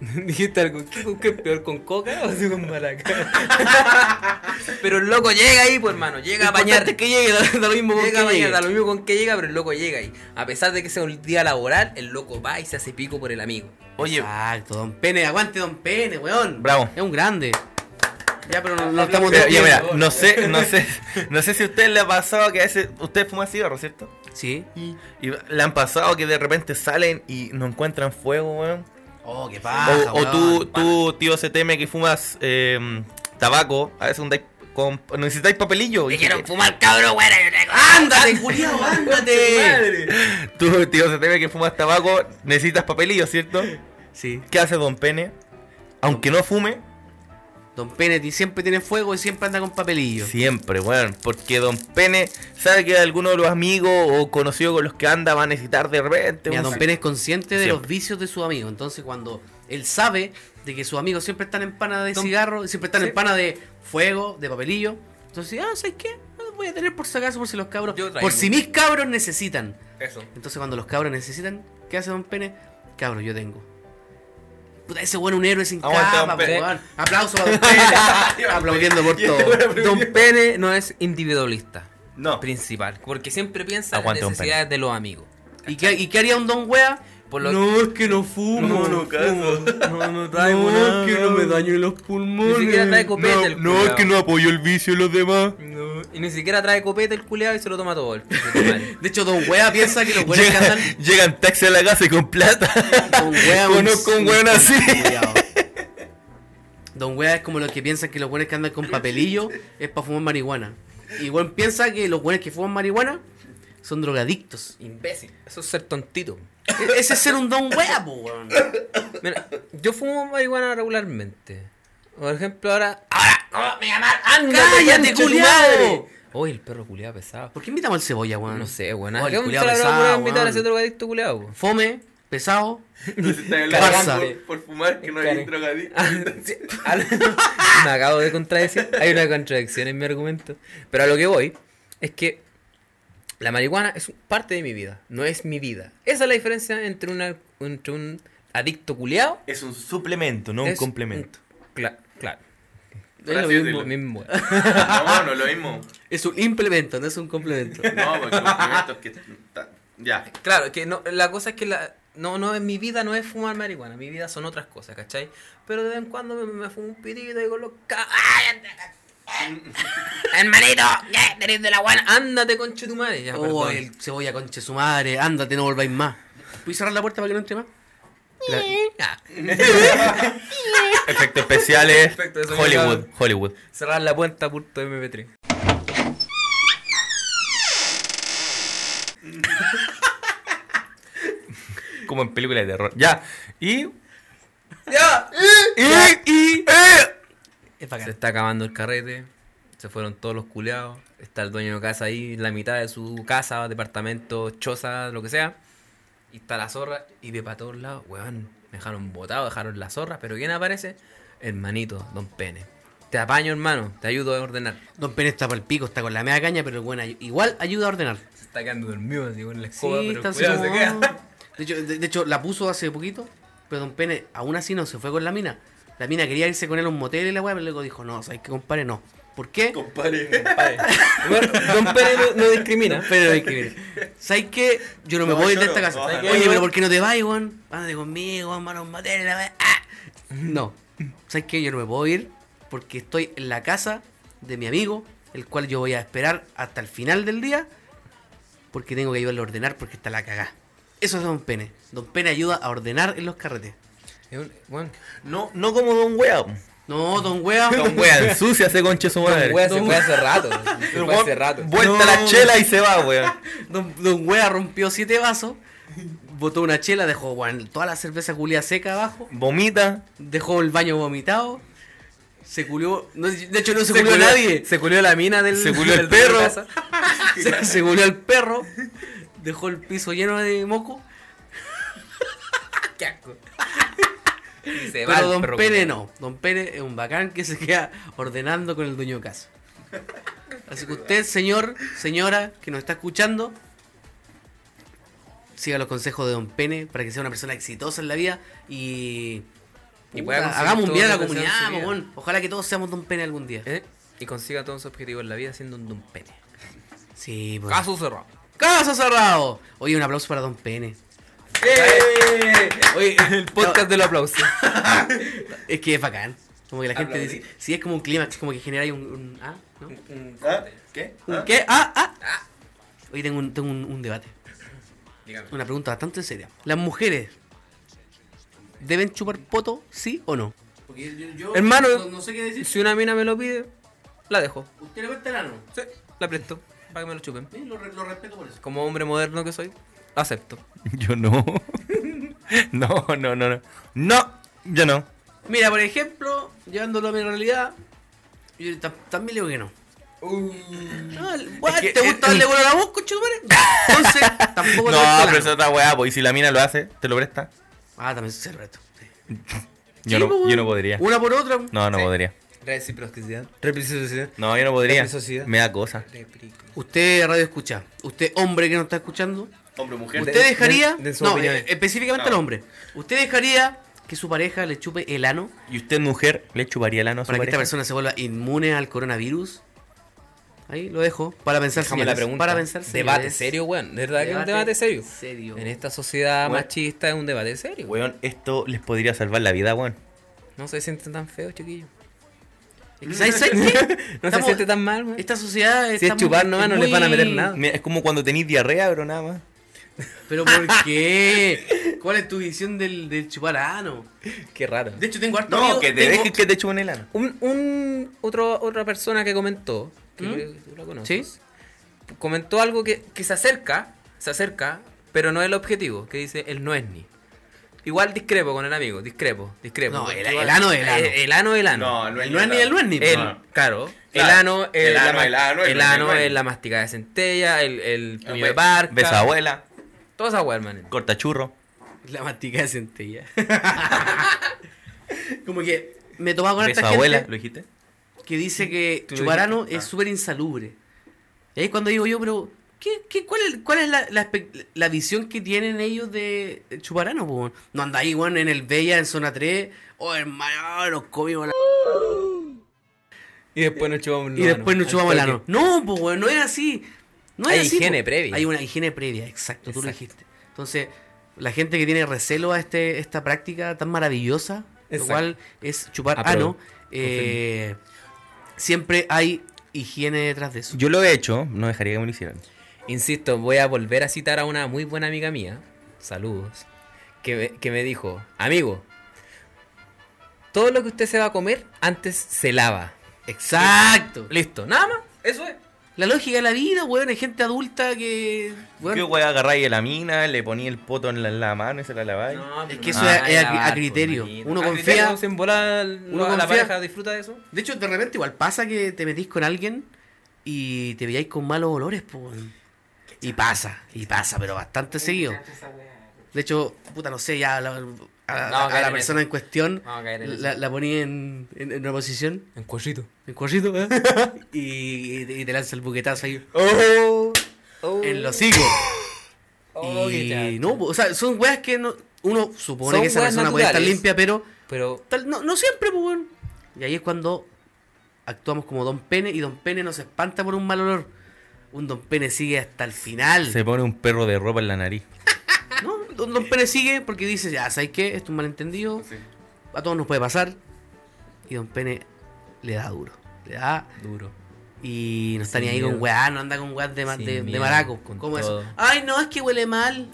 Speaker 2: Dijiste algo, ¿qué, qué es peor con coca o así con maraca? <laughs> pero el loco llega ahí, pues hermano, llega a bañar.
Speaker 1: Importante que llegue, da, da lo mismo con
Speaker 2: Llega
Speaker 1: que
Speaker 2: mañana,
Speaker 1: llegue.
Speaker 2: da lo mismo con que llega, pero el loco llega ahí. A pesar de que sea un día laboral, el loco va y se hace pico por el amigo.
Speaker 3: Oye,
Speaker 1: Exacto, don Pene, aguante don Pene, weón.
Speaker 3: Bravo.
Speaker 1: Es un grande. Ya, pero no, no estamos
Speaker 3: mira, ya, mira,
Speaker 1: despidiendo.
Speaker 3: no sé, no sé, no sé si a ustedes les ha pasado que a veces ustedes fuman cigarro, ¿cierto?
Speaker 1: Sí.
Speaker 3: Y le han pasado que de repente salen y no encuentran fuego, weón.
Speaker 1: Oh, qué paja.
Speaker 3: o o
Speaker 1: weón.
Speaker 3: tú, tú, tío CTM, que fumas eh, tabaco, a veces andáis con- necesitáis papelillo. Y
Speaker 5: Dijeron fumar cabrón, buena. Yo traigo.
Speaker 1: ¡Ándate, culiao, ándate!
Speaker 3: tú, tío CTM, que fumas tabaco, necesitas papelillo, ¿cierto?
Speaker 1: Sí,
Speaker 3: ¿Qué hace Don Pene? Aunque no fume,
Speaker 1: don Pene ti- siempre tiene fuego y siempre anda con papelillo.
Speaker 3: siempre, weón. Porque Don Pene sabe que alguno de los amigos o conocidos con los que anda va a necesitar de repente.
Speaker 1: Mira,
Speaker 3: un-
Speaker 1: don Pene es consciente de
Speaker 3: Siempre.
Speaker 1: los vicios de su amigo. Entonces, cuando él sabe de que sus amigos siempre están en pana de
Speaker 2: Don-
Speaker 1: cigarro, siempre están
Speaker 2: Sí.
Speaker 1: en pana de fuego, de papelillo, entonces, ah, ¿sabes qué? Voy a tener por si acaso, por si los cabros.
Speaker 2: Yo traigo.
Speaker 1: Por si mis cabros necesitan.
Speaker 2: Eso.
Speaker 1: Entonces cuando los cabros necesitan, ¿qué hace Don Pene? Cabros, yo tengo. Puta, ese bueno un héroe sin
Speaker 3: Aguanta,
Speaker 1: capa,
Speaker 3: Don Pene.
Speaker 1: weón. Aplauso para Don
Speaker 2: <laughs>
Speaker 1: Pene. Aplaudiendo por todo.
Speaker 2: Don Pene no es individualista
Speaker 3: No.
Speaker 2: principal, porque siempre piensa
Speaker 3: Aguante,
Speaker 2: en
Speaker 3: don
Speaker 2: las necesidades de los amigos.
Speaker 1: ¿Y qué, ¿Y qué haría un Don Wea?
Speaker 2: Por lo-
Speaker 1: es que no fumo. No,
Speaker 2: No, no
Speaker 1: daño los
Speaker 2: Ni
Speaker 1: pulmones.
Speaker 2: siquiera trae copete el culiao.
Speaker 3: apoyó el vicio de los demás.
Speaker 2: No, Y ni siquiera trae copete el culeado y se lo toma todo el puto <laughs> mal.
Speaker 1: De hecho, Don Wea piensa que los buenos
Speaker 3: <laughs>
Speaker 1: que
Speaker 3: Llegan,
Speaker 1: andan
Speaker 3: llegan taxi a la casa y con plata.
Speaker 1: Don Wea un-
Speaker 3: Conozco un weón así.
Speaker 1: culiao. Don Wea es como los que piensan que los buenos que andan con papelillo es para fumar marihuana. Y weón piensa que los buenos que fuman marihuana son drogadictos.
Speaker 2: Imbécil. Eso es ser tontito.
Speaker 1: E- Ese es ser un Don Wea, po, weón.
Speaker 2: Mira, yo fumo marihuana regularmente. Por ejemplo, ahora. ¡Ahora! ¡Oh, ¡Me llamar!
Speaker 1: ¡Cállate, culiao!
Speaker 2: Oye, el perro culeado pesado.
Speaker 1: ¿Por qué invitamos al cebolla, weón?
Speaker 2: No sé, weón.
Speaker 1: Oh, el
Speaker 2: ¿A qué un
Speaker 1: culiao
Speaker 2: salado
Speaker 1: pesado,
Speaker 2: voy a invitar
Speaker 1: weón.
Speaker 2: a ese drogadicto culeado? po?
Speaker 1: Fome, pesado.
Speaker 4: Barça.
Speaker 1: Barça.
Speaker 4: Por, por fumar que no hay
Speaker 1: <laughs>
Speaker 2: Karen.
Speaker 4: drogadicto.
Speaker 2: Sí, a lo- <laughs> Me acabo de contradecir. Hay una contradicción en mi argumento. Pero a lo que voy es que la marihuana es un- parte de mi vida, no es mi vida. Esa es la diferencia entre, una, entre un adicto culeado.
Speaker 3: <laughs> Es un suplemento, no un
Speaker 2: es
Speaker 3: complemento.
Speaker 2: un- <laughs> Cla- claro.
Speaker 4: Por
Speaker 2: Es lo
Speaker 4: así
Speaker 2: mismo,
Speaker 4: decirlo.
Speaker 2: mismo.
Speaker 4: No, no lo mismo.
Speaker 1: Es un implemento, no es un complemento.
Speaker 4: No, porque los pimientos que. ta- Ya.
Speaker 2: <laughs> Claro, que no, la cosa es que la, no, no, en mi vida no es fumar marihuana, mi vida son otras cosas, ¿cachai? Pero de vez en cuando me, me fumo un pitito y con los ca-
Speaker 5: Ay, anda, eh. Hermanito, ¿qué? Tenés de la buena.
Speaker 2: Ándate, conche tu madre.
Speaker 1: <laughs>
Speaker 2: Ya,
Speaker 1: Oh,
Speaker 2: perdón.
Speaker 1: el cebolla conche su madre. Ándate, no volváis más. ¿Puedes cerrar la puerta para que no entre más? La-
Speaker 2: Ah,
Speaker 3: Efectos especiales.
Speaker 2: Perfecto, eso
Speaker 3: Hollywood,
Speaker 2: ya-
Speaker 3: Hollywood.
Speaker 2: cerrar la puerta punto mp3.
Speaker 3: Como en películas de terror. Ya. Y.
Speaker 2: ¡Ya!
Speaker 3: Y. Y. eh.
Speaker 2: Se está acabando el carrete. Se fueron todos los culeados. Está el dueño de casa ahí, en la mitad de su casa, departamento, choza, lo que sea. Y está la zorra y ve para todos lados. Weón, me dejaron botado, dejaron la zorra. Pero ¿quién aparece? Hermanito, don Pene. Te apaño, hermano. Te ayudo a ordenar.
Speaker 1: Don Pene está para el pico, está con la media caña, pero bueno, igual ayuda a ordenar.
Speaker 2: Se está quedando dormido así con la
Speaker 1: Sí,
Speaker 2: escoba, pero
Speaker 1: está
Speaker 2: el
Speaker 1: así
Speaker 2: culeado se
Speaker 1: como-
Speaker 2: queda.
Speaker 1: <laughs> De hecho, de, de hecho, la puso hace poquito, pero Don Pene aún así no se fue con la mina. La mina quería irse con él a un motel y la weá, pero luego dijo, no, ¿sabes qué, compadre? No. ¿Por qué?
Speaker 4: Compadre.
Speaker 2: Bueno, don Pene no, no discrimina.
Speaker 1: Pero hay que ver. ¿Sabes qué? Yo no me
Speaker 4: No,
Speaker 1: voy
Speaker 4: yo
Speaker 1: de esta
Speaker 4: no.
Speaker 1: casa.
Speaker 4: Ojalá.
Speaker 1: Oye, pero ¿por qué no te vas, Iván? Ándate conmigo, vamos a un motel, la wea. Ah. No. ¿Sabes qué? Yo no me puedo ir porque estoy en la casa de mi amigo, el cual yo voy a esperar hasta el final del día porque tengo que ayudarle a ordenar porque está la cagá. Eso es Don Pene. Don Pene ayuda a ordenar en los carretes.
Speaker 2: Es un- Bueno,
Speaker 3: No, no como Don Wea.
Speaker 1: No, Don
Speaker 4: <laughs>
Speaker 1: Wea.
Speaker 3: Don Wea <laughs> ensucia ese conche su madre.
Speaker 2: el weón se fue hace rato. Se
Speaker 3: El
Speaker 2: fue hace
Speaker 3: weón
Speaker 2: rato.
Speaker 3: Vuelta
Speaker 1: No.
Speaker 3: la chela y se va, weón.
Speaker 1: Don, don Wea rompió siete vasos, botó una chela, dejó weón, toda la cerveza culia seca abajo.
Speaker 3: Vomita.
Speaker 1: dejó el baño vomitado, se culió, no, de hecho no se,
Speaker 2: Se
Speaker 1: culió,
Speaker 2: culió-
Speaker 1: nadie,
Speaker 2: Se culió la mina del.
Speaker 3: Se culió
Speaker 2: <laughs> del
Speaker 3: el
Speaker 2: dueño de
Speaker 3: perro.
Speaker 2: casa. <laughs>
Speaker 1: se, se culió al perro, dejó el piso lleno de <laughs> moco,
Speaker 2: ¡Qué asco! Y se va
Speaker 1: pero
Speaker 2: el
Speaker 1: Don
Speaker 2: perro
Speaker 1: Pene
Speaker 2: culiao.
Speaker 1: no, Don Pene es un bacán que se queda ordenando con el dueño de casa. Así que usted, señor, señora, que nos está escuchando, siga los consejos de Don Pene para que sea una persona exitosa en la vida y,
Speaker 2: Y pueda
Speaker 1: Puta,
Speaker 2: conseguir
Speaker 1: hagamos un
Speaker 2: todo
Speaker 1: bien a la
Speaker 2: lo que sea en
Speaker 1: comunidad,
Speaker 2: su vida.
Speaker 1: weón. Ojalá que todos seamos Don Pene algún día.
Speaker 2: ¿Eh? Y consiga todos sus objetivos en la vida siendo un, un pene.
Speaker 1: Sí, pues.
Speaker 2: Caso cerrado.
Speaker 1: Caso cerrado. Oye, un aplauso para Don Pene.
Speaker 2: Oye, el podcast del aplauso.
Speaker 1: Es que es bacán. Como que la gente
Speaker 4: Aplaudí.
Speaker 1: dice, sí, es como un clímax, como que genera ahí un, un- ah, ¿no?
Speaker 4: ¿Ah? ¿Qué?
Speaker 1: ¿Un
Speaker 4: ¿Ah?
Speaker 1: qué? Ah, ah. Hoy tengo un, tengo un, un debate,
Speaker 2: Dígame.
Speaker 1: una pregunta bastante seria. ¿Las mujeres deben chupar poto, sí o no? Porque yo,
Speaker 2: Hermano, no-
Speaker 1: sé qué decir.
Speaker 2: Si una mina me lo pide, la dejo.
Speaker 1: Usted le cuesta el ano.
Speaker 2: Sí, la presto. Para que me lo chupen.
Speaker 1: Lo, respeto por eso.
Speaker 2: Como hombre moderno que soy, acepto.
Speaker 3: Yo no. <laughs> No, no, no, no. No, yo no.
Speaker 1: Mira, por ejemplo, llevándolo a mi realidad, yo ta- también le digo que no. Ah, what,
Speaker 2: que
Speaker 1: ¿Te
Speaker 2: es-
Speaker 1: gusta darle vuelo a la voz, <laughs> conchetumare? Entonces, tampoco te
Speaker 3: No,
Speaker 1: gusta el ano.
Speaker 3: pero eso está weá, pues. Y si la mina lo hace, ¿te lo presta?
Speaker 1: Ah, también se reto. sí.
Speaker 3: Yo,
Speaker 1: Sí, pues,
Speaker 3: no, yo
Speaker 1: weón.
Speaker 3: no podría.
Speaker 1: Una por otra.
Speaker 3: No, no
Speaker 2: Sí.
Speaker 3: podría.
Speaker 2: Reciprocidad. Reciprocidad.
Speaker 3: No, yo no podría.
Speaker 2: La sociedad.
Speaker 3: Me da cosa.
Speaker 1: Usted, radio escucha. Usted, hombre que no está escuchando.
Speaker 4: Hombre, mujer.
Speaker 1: ¿Usted
Speaker 2: de-
Speaker 1: dejaría.
Speaker 2: de su
Speaker 1: no,
Speaker 2: opinión.
Speaker 1: eh, específicamente al hombre. ¿Usted dejaría que su pareja le chupe el ano
Speaker 3: ¿Y usted, mujer, le chuparía el ano a su
Speaker 1: para que esta
Speaker 3: pareja?
Speaker 1: persona se vuelva inmune al coronavirus? Ahí lo dejo. Para pensar
Speaker 2: Déjame la
Speaker 1: señores,
Speaker 2: pregunta.
Speaker 1: Para pensar
Speaker 2: Debate
Speaker 1: señores.
Speaker 2: serio, weón. De verdad que es un debate serio.
Speaker 1: serio.
Speaker 2: En este- esta sociedad
Speaker 3: Weón.
Speaker 2: machista es un debate serio.
Speaker 3: Weón, esto les podría salvar la vida, weón.
Speaker 2: No se sienten tan feos, chiquillos.
Speaker 1: Es que, ¿sabes- sabes qué?
Speaker 2: <laughs> No se
Speaker 1: Estamos-
Speaker 2: siente tan mal, weón.
Speaker 1: Esta sociedad
Speaker 2: Si es chupar nomás, no les van a meter
Speaker 1: muy-
Speaker 2: nada.
Speaker 3: Mira, es como cuando tenéis diarrea, pero nada más.
Speaker 1: ¿Pero por qué? ¿Cuál es tu visión del, del chupar ano?
Speaker 2: Qué raro.
Speaker 1: De hecho, tengo harto
Speaker 3: No,
Speaker 1: amigo-
Speaker 3: que te
Speaker 1: tengo-
Speaker 3: dejes que te chupen el ano.
Speaker 2: Un, un- otro, otra persona que comentó, que
Speaker 1: ¿Mm?
Speaker 2: creo que tú la conoces, comentó algo que, que se acerca, se acerca, pero no es el objetivo, que dice el no es ni. Igual discrepo con el amigo, discrepo, discrepo.
Speaker 1: No,
Speaker 2: porque
Speaker 1: el-
Speaker 2: igual- eh,
Speaker 1: el ano es el ano.
Speaker 2: El, el ano es el ano.
Speaker 4: No,
Speaker 1: El no es ni el no es ni.
Speaker 3: Eh,
Speaker 2: El-
Speaker 1: No.
Speaker 2: Claro, el
Speaker 4: Claro.
Speaker 2: ano, es
Speaker 4: El
Speaker 2: la
Speaker 4: ano,
Speaker 2: ma-
Speaker 4: el ano, el
Speaker 2: el
Speaker 4: no es ni
Speaker 2: ano
Speaker 4: el no.
Speaker 2: es la masticada de centella, el, el puño
Speaker 4: be-
Speaker 2: de barca,
Speaker 3: Besa abuela,
Speaker 2: toda esa weá, hermano.
Speaker 3: corta churro.
Speaker 1: La mastica de centella. <laughs> Como que me he tomado con
Speaker 3: Besa
Speaker 1: esta
Speaker 3: abuela,
Speaker 1: gente
Speaker 3: ¿lo dijiste?
Speaker 1: que dice que
Speaker 2: Tú lo
Speaker 1: chupar ano
Speaker 2: dijiste.
Speaker 1: es
Speaker 2: Ah.
Speaker 1: súper insalubre. Y ahí es cuando digo yo, pero ¿qué, qué, ¿cuál es, cuál es la, la, espe- la visión que tienen ellos de chupar ano? po? No anda ahí, weón, en el Bella, en zona 3. Oh, hermano, nos comimos la...
Speaker 2: Y después nos chupamos el
Speaker 1: Y después nos chupamos el
Speaker 2: ano.
Speaker 1: ano. No, pues, weón, no era así. No era
Speaker 2: Hay
Speaker 1: así,
Speaker 2: higiene
Speaker 1: po.
Speaker 2: previa.
Speaker 1: Hay una higiene previa, exacto, tú lo
Speaker 2: Exacto.
Speaker 1: dijiste. Entonces, la gente que tiene recelo a este esta práctica tan maravillosa, lo
Speaker 2: Exacto.
Speaker 1: cual es chupar
Speaker 2: Apruebo.
Speaker 1: ano, eh, siempre hay higiene detrás de eso.
Speaker 3: Yo lo he hecho, no dejaría que me lo hicieran.
Speaker 2: Insisto, voy a volver a citar a una muy buena amiga mía, saludos, que me, que me dijo, amigo, todo lo que usted se va a comer antes se lava.
Speaker 1: Exacto.
Speaker 2: Listo, nada más, eso es.
Speaker 1: La lógica de la vida, weón, hay gente adulta que. weón,
Speaker 3: ¿Qué weá agarráis a la mina, le poní el poto en la, en la mano y se la laváis?
Speaker 1: es que eso
Speaker 2: Ah,
Speaker 1: es a- es a,
Speaker 2: lavar,
Speaker 1: a criterio.
Speaker 2: pues, manito.
Speaker 1: Uno
Speaker 2: A
Speaker 1: confía.
Speaker 2: criterio, sin volar,
Speaker 1: uno
Speaker 2: la, la
Speaker 1: confía.
Speaker 2: pareja disfruta de eso.
Speaker 1: De hecho, de repente igual pasa que te metís con alguien y te veáis con malos olores, po. weón. Y pasa, y pasa, pero bastante seguido. De hecho, puta, no sé, ya la- a, a-
Speaker 2: Vamos a
Speaker 1: a
Speaker 2: caer
Speaker 1: la
Speaker 2: en
Speaker 1: persona en cuestión
Speaker 2: Vamos a caer en
Speaker 1: la, la poní en, en- en una posición,
Speaker 2: En cuellito.
Speaker 1: en cuadrito,
Speaker 2: <laughs>
Speaker 1: ¿eh? y, y te- y te lanza el buquetazo ahí en los higos.
Speaker 2: Oh, qué
Speaker 1: y
Speaker 2: chato.
Speaker 1: no, po, o sea, son weas que no- uno supone
Speaker 2: Son
Speaker 1: que esa
Speaker 2: weas
Speaker 1: persona puede estar
Speaker 2: naturales.
Speaker 1: limpia, pero
Speaker 2: Pero
Speaker 1: Tal- no, no siempre, pues, weón. Y ahí es cuando actuamos como Don Pene y Don Pene nos espanta por un mal olor. Un Don Pene sigue hasta el final.
Speaker 3: Se pone un perro de ropa en la nariz.
Speaker 1: No, don, Don Pene sigue porque dice, ya, ¿sabes qué? Esto es un malentendido. A todos nos puede pasar. Y Don Pene le da duro. Le da
Speaker 2: duro.
Speaker 1: y no está
Speaker 2: Sin
Speaker 1: ni ahí
Speaker 2: miedo.
Speaker 1: con weá, no anda con weá de, ma-
Speaker 2: Sin
Speaker 1: de, de
Speaker 2: miedo,
Speaker 1: maraco.
Speaker 2: con
Speaker 1: ¿Cómo
Speaker 2: todo.
Speaker 1: eso? Ay, no, es que huele
Speaker 2: <laughs>
Speaker 1: mal.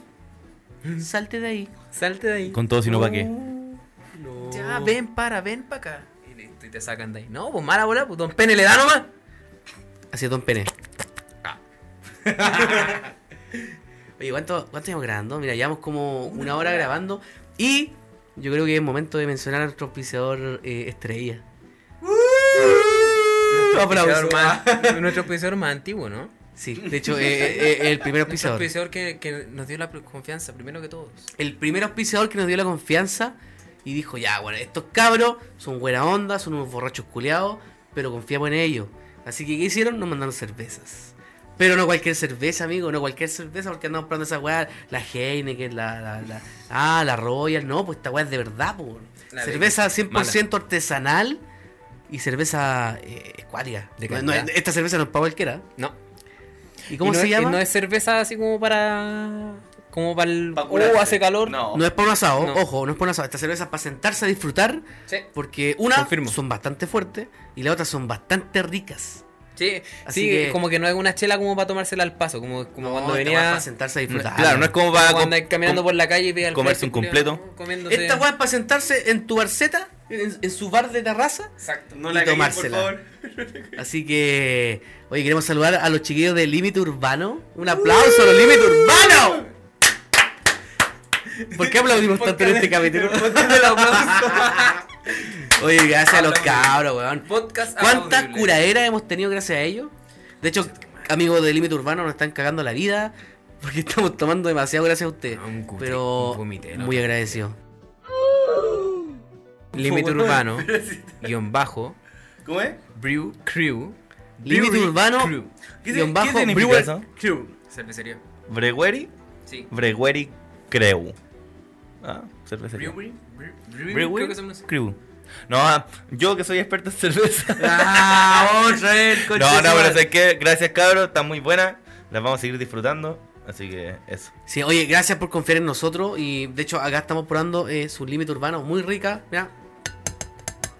Speaker 1: Salte de ahí.
Speaker 2: Salte de ahí.
Speaker 3: Con todo, si no, ¿para qué?
Speaker 2: Ya, ven para, ven para acá. Y listo, y te sacan de ahí. No, pues mala bola, pues don Pene le da nomás.
Speaker 1: Así es, Don Pene.
Speaker 2: Ah.
Speaker 1: <laughs> Oye, ¿cuánto, ¿cuánto llevamos grabando? Mira, llevamos como una, hora grabando. Y yo creo que es momento de mencionar a nuestro auspiciador eh, estrella. <laughs>
Speaker 2: Nuestro
Speaker 1: Aplauso.
Speaker 2: Uh. auspiciador más- Nuestro auspiciador más antiguo, ¿no?
Speaker 1: Sí, de hecho, eh, eh, eh, el
Speaker 2: <laughs>
Speaker 1: primer
Speaker 2: Nuestro
Speaker 1: auspiciador.
Speaker 2: auspiciador que, que nos dio la confianza, primero que todos.
Speaker 1: El primer auspiciador que nos dio la confianza y dijo, ya, bueno, estos cabros son buena onda, son unos borrachos culeados, pero confiamos en ellos. Así que, ¿qué hicieron? Nos mandaron cervezas. Pero no cualquier cerveza, amigo, no cualquier cerveza, porque andamos probando esa weá, la Heineken, la, la, la- Ah, la Royal, no, pues esta weá es de verdad, po.
Speaker 2: La de-
Speaker 1: cerveza 100% artesanal y cerveza eh, escuálida.
Speaker 2: De
Speaker 1: No, no,
Speaker 2: calidad.
Speaker 1: esta cerveza no es para cualquiera.
Speaker 2: No.
Speaker 1: ¿Y cómo
Speaker 2: Y no
Speaker 1: se
Speaker 2: es-
Speaker 1: llama?
Speaker 2: No es cerveza así como para. Como para el.
Speaker 4: Pa' curarse.
Speaker 2: oh, hace calor.
Speaker 4: No.
Speaker 1: No es para un asado,
Speaker 2: No.
Speaker 1: ojo, no es para un asado. Esta cerveza es para sentarse a disfrutar,
Speaker 2: Sí.
Speaker 1: porque una,
Speaker 2: Confirmo.
Speaker 1: son bastante fuertes y la otra son bastante ricas.
Speaker 2: Sí,
Speaker 1: Así
Speaker 2: sí,
Speaker 1: que-
Speaker 2: como que no es una chela como para tomársela al paso. Como, como
Speaker 1: No,
Speaker 2: cuando
Speaker 1: esta
Speaker 2: venía.
Speaker 1: weá es para sentarse a disfrutar.
Speaker 3: Claro, no es como para.
Speaker 2: Cuando
Speaker 3: com-
Speaker 2: andáis caminando
Speaker 3: com-
Speaker 2: por la calle y veis al
Speaker 3: comerse
Speaker 2: Freddy
Speaker 3: un completo.
Speaker 2: culiao comiéndose-
Speaker 1: Esta weá es para sentarse en tu barceta, en, en su bar de terraza.
Speaker 2: Exacto.
Speaker 4: No
Speaker 1: y
Speaker 4: la caguen, por
Speaker 1: tomársela.
Speaker 4: favor.
Speaker 1: Así que, oye, queremos saludar a los chiquillos de Límite Urbano. Un aplauso a los Límite Urbano. ¿Por qué aplaudimos tanto
Speaker 2: <laughs>
Speaker 1: en este capítulo? Oye, gracias a los cabros, weón.
Speaker 2: Podcast
Speaker 1: ¿Cuántas
Speaker 2: audible.
Speaker 1: curaderas hemos tenido gracias a ellos? De hecho, amigos de Límite Urbano nos están cagando la vida porque estamos tomando demasiado gracias a ustedes.
Speaker 2: No, Ah, un cutre-
Speaker 1: Pero
Speaker 2: un vomité, ¿no?
Speaker 1: muy agradecido.
Speaker 2: Límite <laughs> urbano, guión bajo,
Speaker 4: ¿Cómo es?
Speaker 2: brew, crew,
Speaker 1: Límite
Speaker 2: brewery
Speaker 1: Urbano,
Speaker 2: crew.
Speaker 4: ¿Qué,
Speaker 1: guión
Speaker 4: qué
Speaker 1: bajo,
Speaker 4: significa
Speaker 1: Brewer
Speaker 3: eso?
Speaker 1: Crew.
Speaker 2: Cervecería.
Speaker 3: Bregueri,
Speaker 2: Sí.
Speaker 3: Bregueri, Creu. Ah, cerveza.
Speaker 2: Brewery. bre- brewery,
Speaker 3: Brewery,
Speaker 2: Creo que son así.
Speaker 3: Creu. No, ah, yo que soy experto en cerveza.
Speaker 1: <laughs> Ah, otra vez,
Speaker 3: no,
Speaker 1: coche
Speaker 3: no,
Speaker 1: su
Speaker 3: pero
Speaker 1: madre.
Speaker 3: sé que gracias, cabros, están muy buenas. Las vamos a seguir disfrutando. Así que eso.
Speaker 1: Sí, oye, gracias por confiar en nosotros. Y de hecho, acá estamos probando eh, su límite urbano, muy rica. Mira,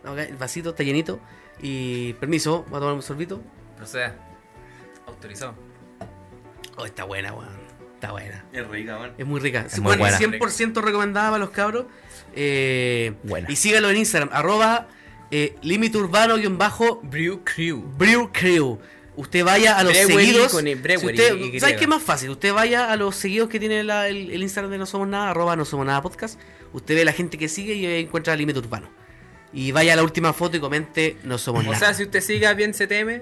Speaker 1: Acá el vasito está llenito. Y permiso, voy a tomar un sorbito.
Speaker 2: Proceda. Autorizado.
Speaker 1: Oh, está buena, weón. Está buena.
Speaker 4: Es rica, man.
Speaker 1: Es muy rica. Sí,
Speaker 3: muy
Speaker 1: bueno,
Speaker 3: buena.
Speaker 1: 100% recomendada para los cabros. Eh,
Speaker 3: Buena.
Speaker 1: Y sígalo en Instagram, arroba eh, límite urbano-bajo
Speaker 2: Brew Crew.
Speaker 1: Brew Crew. Usted vaya a los
Speaker 2: Brewery
Speaker 1: seguidos.
Speaker 2: con el brewery,
Speaker 1: si usted-
Speaker 2: y
Speaker 1: ¿Sabes
Speaker 2: griega.
Speaker 1: qué es más fácil? Usted vaya a los seguidos que tiene la- el, el Instagram de No Somos Nada, arroba No Somos Nada Podcast. Usted ve la gente que sigue y encuentra el límite urbano. Y vaya a la última foto y comente No Somos
Speaker 2: O
Speaker 1: Nada.
Speaker 2: sea, si usted siga bien CTM,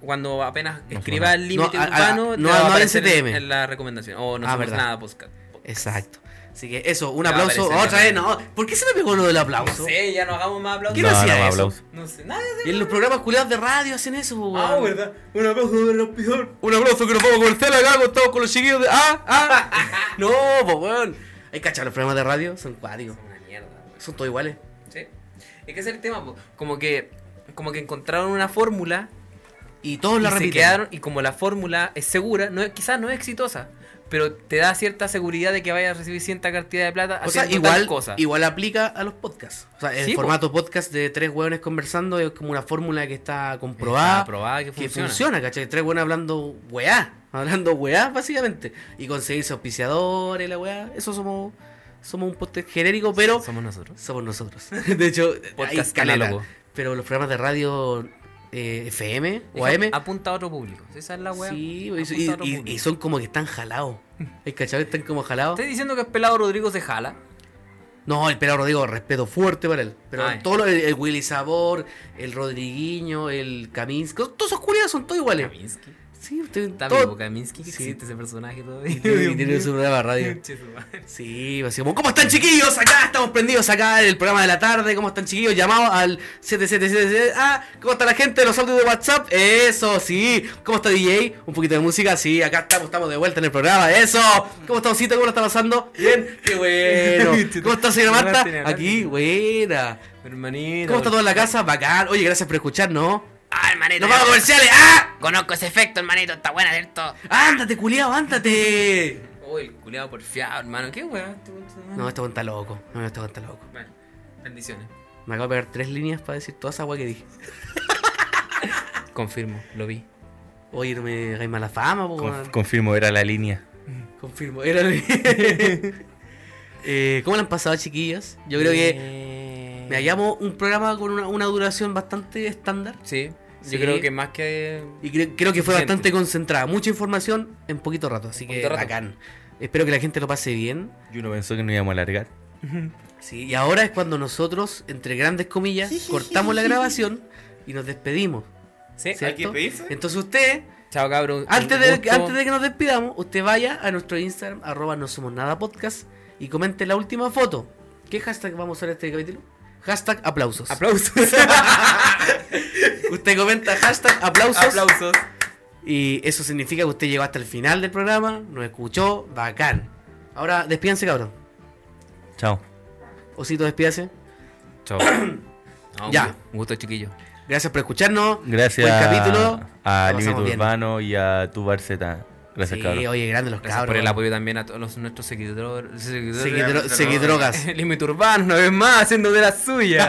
Speaker 2: cuando apenas escriba
Speaker 3: suena.
Speaker 2: el límite
Speaker 1: No, a- a-
Speaker 2: urbano, te
Speaker 1: no,
Speaker 2: va a
Speaker 1: no en
Speaker 2: aparecer en,
Speaker 1: CTM.
Speaker 2: en la recomendación. O no
Speaker 1: Ah,
Speaker 2: somos
Speaker 1: verdad.
Speaker 2: nada podcast.
Speaker 1: Exacto. Así que eso, un
Speaker 2: Ya
Speaker 1: aplauso.
Speaker 2: aparece,
Speaker 1: Otra
Speaker 2: ya
Speaker 1: vez, no. ¿Por qué se me pegó lo del
Speaker 2: No
Speaker 1: aplauso?
Speaker 2: sé, ya no hagamos más aplausos.
Speaker 1: ¿Quién
Speaker 3: No,
Speaker 1: hacía
Speaker 3: no,
Speaker 1: eso?
Speaker 3: aplausos.
Speaker 2: No sé, nadie
Speaker 1: Y en los programas culiados de radio hacen eso, po,
Speaker 4: Ah,
Speaker 2: Ah,
Speaker 1: weón.
Speaker 4: Un aplauso de los peor.
Speaker 1: Un aplauso que nos vamos a comercial acá, pues, estamos con los chiquillos de. ¡Ah!
Speaker 2: <laughs>
Speaker 1: ¡Ah! no, po, weón. Hay que los programas de radio, son cuáticos.
Speaker 2: Es una mierda, güey.
Speaker 1: Son todos iguales.
Speaker 2: Sí. Es que ese es el tema, po. como que como que encontraron una fórmula
Speaker 1: Y todos
Speaker 2: y
Speaker 1: la
Speaker 2: se
Speaker 1: repiten.
Speaker 2: quedaron y como la fórmula es segura, no es, quizás no es exitosa, pero te da cierta seguridad de que vayas a recibir cierta cantidad de plata
Speaker 1: O sea,
Speaker 2: haciendo
Speaker 1: igual,
Speaker 2: tal cosa.
Speaker 1: igual aplica a los podcasts. O sea, el
Speaker 2: Sí, po.
Speaker 1: formato podcast de tres hueones conversando es como una fórmula que está comprobada.
Speaker 2: Está probada Ah, que
Speaker 1: que
Speaker 2: funciona.
Speaker 1: funciona. ¿cachai? Tres hueones hablando weá. Hablando weá, básicamente. Y conseguirse auspiciadores, la weá. Eso somos, somos un podcast genérico, pero
Speaker 2: somos nosotros.
Speaker 1: somos nosotros. <laughs> De hecho, hay
Speaker 2: Podcast
Speaker 1: caleta.
Speaker 2: análogo.
Speaker 1: Pero los programas de radio eh, FM o
Speaker 2: Es que
Speaker 1: AM.
Speaker 2: Apunta a otro público. Esa es la wea.
Speaker 1: Sí,
Speaker 2: Apunta
Speaker 1: y,
Speaker 2: a otro
Speaker 1: y- y
Speaker 2: público.
Speaker 1: son como que están jalados. ¿Hay cachai? Están como jalados.
Speaker 2: ¿Estás diciendo que es pelado Rodrigo se jala?
Speaker 1: No, el pelado Rodrigo, respeto fuerte para él. Pero
Speaker 2: Ay.
Speaker 1: todo lo- el, el Willy Sabor, el Rodriguinho, el Kaminsky, todos esos culiados son todos iguales.
Speaker 2: Kaminsky.
Speaker 1: Sí, usted,
Speaker 2: Está
Speaker 1: todo-
Speaker 2: vivo Kaminsky, que
Speaker 1: Sí.
Speaker 2: existe ese personaje
Speaker 1: y tiene, y <laughs>
Speaker 2: todavía.
Speaker 1: tiene
Speaker 2: <laughs>
Speaker 1: su programa de radio.
Speaker 2: Che, su madre.
Speaker 1: Sí, así como, ¿cómo están chiquillos? Acá estamos prendidos acá en el programa de la tarde. ¿Cómo están chiquillos? Llamados al 7777. Ah, ¿cómo está la gente? Los audios de WhatsApp. Eso, sí. ¿Cómo está DJ? Un poquito de música. Sí, acá estamos, estamos de vuelta en el programa. Eso. ¿Cómo está Osito? ¿Cómo lo está pasando? Bien. Qué bueno. ¿Cómo está señora Marta? Aquí, buena.
Speaker 2: Hermanito.
Speaker 1: ¿Cómo está toda la casa? Bacán. Oye, gracias por escucharnos.
Speaker 5: Ah, hermanito.
Speaker 1: ¡Nos
Speaker 5: ya
Speaker 1: vamos a comerciales! ¡Ah!
Speaker 5: Conozco ese efecto, hermanito. Está buena, ¿cierto?
Speaker 1: ¡Ándate, culiao, ándate!
Speaker 2: Uy, el culiado porfiado, hermano. ¿Qué weá?
Speaker 1: No, este cuenta loco. No, este cuenta loco.
Speaker 2: Bueno, bendiciones.
Speaker 1: Me acabo de pegar tres líneas para decir toda esa agua que dije.
Speaker 2: Confirmo, lo vi.
Speaker 1: Oye, no me hagáis mala fama, po,
Speaker 3: Con-
Speaker 1: weón.
Speaker 3: confirmo, era la línea.
Speaker 1: Confirmo. Era <laughs> Eh, ¿Cómo lo han pasado, chiquillos? Yo creo que
Speaker 2: que.
Speaker 1: me hallamos un programa con una, una duración bastante estándar.
Speaker 2: Sí,
Speaker 1: Sí.
Speaker 2: yo creo que más que.
Speaker 1: Y cre- creo que fue
Speaker 2: Suficiente.
Speaker 1: bastante concentrada. Mucha información en poquito rato. Así
Speaker 2: En
Speaker 1: que
Speaker 2: poquito rato.
Speaker 1: bacán. Espero que la gente lo pase bien.
Speaker 3: Yo no pensó que no íbamos a alargar.
Speaker 1: Sí, y ahora es cuando nosotros, entre grandes comillas, cortamos la grabación y nos despedimos.
Speaker 2: Sí,
Speaker 1: ¿cierto?
Speaker 4: que despedirse.
Speaker 1: Entonces usted,
Speaker 2: chao cabrón. un
Speaker 1: antes de,
Speaker 2: gusto.
Speaker 1: antes de que nos despidamos, usted vaya a nuestro Instagram, arroba no somos nada podcast, y comente la última foto. ¿Qué hashtag vamos a usar este capítulo? Hashtag <laughs> aplausos.
Speaker 2: Aplausos.
Speaker 1: Usted comenta hashtag aplausos.
Speaker 2: Aplausos.
Speaker 1: Y eso significa que usted llegó hasta el final del programa, nos escuchó, bacán. Ahora despídanse, cabrón.
Speaker 3: Chao.
Speaker 1: Osito, despídase.
Speaker 2: Chao. No,
Speaker 1: Ya.
Speaker 2: un- Un gusto, chiquillo.
Speaker 1: Gracias por escucharnos.
Speaker 3: <coughs> Gracias
Speaker 1: Buen capítulo.
Speaker 3: a
Speaker 1: La pasamos
Speaker 3: Límite
Speaker 1: bien.
Speaker 3: Urbano y a tu Barceta. Gracias,
Speaker 1: Sí,
Speaker 3: cabrón.
Speaker 1: oye, grande los
Speaker 2: Gracias
Speaker 1: cabros.
Speaker 2: por el apoyo también a todos los- nuestros seguidores.
Speaker 1: Seguidro- seguidrogas.
Speaker 2: <laughs> Límite Urbano, una vez más, haciendo de
Speaker 1: <laughs>
Speaker 2: la suya.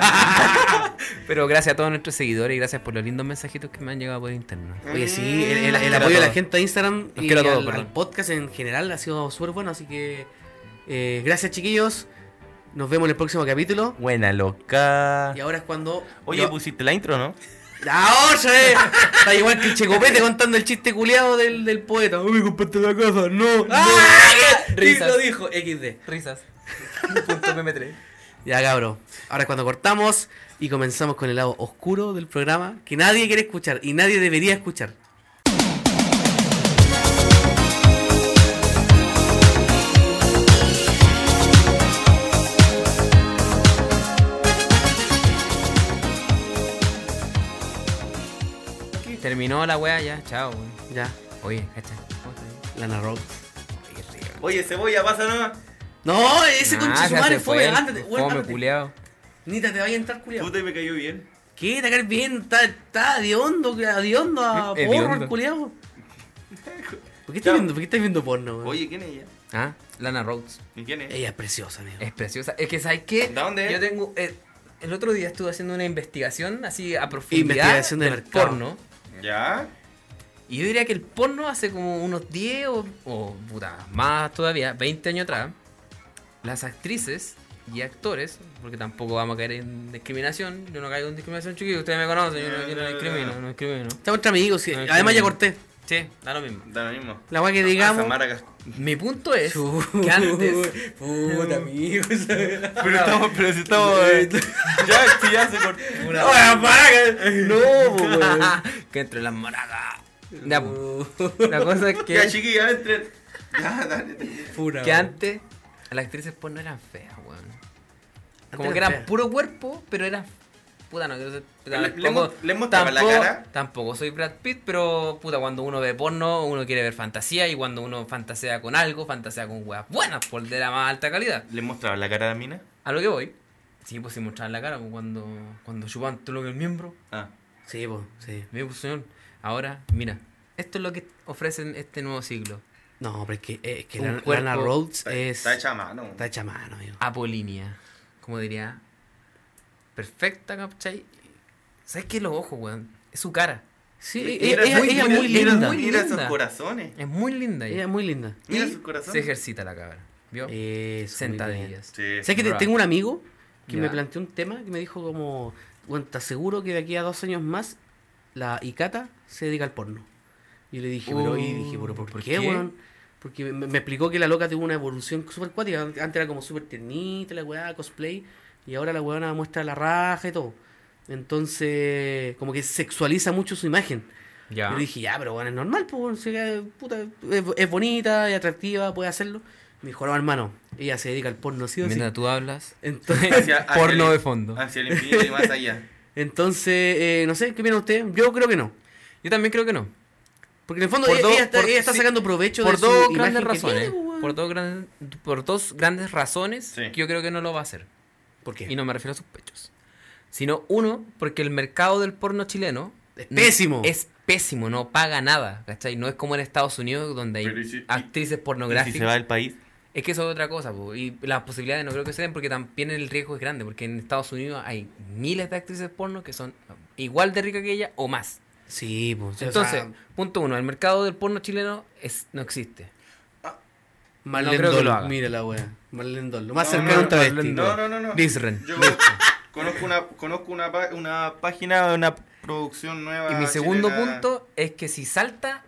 Speaker 2: Pero gracias a todos nuestros seguidores y gracias por los lindos mensajitos que me han llegado por interno.
Speaker 1: Oye, sí, el, el- el
Speaker 2: quiero
Speaker 1: apoyo de la
Speaker 2: todo.
Speaker 1: gente a Instagram y
Speaker 2: quiero todo,
Speaker 1: al,
Speaker 2: perdón.
Speaker 1: al podcast en general ha sido súper bueno, así que eh, gracias chiquillos. Nos vemos en el próximo capítulo.
Speaker 3: Buena loca.
Speaker 1: Y ahora es cuando...
Speaker 3: Oye,
Speaker 1: yo-
Speaker 3: pusiste la intro, ¿no?
Speaker 1: ¡Ah, oye! Está igual que el Checopete contando el chiste culiado del, del poeta. ¡Uy, compraste la casa! ¡No! <laughs> no.
Speaker 2: Risas.
Speaker 1: ¡Ah! Lo dijo XD. <laughs>
Speaker 2: Risas. <laughs> Punto meme3.
Speaker 1: Ya, cabro. Ahora es cuando cortamos y comenzamos con el lado oscuro del programa que nadie quiere escuchar y nadie debería escuchar.
Speaker 2: Terminó la wea ya, chao. weón.
Speaker 1: Ya,
Speaker 2: Oye, cacha. ¿cómo estás?
Speaker 1: Lana Rhodes.
Speaker 2: Oye, rico.
Speaker 4: Oye, cebolla, pasa nomás.
Speaker 1: No, ese
Speaker 2: Ah,
Speaker 1: concha su
Speaker 2: ya
Speaker 1: madre
Speaker 2: se
Speaker 1: fue,
Speaker 2: fue.
Speaker 1: ándate, weón,
Speaker 2: Fome,
Speaker 1: ándate.
Speaker 2: culiao.
Speaker 1: Nita, te vaya a entrar, culiado.
Speaker 4: Puta, y me cayó bien.
Speaker 1: ¿Qué? Te caer bien, está, está de hondo, de hondo
Speaker 2: <laughs>
Speaker 1: a
Speaker 2: Eh,
Speaker 1: porro el
Speaker 2: hediondo.
Speaker 1: culiado. ¿Por qué estás viendo, por qué estás viendo porno, weón?
Speaker 4: Oye, ¿quién es ella?
Speaker 2: Ah, Lana Rhodes.
Speaker 4: ¿Y quién es?
Speaker 1: Ella es preciosa, amigo.
Speaker 2: Es preciosa. Es que, ¿sabes qué?
Speaker 4: ¿De dónde es?
Speaker 2: Yo tengo. eh, el otro día estuve haciendo una investigación así a profundidad.
Speaker 1: Investigación de
Speaker 2: del
Speaker 1: mercado.
Speaker 2: porno.
Speaker 4: ¿Ya?
Speaker 2: Y yo diría que el porno hace como unos 10 o, o, puta, más todavía, 20 años atrás, las actrices y actores, porque tampoco vamos a caer en discriminación, yo no caigo en discriminación, chiquillos, ustedes me conocen, yo no, yo no discrimino, no discrimino.
Speaker 1: Estamos entre amigos, sí.
Speaker 2: Ah,
Speaker 1: además
Speaker 2: sí.
Speaker 1: ya corté.
Speaker 2: Sí, da lo mismo.
Speaker 4: Da lo mismo.
Speaker 1: La weá que
Speaker 4: Ah,
Speaker 1: digamos.
Speaker 4: <laughs> Samara Cas-
Speaker 2: Mi punto es que antes...
Speaker 1: Antes. Puta, amigo.
Speaker 3: Pero estamos, pero si estamos. eh, ya, si ya se cortó.
Speaker 1: No, weón.
Speaker 2: eh, que entre las maracas. Ya, po. La cosa es
Speaker 4: <laughs> Ya,
Speaker 2: que,
Speaker 4: chiquilla, entren. Ya, dale. te-
Speaker 1: Pura,
Speaker 2: que
Speaker 1: weón.
Speaker 2: antes las actrices porno eran feas, weón. Como
Speaker 1: Antes
Speaker 2: que
Speaker 1: era
Speaker 2: eran
Speaker 1: fea.
Speaker 2: puro cuerpo, pero eran. Puta, no quiero ser. puta,
Speaker 4: Le- le
Speaker 2: tampoco-
Speaker 4: mo- le mostraba la
Speaker 2: tampoco-
Speaker 4: cara.
Speaker 2: Tampoco soy Brad Pitt, pero puta, cuando uno ve porno, uno quiere ver fantasía. Y cuando uno fantasea con algo, fantasea con weas buenas, por de la más alta calidad.
Speaker 3: ¿Le mostraba la cara a la mina?
Speaker 2: A lo que voy. Sí, pues sin mostrar la cara, pues, cuando, cuando chupan todo lo que el miembro.
Speaker 4: Ah.
Speaker 1: Sí, po, sí.
Speaker 2: Me digo, señor, ahora, mira, esto es lo que ofrecen este nuevo siglo:
Speaker 1: No, pero es que, eh, es que
Speaker 2: Un
Speaker 1: Lana,
Speaker 2: cuerpo-
Speaker 1: Lana Rhodes
Speaker 4: Está,
Speaker 1: es.
Speaker 4: está hecha a mano.
Speaker 1: está hecha a mano, amigo.
Speaker 2: apolínea. Como diría, perfecta, ¿cachai? ¿Sabes qué? Los ojos, weón. Es su cara.
Speaker 1: Sí, ella, ella-
Speaker 4: Mira sus-
Speaker 1: ella es
Speaker 4: mira-
Speaker 1: muy
Speaker 4: mira-
Speaker 1: linda.
Speaker 2: muy-
Speaker 4: Mira sus
Speaker 2: linda.
Speaker 4: corazones.
Speaker 2: Es muy linda
Speaker 1: Ella
Speaker 2: ella.
Speaker 1: es muy linda. Eh,
Speaker 4: Mira
Speaker 2: Y
Speaker 4: sus corazones.
Speaker 2: Se ejercita la cabra. ¿Vio?
Speaker 1: Eso, muy bien.
Speaker 2: Sentadillas.
Speaker 4: Sí.
Speaker 1: ¿Sabes que te-
Speaker 2: Right.
Speaker 1: tengo un amigo que me
Speaker 2: Ya.
Speaker 1: planteó un tema que me dijo como, bueno, ¿estás seguro que de aquí a dos años más la Icata se dedica al porno? Y yo le dije, pero, y
Speaker 2: Oh,
Speaker 1: dije, pero ¿por,
Speaker 2: ¿por
Speaker 1: qué,
Speaker 2: qué?
Speaker 1: weón? Porque me, me explicó que la loca tuvo una evolución súper cuática. Antes era como súper ternita, la weá, cosplay. Y ahora la weona muestra la raja y todo. Entonces, como que sexualiza mucho su imagen.
Speaker 2: Ya.
Speaker 1: Yo le dije, ya, pero bueno, es normal, pues, bueno, si que, puta, es, es bonita, es atractiva, puede hacerlo. Me dijo, no, hermano, ella se dedica al porno, sí o sí.
Speaker 2: Mientras tú hablas,
Speaker 1: Entonces,
Speaker 2: <laughs> porno
Speaker 4: el-
Speaker 2: de fondo.
Speaker 4: Hacia el infinito Ah, y
Speaker 1: <laughs>
Speaker 4: más allá.
Speaker 1: entonces eh, no sé, ¿qué viene usted? Yo creo que no.
Speaker 2: Yo también creo que no.
Speaker 1: Porque en el fondo
Speaker 2: Por
Speaker 1: ella,
Speaker 2: dos-
Speaker 1: ella está,
Speaker 2: por-
Speaker 1: ella está
Speaker 2: sí,
Speaker 1: sacando provecho
Speaker 2: Por
Speaker 1: de su
Speaker 2: dos
Speaker 1: imagen
Speaker 2: grandes
Speaker 1: que
Speaker 2: razones.
Speaker 1: tiene, pues, weón.
Speaker 2: por, dos gran- por dos grandes razones
Speaker 4: Sí.
Speaker 2: que yo creo que no lo va a hacer.
Speaker 1: ¿Por qué?
Speaker 2: Y no me refiero a sus pechos. Sino, uno, porque el mercado del porno chileno.
Speaker 1: Es pésimo.
Speaker 2: Es pésimo, no paga nada. ¿Cachai? No es como en Estados Unidos donde
Speaker 4: Pero
Speaker 2: hay
Speaker 4: y si- y-
Speaker 2: actrices
Speaker 3: ¿Y si
Speaker 2: pornográficas.
Speaker 3: se va del país?
Speaker 2: Es que eso es otra cosa, po, y las posibilidades no creo que se den porque también el riesgo es grande, porque en Estados Unidos hay miles de actrices porno que son igual de ricas que ella o más.
Speaker 1: Sí, pues.
Speaker 2: Entonces, punto uno, el mercado del porno chileno es, no existe.
Speaker 1: Marlene
Speaker 2: no creo que
Speaker 1: Dol,
Speaker 2: lo haga.
Speaker 1: mira la wea. Marlene Dol, lo más
Speaker 4: No,
Speaker 1: cercano a un
Speaker 4: no,
Speaker 1: travesti.
Speaker 4: No, no, no, no.
Speaker 2: Disren.
Speaker 4: Yo conozco una, conozco una, pa- una página, una producción nueva.
Speaker 2: Y mi segundo
Speaker 4: chilena.
Speaker 2: punto es que si salta,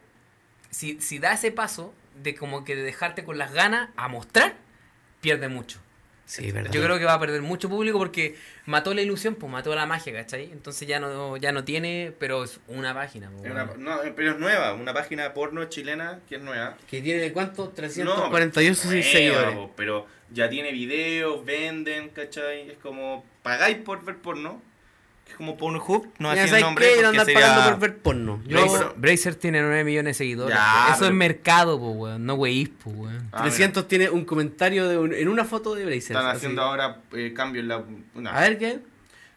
Speaker 2: si, si da ese paso de como que de dejarte con las ganas a mostrar, pierde mucho.
Speaker 1: Sí, verdad.
Speaker 2: Yo creo que va a perder mucho público porque mató la ilusión, pues mató la magia, ¿cachai? Entonces ya no, ya no tiene, pero es una página. po,
Speaker 4: Es una-
Speaker 2: bueno.
Speaker 4: no, pero es nueva, una página porno chilena que es nueva.
Speaker 1: que tiene cuánto?
Speaker 4: No,
Speaker 1: 348
Speaker 4: nueva,
Speaker 1: seguidores.
Speaker 4: po, Pero ya tiene videos, venden, ¿cachai? Es como pagáis por ver porno. Es como Pornhub,
Speaker 1: Mira,
Speaker 4: no así el
Speaker 1: ¿sabes
Speaker 4: nombre.
Speaker 1: qué? Ir a
Speaker 4: porque
Speaker 1: andar
Speaker 4: sería-
Speaker 1: pagando por ver porno. Yo,
Speaker 4: Yo-
Speaker 2: Bracer, Bracer tiene 9 millones de seguidores.
Speaker 4: Ya,
Speaker 2: Eso es
Speaker 4: pero-
Speaker 2: mercado, po, weón. No weís, po, weón.
Speaker 4: Ah, mira,
Speaker 1: 300 tiene un comentario de un- en una foto de Bracer.
Speaker 4: Están
Speaker 1: así.
Speaker 4: haciendo ahora eh, cambio en la. no.
Speaker 1: A ver qué.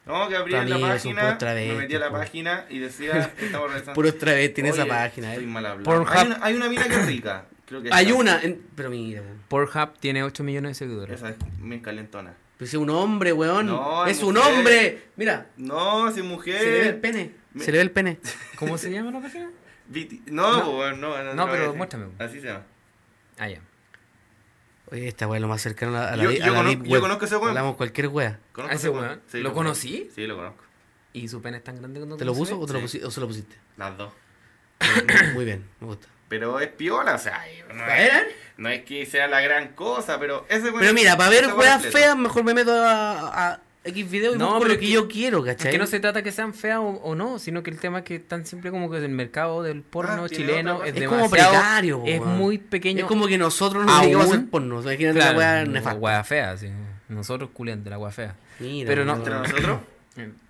Speaker 4: No, que abrí
Speaker 1: Tu
Speaker 4: la
Speaker 1: amigo es un
Speaker 4: página,
Speaker 1: puro travesti,
Speaker 4: me metí a la
Speaker 1: po.
Speaker 4: página
Speaker 1: <laughs>
Speaker 4: y decía, estamos revisando.
Speaker 1: Puros travestis en
Speaker 4: Oye,
Speaker 1: esa página. eh.
Speaker 4: Estoy mal hablado.
Speaker 2: Pornhub.
Speaker 4: Hay, una, hay una mina que es rica. Creo que
Speaker 1: <coughs> Hay
Speaker 4: esa.
Speaker 1: una. en- Pero mira, weón.
Speaker 2: Pornhub tiene 8 millones de
Speaker 4: <laughs>
Speaker 2: seguidores.
Speaker 4: Esa es mi calentona.
Speaker 1: Pero si es un hombre, weón.
Speaker 4: No,
Speaker 1: es
Speaker 4: es
Speaker 1: un
Speaker 4: mujer.
Speaker 1: hombre. Mira,
Speaker 4: No,
Speaker 1: se
Speaker 4: si
Speaker 1: le ve el
Speaker 4: mujer.
Speaker 1: pene.
Speaker 4: Me-
Speaker 1: Se le ve el pene.
Speaker 2: ¿Cómo se llama la página?
Speaker 4: Viti- No,
Speaker 2: No.
Speaker 4: po, weón, no, no,
Speaker 2: No, pero
Speaker 4: lo voy a decir.
Speaker 2: muéstrame, po.
Speaker 4: Así se llama.
Speaker 2: Ah, ya.
Speaker 1: Oye, esta weá es lo más cercano a la, a la,
Speaker 4: Yo-
Speaker 1: di-
Speaker 4: yo
Speaker 1: a la
Speaker 4: conozco-
Speaker 1: deep
Speaker 4: yo
Speaker 1: web.
Speaker 4: conozco ese weón.
Speaker 1: Hablamos cualquier wea.
Speaker 4: ¿Conozco
Speaker 2: ¿A ese weón?
Speaker 4: Sí,
Speaker 2: ¿Lo
Speaker 4: conozco.
Speaker 2: conocí?
Speaker 4: Sí, lo conozco.
Speaker 2: ¿Y su pene es tan grande cuando
Speaker 1: ¿Te lo puso o, te lo
Speaker 4: Sí.
Speaker 1: pusi- o se lo pusiste?
Speaker 4: Las dos.
Speaker 1: <coughs> Muy bien, me gusta.
Speaker 4: Pero es piola, o sea, no
Speaker 1: ver, a
Speaker 4: es,
Speaker 1: ver.
Speaker 4: no es que sea la gran cosa, pero ese weón.
Speaker 1: ¿Eh? Pero mira, para ver
Speaker 4: ese weón
Speaker 1: weas
Speaker 4: es pleno.
Speaker 1: feas, mejor me meto a, a X video y
Speaker 2: No,
Speaker 1: no, busco
Speaker 2: pero
Speaker 1: lo que
Speaker 2: que-
Speaker 1: yo quiero,
Speaker 2: Es
Speaker 1: ¿cachai?
Speaker 2: que no se trata que sean feas o, o no, sino que el tema es que tan simple como que el mercado del porno
Speaker 4: Ah, tiene
Speaker 2: chileno
Speaker 4: otra
Speaker 2: es
Speaker 4: cosa.
Speaker 1: Es como
Speaker 2: demasiado...
Speaker 1: precario, po,
Speaker 2: es
Speaker 1: weón.
Speaker 2: muy pequeño.
Speaker 1: Es como que nosotros nos dedicamos a
Speaker 2: Aún-
Speaker 1: hacer porno. Imagínate
Speaker 2: Claro,
Speaker 1: la wea
Speaker 2: o
Speaker 1: nefasta.
Speaker 2: hueá fea, sí. Nosotros culiando la wea fea.
Speaker 1: Mira,
Speaker 2: pero no-
Speaker 4: Entre
Speaker 1: weón.
Speaker 4: nosotros.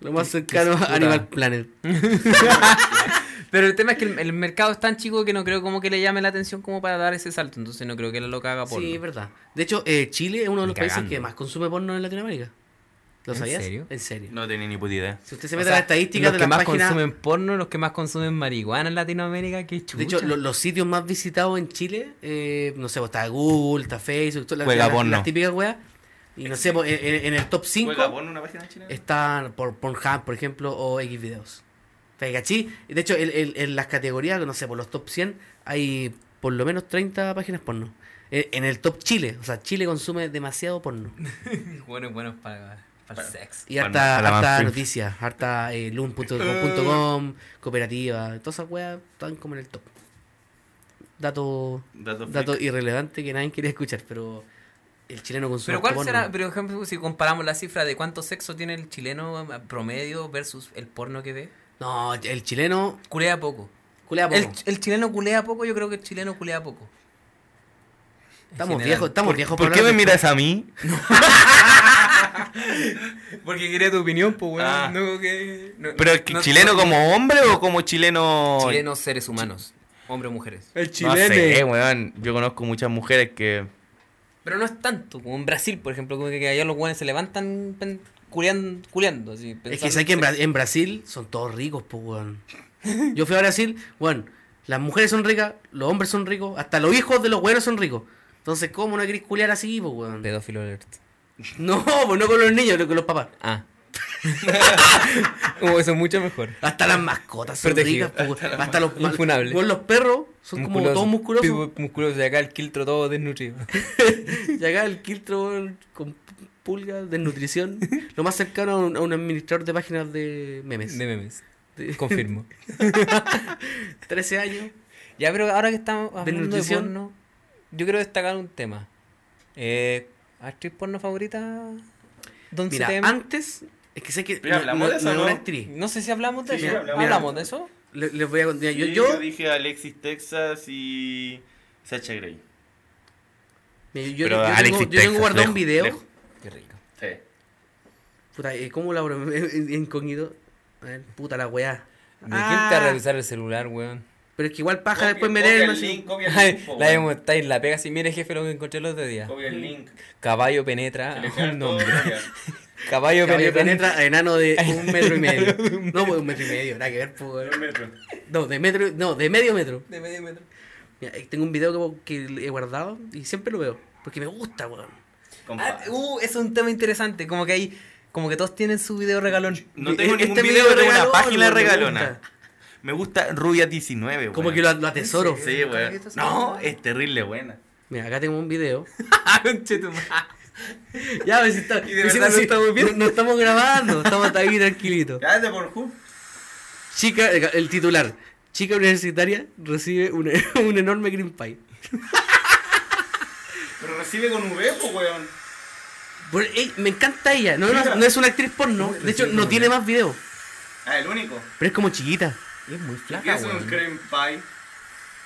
Speaker 1: Lo más cercano
Speaker 2: puta.
Speaker 1: a Animal Planet.
Speaker 2: Pero el tema es que el, el mercado es tan chico que no creo como que le llame la atención como para dar ese salto. Entonces no creo que la loca haga porno.
Speaker 1: Sí, es verdad. De hecho, eh, Chile es uno de los
Speaker 2: Ni
Speaker 1: países
Speaker 2: cagando.
Speaker 1: que más consume porno en Latinoamérica. ¿Lo
Speaker 2: ¿En
Speaker 1: sabías?
Speaker 2: serio?
Speaker 1: En serio.
Speaker 4: No tenía ni puta idea.
Speaker 1: Si usted se
Speaker 2: O
Speaker 1: mete a
Speaker 2: sea,
Speaker 1: las estadísticas
Speaker 2: los
Speaker 1: de
Speaker 2: que
Speaker 1: las
Speaker 2: más
Speaker 1: páginas...
Speaker 2: consumen porno, los que más consumen marihuana en Latinoamérica, qué chucha.
Speaker 1: De hecho, lo- los sitios más visitados en Chile, eh, no sé, pues, está Google, está Facebook, todas las-
Speaker 3: Juega
Speaker 1: las-
Speaker 3: porno.
Speaker 1: las típicas weas. Y no sé, pues, en, en- en el top 5
Speaker 4: Juega, pon una página china.
Speaker 1: están por Pornhub, por ejemplo, o X videos. De hecho, el- el- en las categorías, no sé, por los top 100 hay por lo menos 30 páginas porno. En, en el top Chile, o sea, Chile consume demasiado
Speaker 3: <laughs>
Speaker 1: porno.
Speaker 2: Bueno, bueno, para, para sexo.
Speaker 1: Y
Speaker 3: Para-
Speaker 1: harta,
Speaker 3: para la
Speaker 1: harta
Speaker 3: Banfield.
Speaker 1: noticias, harta eh, loom.com, cooperativa, todas esas weas están como en el top. Dato
Speaker 4: Dato freak.
Speaker 1: dato irrelevante que nadie quería escuchar, pero el chileno consume
Speaker 2: Pero cuál
Speaker 1: porno.
Speaker 2: será, por ejemplo, si comparamos la cifra de cuánto sexo tiene el chileno promedio versus el porno que ve,
Speaker 1: No, el chileno
Speaker 2: culea poco.
Speaker 1: culea poco.
Speaker 2: El, el chileno culea poco, yo creo que el chileno culea poco. En
Speaker 1: Estamos
Speaker 2: general.
Speaker 1: viejos, estamos viejos
Speaker 3: ¿Por
Speaker 1: para
Speaker 3: qué me
Speaker 1: hablar de-
Speaker 3: miras a mí?
Speaker 2: Porque quería tu opinión, pues, weón.
Speaker 3: Ah.
Speaker 2: No, que- no-
Speaker 3: ¿Pero es que
Speaker 2: no-
Speaker 3: chileno
Speaker 2: no-
Speaker 3: como hombre o como chileno?
Speaker 2: Chilenos seres humanos, hombres o mujeres.
Speaker 1: El
Speaker 3: No
Speaker 1: chileno.
Speaker 3: sé, weón. Yo conozco muchas mujeres que.
Speaker 2: Pero no es tanto, como en Brasil, por ejemplo, como que allá los weones se levantan pen- culean- culeando. así,
Speaker 1: Es
Speaker 2: pensando-
Speaker 1: que sabes que en, Bra- en Brasil son todos ricos, pues, weón. Yo fui a Brasil, weón. Las mujeres son ricas, los hombres son ricos, hasta los hijos de los weones son ricos. Entonces, ¿cómo no querés culiar así, pues, weón?
Speaker 2: Pedófilo alert.
Speaker 1: No, pues no con los niños, no con los papás.
Speaker 2: Ah. <laughs> Oh, eso es mucho mejor.
Speaker 1: Hasta las mascotas son
Speaker 2: Protegido.
Speaker 1: ricas, pues, weón. Hasta los,
Speaker 2: Infunable.
Speaker 1: weón, los perros son como todos musculosos.
Speaker 2: Tipo musculoso, y acá el quiltro
Speaker 1: <laughs>
Speaker 2: todo desnutrido.
Speaker 1: Y acá el quiltro weón, con pulgas, desnutrición. Lo más cercano a un, a un administrador de páginas de <laughs> memes.
Speaker 2: De memes.
Speaker 1: De-
Speaker 2: Confirmo.
Speaker 1: 13 años.
Speaker 2: ya, pero ahora que estamos hablando de,
Speaker 1: Desnutrición.
Speaker 2: porno, yo quiero destacar un tema. Eh, ¿Actriz porno favorita? Don
Speaker 1: Mira,
Speaker 2: CTM?
Speaker 1: antes. Es que sé que.
Speaker 4: Mira, hablamos de eso,
Speaker 1: es una
Speaker 4: ¿no?
Speaker 1: actriz.
Speaker 2: No sé si hablamos de
Speaker 4: Sí,
Speaker 2: eso.
Speaker 4: hablamos.
Speaker 2: ¿Hablamos de eso?
Speaker 1: Le- les voy a contar. Yo,
Speaker 4: Sí,
Speaker 1: yo,
Speaker 4: yo dije Alexis Texas y Sacha Grey.
Speaker 1: mira, yo-
Speaker 3: Pero
Speaker 1: yo
Speaker 3: Alexis
Speaker 1: tengo, yo
Speaker 3: Texas,
Speaker 1: tengo guardado un
Speaker 3: lejos,
Speaker 1: video.
Speaker 3: lejos.
Speaker 2: Qué rico.
Speaker 4: Sí.
Speaker 1: Puta, eh, ¿cómo la abro? <laughs> incógnito? A ver, puta la weá.
Speaker 2: Ni
Speaker 1: Ah.
Speaker 2: quién te va a revisar el celular, weón.
Speaker 1: Pero es que igual paja
Speaker 4: Copia-
Speaker 1: después
Speaker 4: copia
Speaker 1: meterme
Speaker 4: el
Speaker 1: así.
Speaker 4: link, copia
Speaker 1: <laughs>
Speaker 4: el
Speaker 2: Ay,
Speaker 4: link, po,
Speaker 2: La
Speaker 4: weón.
Speaker 2: vemos, está ahí, la pega así, mire jefe lo que encontré el otro día.
Speaker 4: Copia el link.
Speaker 2: Caballo
Speaker 1: Ah,
Speaker 2: penetra.
Speaker 4: Selecciona
Speaker 2: un
Speaker 4: todo,
Speaker 2: nombre.
Speaker 4: copia.
Speaker 2: <laughs> Caballo,
Speaker 1: Caballo
Speaker 2: penetra.
Speaker 1: penetra a enano de un metro y medio. No, pues un metro y medio, nada que ver, pues,
Speaker 4: Dos
Speaker 1: weón.
Speaker 4: metros.
Speaker 1: No, de metro, no, de medio metro.
Speaker 2: De medio metro.
Speaker 1: Mira, eh, tengo un video que, que he guardado y siempre lo veo. Porque me gusta, weón.
Speaker 4: Compa.
Speaker 2: Ah, uh, eso es un tema interesante. Como que hay. Como que todos tienen su video regalón.
Speaker 4: No
Speaker 1: Eh,
Speaker 4: tengo ningún
Speaker 1: este
Speaker 4: video,
Speaker 1: video
Speaker 4: tengo una
Speaker 1: regalón,
Speaker 4: página
Speaker 1: weón, me
Speaker 4: regalona.
Speaker 1: gusta.
Speaker 4: Me gusta Rubia 19,
Speaker 1: Como
Speaker 4: weón.
Speaker 1: que lo, lo atesoro.
Speaker 4: Sí, weón. No, es terrible buena.
Speaker 1: Mira, acá tengo un video.
Speaker 2: <laughs> Ah, conchetumare.
Speaker 1: Ya, pues, si está-
Speaker 2: Y de
Speaker 1: pues, si-
Speaker 2: verdad no
Speaker 1: si-
Speaker 2: estamos bien.
Speaker 1: no- no estamos grabando, estamos ahí tranquilitos.
Speaker 4: Gracias por Ju.
Speaker 1: Chica, el titular. Chica universitaria recibe un, <laughs> un enorme green pie.
Speaker 4: Pero recibe con V, po, weón.
Speaker 1: Por- ey, me encanta ella. No, no, no es una actriz porno. De hecho, no tiene más video.
Speaker 4: Ah, el único.
Speaker 1: Pero es como chiquita.
Speaker 2: Es muy
Speaker 4: ¿Qué
Speaker 2: flaca,
Speaker 4: es un
Speaker 2: weón.
Speaker 4: cream pie?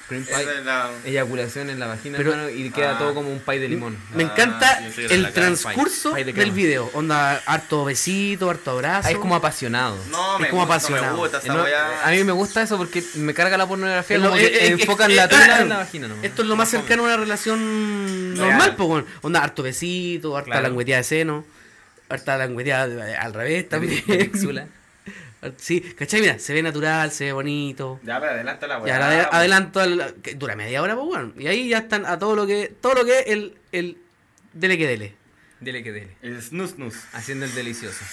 Speaker 2: Cream pie.
Speaker 4: Esa es la-
Speaker 2: Eyaculación en la vagina,
Speaker 1: Pero-
Speaker 2: hermano, y queda
Speaker 4: Ah.
Speaker 2: todo como un pie de limón.
Speaker 1: Me
Speaker 4: Ah,
Speaker 1: encanta
Speaker 4: sí, yo sé que se
Speaker 1: el
Speaker 4: la cagan, pay.
Speaker 1: transcurso
Speaker 2: Pay de
Speaker 1: del
Speaker 2: crema.
Speaker 1: video. Onda, harto besito, harto abrazo.
Speaker 2: Ah, es como apasionado.
Speaker 4: No,
Speaker 1: Es
Speaker 4: me
Speaker 1: como
Speaker 4: gusta,
Speaker 1: apasionado.
Speaker 4: me gusta esa
Speaker 2: No,
Speaker 4: weá.
Speaker 2: a mí me gusta eso porque me carga la pornografía.
Speaker 1: Es
Speaker 2: como
Speaker 1: lo-
Speaker 2: que
Speaker 1: eh, eh,
Speaker 2: enfocan
Speaker 1: eh,
Speaker 2: la
Speaker 1: eh,
Speaker 2: tela
Speaker 1: eh,
Speaker 2: en la vagina nomás. <laughs>
Speaker 1: Esto es lo más cercano a una relación
Speaker 4: Real.
Speaker 1: normal, pues, bueno. Onda, harto besito, harta
Speaker 2: Claro.
Speaker 1: langueteada de seno, harta langueteada de- al revés también.
Speaker 2: De
Speaker 1: <laughs>
Speaker 2: pixula.
Speaker 1: Sí, ¿cachai? Mira, se ve natural, se ve bonito.
Speaker 4: Ya, pero adelanta la
Speaker 1: Ya,
Speaker 4: weá. pues.
Speaker 1: la-
Speaker 4: po.
Speaker 1: adelanto al- que dura media hora, pues, bueno. Y ahí ya están a todo lo que, todo lo que es el, el dele que dele.
Speaker 2: Dile que dele.
Speaker 4: El snus snus.
Speaker 2: Haciendo el delicioso.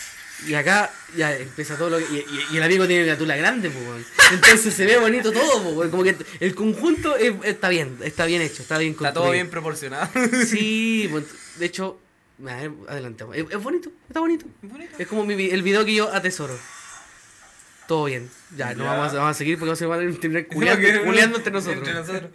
Speaker 1: Y acá ya empieza todo lo que. Y, y- y el amigo tiene la tula grande, pues, weón. Entonces se ve bonito todo, pues, weón. Como que el conjunto es- está bien, está bien hecho, está bien
Speaker 2: Está
Speaker 1: construido.
Speaker 2: todo bien proporcionado. <laughs>
Speaker 1: Sí, pues, de hecho, a ver, adelante. Es, es bonito, está bonito.
Speaker 2: Bonito.
Speaker 1: Es como mi vi- el video que yo atesoro. Todo bien. Ya, no
Speaker 4: Ya.
Speaker 1: vamos a, vamos a seguir porque vamos a
Speaker 2: <laughs>
Speaker 1: terminar
Speaker 2: Como que-
Speaker 1: culeando, culeando entre nosotros.
Speaker 2: Entre nosotros.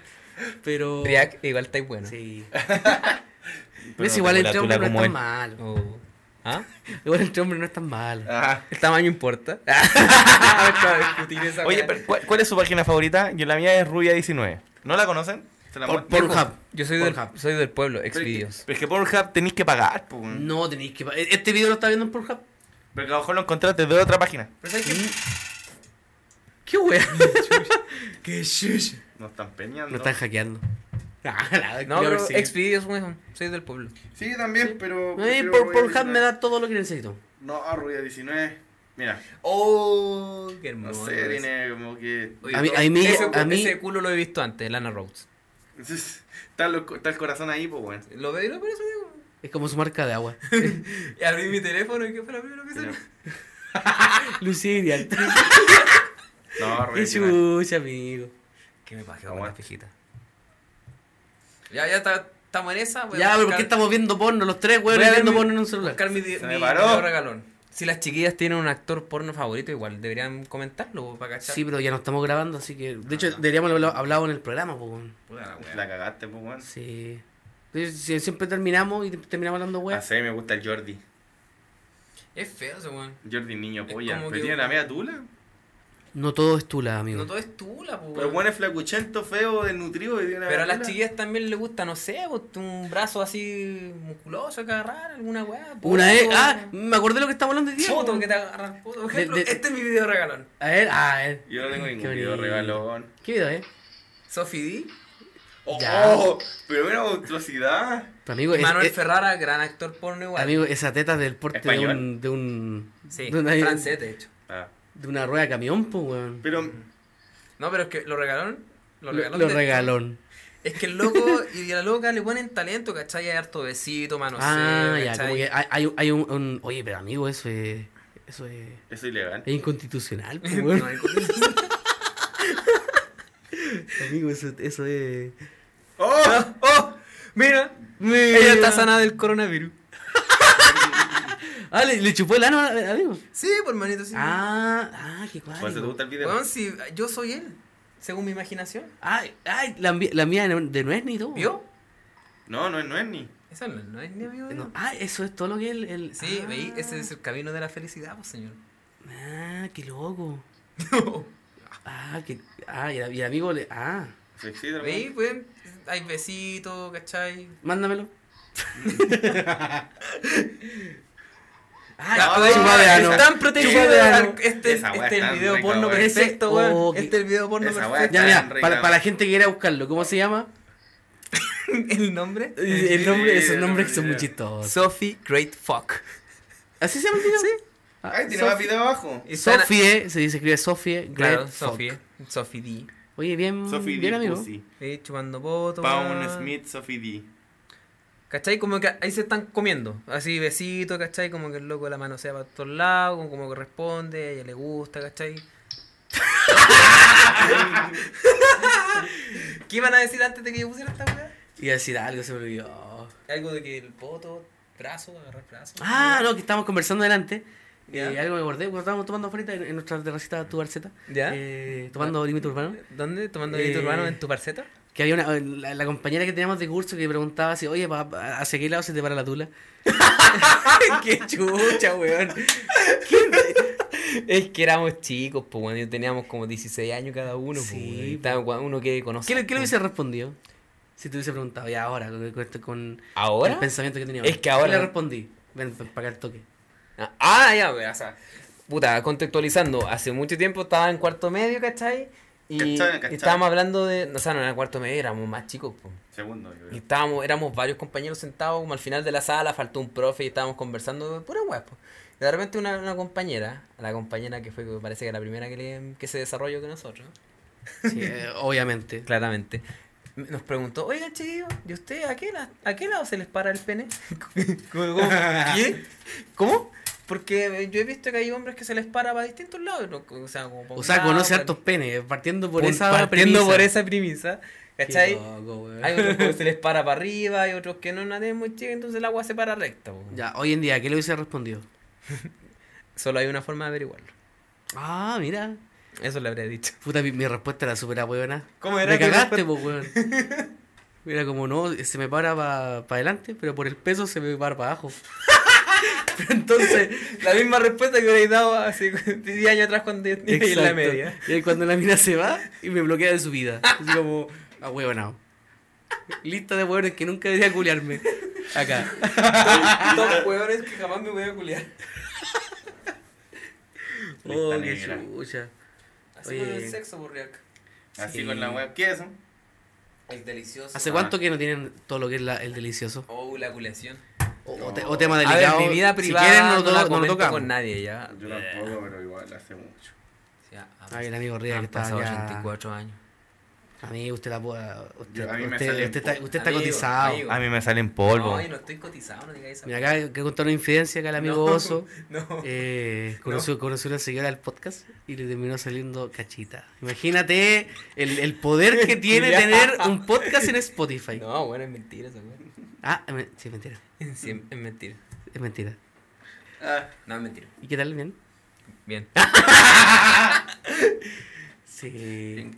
Speaker 1: Pero.
Speaker 2: React igual está bueno. <laughs>
Speaker 1: Sí. <laughs> No
Speaker 3: Pero
Speaker 1: es igual
Speaker 3: tengo la
Speaker 1: entre
Speaker 3: tula
Speaker 1: hombres no es
Speaker 3: como
Speaker 1: tan
Speaker 3: él.
Speaker 1: mal.
Speaker 2: Oh. ¿Ah?
Speaker 1: Igual entre hombres no es tan mal.
Speaker 4: Ah.
Speaker 2: ¿El tamaño importa? <laughs> Ah, Para discutir esa
Speaker 3: Oye,
Speaker 2: weá.
Speaker 3: pero ¿cuál, cuál es su página favorita? Yo la mía es Rubia19.
Speaker 4: ¿No la conocen? Se la
Speaker 1: Por,
Speaker 4: muestro.
Speaker 1: por
Speaker 2: Yo soy del,
Speaker 1: Ah, Pornhub.
Speaker 2: soy del pueblo,
Speaker 4: Pero
Speaker 2: exvideos.
Speaker 4: es que- Pero es que Pornhub tenéis que pagar, po. weón.
Speaker 1: No tenéis que. pa- e- Este video lo está viendo en Pornhub.
Speaker 4: Pero que a lo mejor lo encontraste de otra página.
Speaker 1: ¿Qué wea?
Speaker 2: ¡Qué shush!
Speaker 4: No están peñando.
Speaker 1: Lo están hackeando. Ah,
Speaker 2: No, pero exvideos, weón. Soy del pueblo.
Speaker 4: Sí, también, pero.
Speaker 1: A mí eh, por Pornhub me da todo lo que necesito.
Speaker 4: No, a Rubia 19. Mira,
Speaker 2: ¡Oh! ¡Qué
Speaker 4: no
Speaker 2: hermoso!
Speaker 4: sé, tiene como que.
Speaker 2: Oye,
Speaker 1: A mí- a mí-
Speaker 2: ese,
Speaker 1: a mí-
Speaker 2: ese culo lo he visto antes, Lana Rhodes.
Speaker 4: Está, lo- está el corazón ahí, pues, weón.
Speaker 2: Lo veo y lo por eso digo.
Speaker 1: Es como su marca de
Speaker 2: <laughs>
Speaker 1: agua.
Speaker 2: Y abrí mi teléfono y qué fue lo primero que salió.
Speaker 1: Lucirial.
Speaker 4: No, Rubia
Speaker 1: Qué
Speaker 4: 19.
Speaker 1: chucha, amigo.
Speaker 2: Que me pajeó
Speaker 4: Aguanta.
Speaker 2: con la pijita. Ya, ya está- estamos en esa. voy a
Speaker 1: Ya, pero ¿por
Speaker 2: buscar-
Speaker 1: qué estamos viendo porno? Los tres
Speaker 2: voy a
Speaker 1: weones
Speaker 2: ver
Speaker 1: viendo
Speaker 2: mi-
Speaker 1: porno en un celular.
Speaker 2: buscar mi,
Speaker 4: Se
Speaker 2: mi
Speaker 4: me paró.
Speaker 2: video regalón. Si las chiquillas tienen un actor porno favorito, igual deberían comentarlo para cachar.
Speaker 1: Sí, pero ya no estamos grabando, así que. De
Speaker 2: Ah,
Speaker 1: hecho, deberíamos haberlo hablado en el programa, pues. weón.
Speaker 2: Puta la wea.
Speaker 4: La cagaste, pues, weón.
Speaker 1: Sí. Sí, sí, Siempre terminamos y terminamos hablando
Speaker 4: Ah,
Speaker 1: weas.
Speaker 4: sí, me gusta el Jordi.
Speaker 2: Es feo ese weón.
Speaker 4: Jordi niño
Speaker 2: Es
Speaker 4: polla.
Speaker 2: como
Speaker 4: Pero
Speaker 2: que-
Speaker 4: tiene la media tula.
Speaker 1: No todo es tula, amigo.
Speaker 2: No todo es tula, po,
Speaker 4: Pero el
Speaker 2: weón.
Speaker 4: weón es flacuchento, feo, desnutrido. y tiene la
Speaker 2: Pero a
Speaker 4: media
Speaker 2: las
Speaker 4: tula.
Speaker 2: chiquillas también les gusta, no sé, po, un brazo así musculoso que agarrar, alguna weá. po,
Speaker 1: Una vez.
Speaker 2: o-
Speaker 1: Ah, me acordé de lo que estamos hablando hoy día.
Speaker 2: Foto que te agarran. foto. Por
Speaker 1: De-
Speaker 2: ejemplo,
Speaker 1: de-
Speaker 2: este es mi video regalón.
Speaker 1: A ver, ah, a ver.
Speaker 4: Yo no tengo
Speaker 1: Qué
Speaker 4: ningún video
Speaker 1: bonito.
Speaker 4: regalón.
Speaker 1: ¿Qué video, eh?
Speaker 2: Sophie D.
Speaker 4: ¡Oh!
Speaker 1: Ya.
Speaker 4: oh, pero mira, monstruosidad.
Speaker 1: Pero, amigo, es-
Speaker 2: Manuel
Speaker 1: es-
Speaker 2: Ferrara, gran actor porno igual.
Speaker 1: Amigo, esa teta del porte de
Speaker 4: Español.
Speaker 1: un, de un.
Speaker 2: Sí,
Speaker 1: de, una,
Speaker 2: francés, de hecho.
Speaker 4: Ah,
Speaker 1: de una rueda de camión, pues, weón.
Speaker 4: Pero
Speaker 2: No, pero es que lo regalaron. Lo
Speaker 1: Lo,
Speaker 2: regalaron.
Speaker 1: lo
Speaker 2: de-
Speaker 1: regalón.
Speaker 2: Es que el loco y la loca le ponen talento, ¿cachai? Hay harto besito, mano.
Speaker 1: ah, ya, como
Speaker 2: <laughs>
Speaker 1: que hay, hay, hay un, un- Oye, pero amigo, eso es. Eso es.
Speaker 4: eso es ilegal.
Speaker 1: Es inconstitucional, pues,
Speaker 2: <laughs>
Speaker 1: weón. amigo, eso, eso es.
Speaker 4: ¡Oh!
Speaker 2: ¡Oh! Mira, ella está sana del coronavirus.
Speaker 1: Ah, le, le chupó el ano, a- a- amigo.
Speaker 2: Sí, por manito, sí.
Speaker 1: Ah, ah, qué
Speaker 4: ¿Cuál te
Speaker 1: cuadro.
Speaker 4: gusta el video?
Speaker 2: Weón, si yo soy él, según mi imaginación.
Speaker 1: Ay, Ah, ay, la, mía- la mía no- de no es ni todo.
Speaker 2: ¿Vio?
Speaker 4: No, no, es- no es ni.
Speaker 2: Esa no, no es ni amigo de
Speaker 1: No,
Speaker 2: él.
Speaker 1: Ah, eso es todo lo que el. el-
Speaker 2: Sí,
Speaker 1: ah,
Speaker 2: veí, ese es el camino de la felicidad, pues señor.
Speaker 1: Ah, qué loco. Ah, que. Ah, y el, y el amigo le. Ah,
Speaker 4: Se excita,
Speaker 2: Veí,
Speaker 4: hermano.
Speaker 2: pues, hay besitos, ¿cachai? <laughs>
Speaker 1: mándamelo.
Speaker 2: Ah,
Speaker 4: No,
Speaker 2: pues,
Speaker 4: chupa de ano.
Speaker 2: Están protegidos.
Speaker 1: Chupa de ano.
Speaker 2: Este,
Speaker 4: Esa weá
Speaker 2: este es
Speaker 4: está
Speaker 2: el video
Speaker 4: rica,
Speaker 2: porno
Speaker 4: weón.
Speaker 2: perfecto,
Speaker 1: Ese-
Speaker 2: weón.
Speaker 1: oh,
Speaker 2: este es el video porno
Speaker 4: esa weá
Speaker 2: perfecto.
Speaker 1: <laughs> Ya,
Speaker 4: Tan
Speaker 1: mira,
Speaker 4: rica,
Speaker 1: para, para
Speaker 4: man.
Speaker 1: la gente que quiera buscarlo, ¿cómo se llama?
Speaker 2: <laughs> ¿El nombre?
Speaker 1: El nombre, esos nombres
Speaker 4: el nombre
Speaker 1: que son
Speaker 4: del
Speaker 1: muy
Speaker 4: video.
Speaker 1: chistosos.
Speaker 2: Sophie Great Fuck.
Speaker 1: ¿Así se llama el video? Ah,
Speaker 4: Ay, tiene más video abajo.
Speaker 2: Y están-
Speaker 1: Sofie, eh, se dice, escribe Sofie,
Speaker 2: Claro,
Speaker 1: Great
Speaker 2: Sophie.
Speaker 1: Fuck.
Speaker 2: Sophie D.
Speaker 1: Oye, bien,
Speaker 4: Sophie
Speaker 1: Mm, bien
Speaker 4: D.
Speaker 1: amigo.
Speaker 4: Pussy.
Speaker 2: Eh, chupando voto.
Speaker 4: Pawn Smith, Sophie D.
Speaker 2: ¿Cachai? Como que ahí se están comiendo. Así besito, ¿cachai? Como que el loco la mano sea para todos lados, como, como corresponde, a ella le gusta, ¿cachai? <laughs> ¿Qué iban a decir antes de que yo pusiera esta weá?
Speaker 1: Y decir algo, se me olvidó.
Speaker 2: Algo de que el poto, brazo, agarrar brazo.
Speaker 1: Ah, no, que estábamos conversando delante.
Speaker 2: Ya.
Speaker 1: Eh, algo me acordé, cuando estábamos tomando frente en, en nuestra terracita Tubarceta.
Speaker 2: Ya.
Speaker 1: Eh, tomando límite urbano.
Speaker 2: ¿Dónde? ¿Tomando vinito
Speaker 1: Eh,
Speaker 2: urbano en tu parceta?
Speaker 1: Que había una, la, la compañera que teníamos de curso que preguntaba si, oye, pa- pa- ¿hacia qué lado se
Speaker 5: <laughs>
Speaker 1: te para la tula? ¡Qué chucha, weón! ¿Quién-
Speaker 2: Es que éramos chicos, pues, bueno, y teníamos como 16 años cada uno, pues,
Speaker 1: Sí,
Speaker 2: weón, y
Speaker 1: pues.
Speaker 2: estaba cua- uno que conoce.
Speaker 1: ¿Qué, le- ¿Qué le hubiese respondido? Si te hubiese preguntado, ya ahora, con, con esto- con
Speaker 2: ¿Ahora?
Speaker 1: el pensamiento que tenía.
Speaker 2: Es que ahora-
Speaker 1: ¿Qué le respondí? Ven, ven para acá el toque.
Speaker 2: Ah, Ah, ya, o sea, puta, contextualizando, hace mucho tiempo estaba en cuarto medio, ¿cachai? Y
Speaker 4: ¿Cachai? ¿Cachai?
Speaker 2: estábamos hablando de, no, o sea, no era cuarto medio, éramos más chicos, po.
Speaker 4: Segundo, yo
Speaker 2: Y
Speaker 4: creo.
Speaker 2: estábamos, éramos varios compañeros sentados, como al final de la sala, faltó un profe y estábamos conversando de pura hueá, po. Y De repente una, una compañera, la compañera que fue, que parece que la primera que, le- que se desarrolló que nosotros,
Speaker 1: <laughs> Sí, eh, obviamente.
Speaker 2: claramente, nos preguntó, oigan chiquillos, ¿y usted a qué, la- a qué lado se les para el pene? ¿Cómo? <laughs> cómo? ¿Qué? ¿Cómo? Porque yo he visto que hay hombres que se les para para distintos lados. ¿no? O sea, como para
Speaker 1: O
Speaker 2: un
Speaker 1: sea,
Speaker 2: lado,
Speaker 1: conoce
Speaker 2: para-
Speaker 1: hartos penes, eh, partiendo por
Speaker 2: pun-
Speaker 1: esa
Speaker 2: Ah, partiendo
Speaker 1: premisa.
Speaker 2: por esa premisa,
Speaker 1: Qué
Speaker 2: ¿cachai?
Speaker 1: loco, eh. weón.
Speaker 2: Hay otros
Speaker 1: <laughs>
Speaker 2: que se les para para arriba, hay otros que no naden muy chica, entonces el agua se para recta. po.
Speaker 1: Ya, hoy en día, ¿qué le hubiese respondido?
Speaker 2: Solo hay una forma de averiguarlo.
Speaker 1: Ah, mira.
Speaker 2: Eso le habría dicho.
Speaker 1: Puta, mi, mi respuesta era súper buena.
Speaker 4: ¿Cómo era
Speaker 1: Me
Speaker 4: tu
Speaker 1: cagaste, pues, weón.
Speaker 4: <laughs>
Speaker 1: Mira, como no, se me para para adelante, pero por el peso se me para para
Speaker 4: <laughs>
Speaker 1: abajo. Pero entonces,
Speaker 2: La misma respuesta que hubierais dado hace <laughs> 10 años atrás cuando <laughs> yo tenía en la
Speaker 1: Exacto.
Speaker 2: media.
Speaker 1: <laughs> Y ahí cuando la mina se va y me bloquea de su vida. Así como, ah, huevonao. Lista de huevones que nunca debería culiarme.
Speaker 2: <laughs>
Speaker 1: Acá.
Speaker 2: Dos hueones que jamás me voy a culiar.
Speaker 1: Oh,
Speaker 4: Lista
Speaker 1: qué
Speaker 4: negra.
Speaker 1: chucha.
Speaker 2: Así
Speaker 1: Oye.
Speaker 2: con el sexo, burriac.
Speaker 4: Así
Speaker 1: Sí.
Speaker 4: con la web. ¿Qué es eso?
Speaker 2: El delicioso.
Speaker 1: ¿Hace cuánto que no tienen todo lo que es la- el delicioso?
Speaker 2: Oh, la culación.
Speaker 1: O,
Speaker 4: No.
Speaker 1: o te- o tema
Speaker 2: Oh. A ver,
Speaker 1: delicado.
Speaker 2: mi vida privada
Speaker 1: si quieren,
Speaker 2: no,
Speaker 1: no, lo to- no
Speaker 2: la
Speaker 1: lo
Speaker 2: comento
Speaker 1: tocamos.
Speaker 2: con nadie ya.
Speaker 4: Yo tampoco, pero igual hace mucho.
Speaker 2: Ya, ha
Speaker 1: Ay, el Ah, amigo Ría
Speaker 2: han
Speaker 1: que está
Speaker 2: pasado
Speaker 1: acá.
Speaker 2: 84 años.
Speaker 1: A mí usted la pueda. Usted,
Speaker 4: Yo- a mí me
Speaker 1: usted-
Speaker 4: sale
Speaker 1: usted está,
Speaker 4: po-
Speaker 1: usted está
Speaker 2: Amigo,
Speaker 1: cotizado.
Speaker 2: amigo.
Speaker 3: A mí me sale en polvo.
Speaker 2: No, yo no estoy cotizado, no digáis eso.
Speaker 1: Mira, acá hay que contar una infidencia que el amigo
Speaker 2: No,
Speaker 1: Oso
Speaker 2: <laughs> No.
Speaker 1: eh, conoció, conoció una señora del podcast y le terminó saliendo cachita. Imagínate el, el poder
Speaker 2: <laughs>
Speaker 1: que tiene
Speaker 2: Ya.
Speaker 1: tener un podcast en Spotify.
Speaker 2: No, bueno, es mentira esa wea.
Speaker 1: Ah, es men- sí, es mentira.
Speaker 2: <laughs> Sí, es mentira.
Speaker 1: Es mentira.
Speaker 2: No, es mentira.
Speaker 1: ¿Y qué tal? ¿Bien?
Speaker 2: Bien.
Speaker 1: Sí.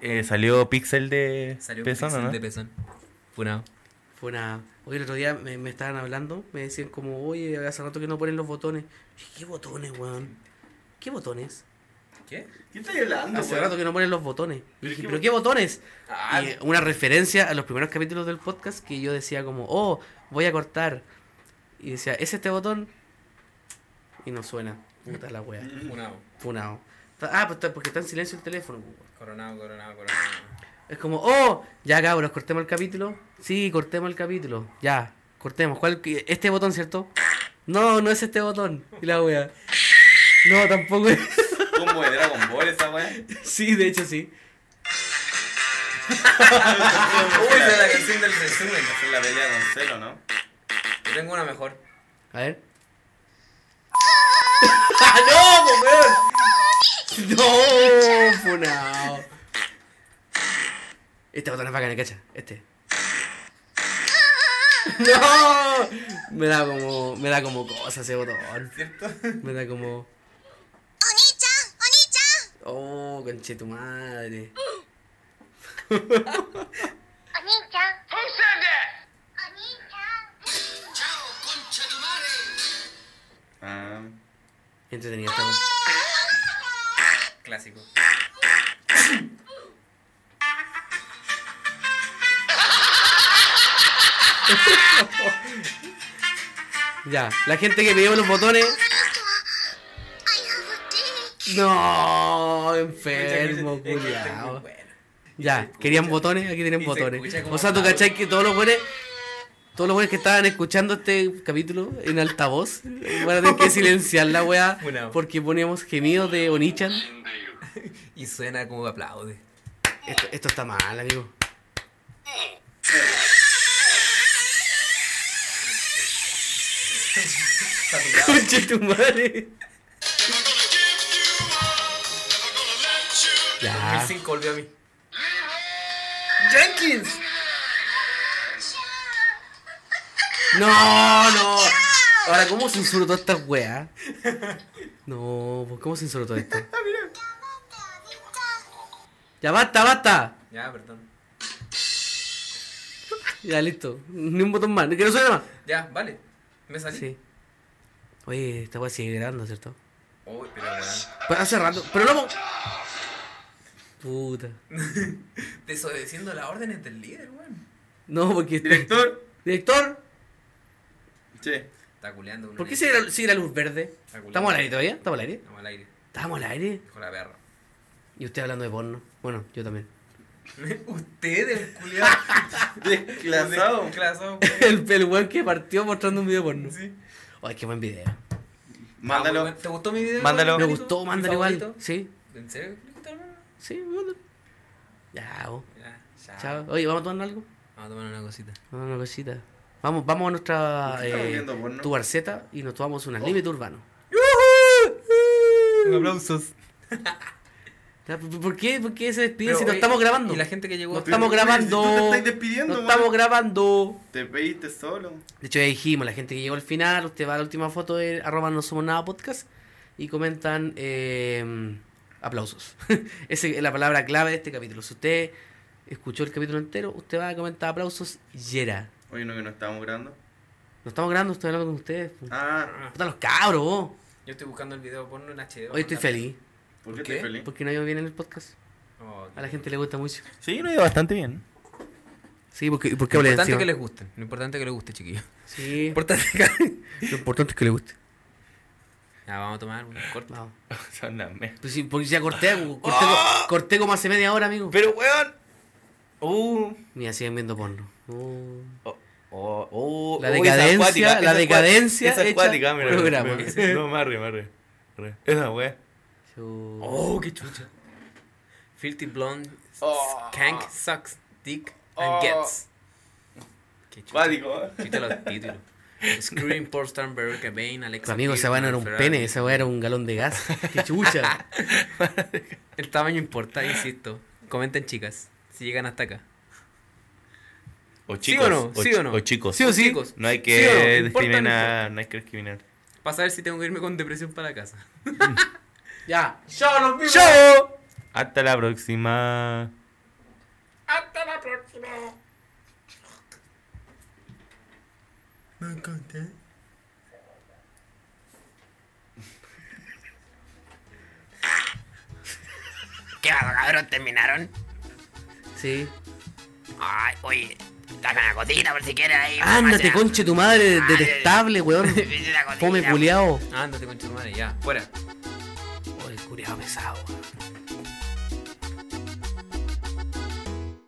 Speaker 3: Eh, salió Pixel de
Speaker 2: Salió
Speaker 3: Pesano,
Speaker 2: pezón,
Speaker 3: ¿no?
Speaker 2: de pezón. Funado.
Speaker 1: Fue una... Hoy el otro día me, me estaban hablando, me decían como, oye, hace rato que no ponen los botones. Dije, ¿Qué botones, weón? ¿Qué botones?
Speaker 2: ¿Qué?
Speaker 4: ¿Qué estoy hablando,
Speaker 1: Ah, Hace rato que no ponen los botones. Y dije,
Speaker 4: qué
Speaker 1: ¿pero qué botones?
Speaker 2: Ah,
Speaker 1: Y una referencia a los primeros capítulos del podcast que yo decía como, oh, voy a cortar. Y decía, ¿es este botón? Y no suena. Puta la wea.
Speaker 2: funado.
Speaker 1: Funao. Ah, pues está- porque está en silencio el teléfono. pues, weón.
Speaker 2: Coronado, coronado, coronado.
Speaker 1: Es como, oh, ya cabros, cortemos el capítulo. Sí, cortemos el capítulo. Ya, cortemos. ¿Cuál? Este botón, ¿cierto? No, no es este botón. Y la wea. No, tampoco es. <laughs>
Speaker 4: Combo de Dragon Ball esa weá.
Speaker 1: Sí, de hecho sí.
Speaker 2: Uy, esa es la canción del resumen.
Speaker 4: Esa es la pelea con Celo, ¿no?
Speaker 2: Yo tengo una mejor.
Speaker 1: A ver.
Speaker 2: <laughs> ¡Ah, no, po, weón!
Speaker 1: <laughs> No, funao. Este botón es bacán, cacha.
Speaker 2: <laughs>
Speaker 1: Este. No, me da como, me da como cosa ese botón.
Speaker 2: ¿Cierto?
Speaker 1: Me da como. Oh, conche tu madre.
Speaker 7: お兄ちゃん。お兄ちゃん。
Speaker 4: Ah.
Speaker 1: Entretenido esta weá.
Speaker 2: Clásico.
Speaker 1: Ya, la gente que pidió los botones. No, enfermo,
Speaker 2: Escucha, escucha,
Speaker 1: culiao.
Speaker 2: bueno.
Speaker 1: Ya, querían botones, aquí tienen
Speaker 2: Y se
Speaker 1: botones.
Speaker 2: escucha como
Speaker 1: O sea, tú
Speaker 2: habla.
Speaker 1: cachai que todos los buenos, todos los buenos que estaban escuchando este capítulo en altavoz, van a tener que silenciar la
Speaker 2: <laughs>
Speaker 1: weá
Speaker 2: Funao.
Speaker 1: porque poníamos gemidos de Onichan.
Speaker 2: Y suena como aplaude.
Speaker 1: Esto, esto está mal, amigo.
Speaker 2: <laughs>
Speaker 1: Conche tu madre. Ya.
Speaker 2: 2005 volvió a mí. ¡Jenkins!
Speaker 1: No, no. Ahora, ¿cómo censuro todas estas weas? No, pues, ¿cómo censuro todo esto? Ya basta, basta.
Speaker 2: Ya, perdón.
Speaker 1: Ya, listo. Ni un botón más. Que no suene más.
Speaker 2: Ya, vale. Me salí.
Speaker 1: Sí. Oye, esta wea sigue grabando, ¿cierto?
Speaker 2: Uy, pero weón.
Speaker 1: Pero hace rato. Pero no. po- Puta.
Speaker 2: Desobedeciendo las órdenes del líder, weón.
Speaker 1: No, porque. está-
Speaker 4: Director.
Speaker 1: Director,
Speaker 4: Sí.
Speaker 2: Está culeando. uno
Speaker 1: ¿por qué
Speaker 2: en-
Speaker 1: sigue la, sigue la luz verde?
Speaker 2: Está culeando.
Speaker 1: ¿Estamos al aire todavía? ¿Estamos al aire?
Speaker 2: Estamos al aire.
Speaker 1: ¿Estamos al aire?
Speaker 2: Dijo la perra. <laughs>
Speaker 1: Y usted hablando de porno. Bueno, yo también. <laughs>
Speaker 2: Usted, el culeado.
Speaker 4: <laughs> Desclasado.
Speaker 2: Desclasado.
Speaker 4: <laughs>
Speaker 1: el, el weón que partió mostrando un video porno.
Speaker 2: Sí.
Speaker 1: Ay, qué buen video.
Speaker 2: Ah, muy
Speaker 4: Mándalo.
Speaker 2: bueno. ¿Te gustó mi video?
Speaker 4: Mándalo.
Speaker 1: Me
Speaker 2: Carlito?
Speaker 1: gustó,
Speaker 2: ¿Mi
Speaker 1: mándale igual.
Speaker 2: favorito?
Speaker 1: Sí,
Speaker 2: ¿En serio, Carlito, hermano?
Speaker 1: sí, mándale. Ya, vos.
Speaker 2: Ya, ya.
Speaker 1: Chao. Oye, ¿vamos a tomar algo?
Speaker 2: Vamos a tomar una cosita.
Speaker 1: Vamos a una cosita. Vamos, vamos a nuestra
Speaker 4: ¿Qué estamos
Speaker 1: eh,
Speaker 4: viendo, porno?
Speaker 1: tu barceta y nos tomamos un límite urbano.
Speaker 2: Aplausos.
Speaker 1: Ya, ¿Por por qué, por qué se despiden
Speaker 2: Pero,
Speaker 1: si no
Speaker 2: oye,
Speaker 1: estamos grabando?
Speaker 2: Y la gente que llegó.
Speaker 1: No
Speaker 2: hasta-
Speaker 1: estamos
Speaker 4: Pero, güey,
Speaker 1: grabando.
Speaker 4: si tú te estás despidiendo,
Speaker 1: no
Speaker 4: güey.
Speaker 1: estamos grabando.
Speaker 4: Te pediste solo.
Speaker 1: De hecho, ya dijimos, la gente que llegó al final, usted va a la última foto de arroba no somos nada podcast y comentan eh, aplausos. <laughs> Esa es la palabra clave de este capítulo. Si usted escuchó el capítulo entero, usted va a comentar aplausos yera.
Speaker 4: Oye, no que no estábamos grabando.
Speaker 1: No estamos grabando, estoy hablando con ustedes. po.
Speaker 4: Ah,
Speaker 1: Puta los cabros, vos.
Speaker 2: Yo estoy buscando el video porno en HD.
Speaker 1: Hoy estoy feliz.
Speaker 4: ¿por
Speaker 2: ¿Por
Speaker 4: qué
Speaker 2: qué?
Speaker 4: estoy feliz?
Speaker 1: Porque no yo bien en el podcast.
Speaker 2: Oh,
Speaker 1: A la gente le gusta mucho.
Speaker 3: Sí, lo iba bastante bien.
Speaker 1: Sí, porque, porque
Speaker 2: Lo
Speaker 1: hablé
Speaker 2: importante
Speaker 1: encima.
Speaker 2: es que les guste. Lo importante es que les guste, chiquillos.
Speaker 1: Sí,
Speaker 2: importante que...
Speaker 1: lo importante es que le guste.
Speaker 2: Ya, vamos a tomar un corto.
Speaker 1: Vamos.
Speaker 3: Son las me-
Speaker 1: Pues sí, porque ya corté, corté, co- corté como hace media hora, amigo.
Speaker 3: Pero, weón. Uh,
Speaker 1: Mira, siguen viendo porno. Uh.
Speaker 3: oh, oh, oh,
Speaker 1: La
Speaker 3: oh, esa
Speaker 1: decadencia-
Speaker 3: acuática,
Speaker 1: la
Speaker 3: esa acua-
Speaker 1: decadencia
Speaker 3: Esa
Speaker 1: hecha
Speaker 3: acuática, mira.
Speaker 1: programa.
Speaker 3: mira. No, marre, marre. marre. Esa weá.
Speaker 1: Chu-
Speaker 2: Oh, qué chucha. Filthy blonde,
Speaker 4: Oh.
Speaker 5: Ah.
Speaker 2: skank, sucks, dick, and gets. Qué chucha.
Speaker 4: Vádico. ¿eh?
Speaker 2: Quita los títulos. Scream, Pornstar, Veruca Bain, Alex.
Speaker 1: Tu amigo, esa weá no era un pene, esa weá era un galón de gas. Qué chucha.
Speaker 2: El tamaño importa, insisto. Comenten, chicas, si llegan hasta acá.
Speaker 3: O
Speaker 2: ¿Sí
Speaker 3: chicos.
Speaker 2: o no? ¿Sí
Speaker 3: chi-
Speaker 2: o no?
Speaker 3: chicos.
Speaker 2: o sí? Chicos,
Speaker 3: No hay
Speaker 2: ¿Sí o no?
Speaker 3: que
Speaker 2: ¿Importa o no
Speaker 3: discriminar. No hay que discriminar.
Speaker 2: Para saber si tengo que irme con depresión para casa.
Speaker 1: ya. Chao, los vimos.
Speaker 3: ¡Chao! Hasta la próxima.
Speaker 5: ¿Qué hago, cabrón? ¿Terminaron?
Speaker 1: Sí.
Speaker 5: Ay, oye, dame una cosita por si quieres ahí.
Speaker 1: Ándate,
Speaker 5: farmacia.
Speaker 1: conche tu madre,
Speaker 5: Ay,
Speaker 1: detestable, weón.
Speaker 5: <laughs> una cosita.
Speaker 1: Come culiao.
Speaker 2: Ándate con tu madre, ya. Fuera.
Speaker 1: Oh, el culiao pesado, weón.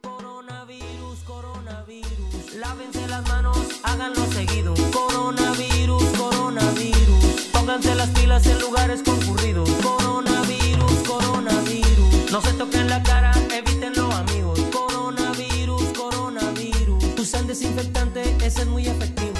Speaker 6: Coronavirus, coronavirus, lávense las manos, háganlo seguido. Coronavirus, coronavirus, pónganse las pilas en lugares concurridos. Coronavirus, coronavirus, no se toquen la cara, evítenlo amigos. Coronavirus, coronavirus, usan desinfectante, ese es muy efectivo.